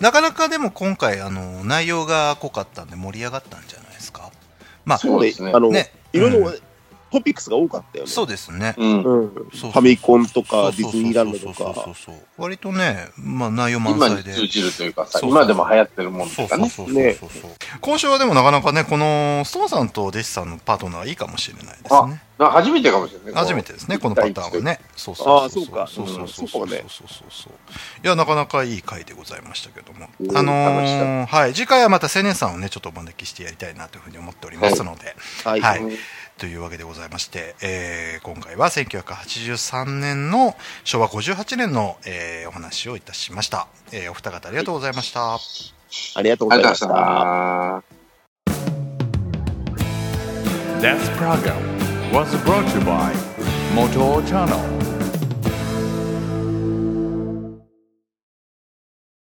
Speaker 2: なかなかでも今回、あの、内容が濃かったんで盛り上がったんじゃないですか。まあ、
Speaker 3: そうですね
Speaker 4: あの、
Speaker 2: ね
Speaker 4: いろい
Speaker 2: うん
Speaker 4: ろトピックスが多かったよね。
Speaker 2: そうですね。
Speaker 3: うん。
Speaker 4: うんフ
Speaker 2: そうそう
Speaker 4: ァミコン
Speaker 2: そ
Speaker 4: とか
Speaker 2: う
Speaker 4: デ
Speaker 2: そ
Speaker 4: ィ
Speaker 2: う
Speaker 4: ズ
Speaker 2: そう
Speaker 4: ニーランドと
Speaker 2: そうそうそ
Speaker 4: か
Speaker 2: う。そう割とね、まあ、内容満
Speaker 3: 今
Speaker 2: 載
Speaker 3: に
Speaker 2: で
Speaker 3: 通じるというかさ、
Speaker 2: そうそうそう
Speaker 3: 今でも流行ってるもん
Speaker 2: そ
Speaker 3: と
Speaker 2: うそ
Speaker 3: か
Speaker 2: う
Speaker 3: ね。
Speaker 2: そうそうそう、今週はでもなかなかねこのストーンさんと弟子さんのパートナーいいかもしれないですね
Speaker 3: な初めてかもしれない。
Speaker 2: 初めてですねこのパターンは。ねそうそう
Speaker 4: あーそうか
Speaker 2: そうそうそううん
Speaker 4: そう
Speaker 2: そう
Speaker 4: かも
Speaker 2: そう
Speaker 4: ね
Speaker 2: そうそういやなかなかいい回でございましたけども
Speaker 3: うん
Speaker 2: あの
Speaker 3: 楽しか
Speaker 2: ーはい次回はまた青年さんをねちょっとお招きしてやりたいなというふうに思っておりますので、
Speaker 4: はい。
Speaker 2: は
Speaker 3: う
Speaker 2: い
Speaker 3: ん
Speaker 2: というわけでございまして、えー今回は1983年の昭和58年の、えーお話をいたしました、えーお二方ありがとうございました、
Speaker 4: ありがとう
Speaker 3: あ
Speaker 4: ご
Speaker 3: り
Speaker 4: ざい
Speaker 3: が
Speaker 4: ま
Speaker 3: と
Speaker 4: し。
Speaker 3: う
Speaker 1: This program
Speaker 3: ございましたた。
Speaker 1: was brought to you by Moto Channel.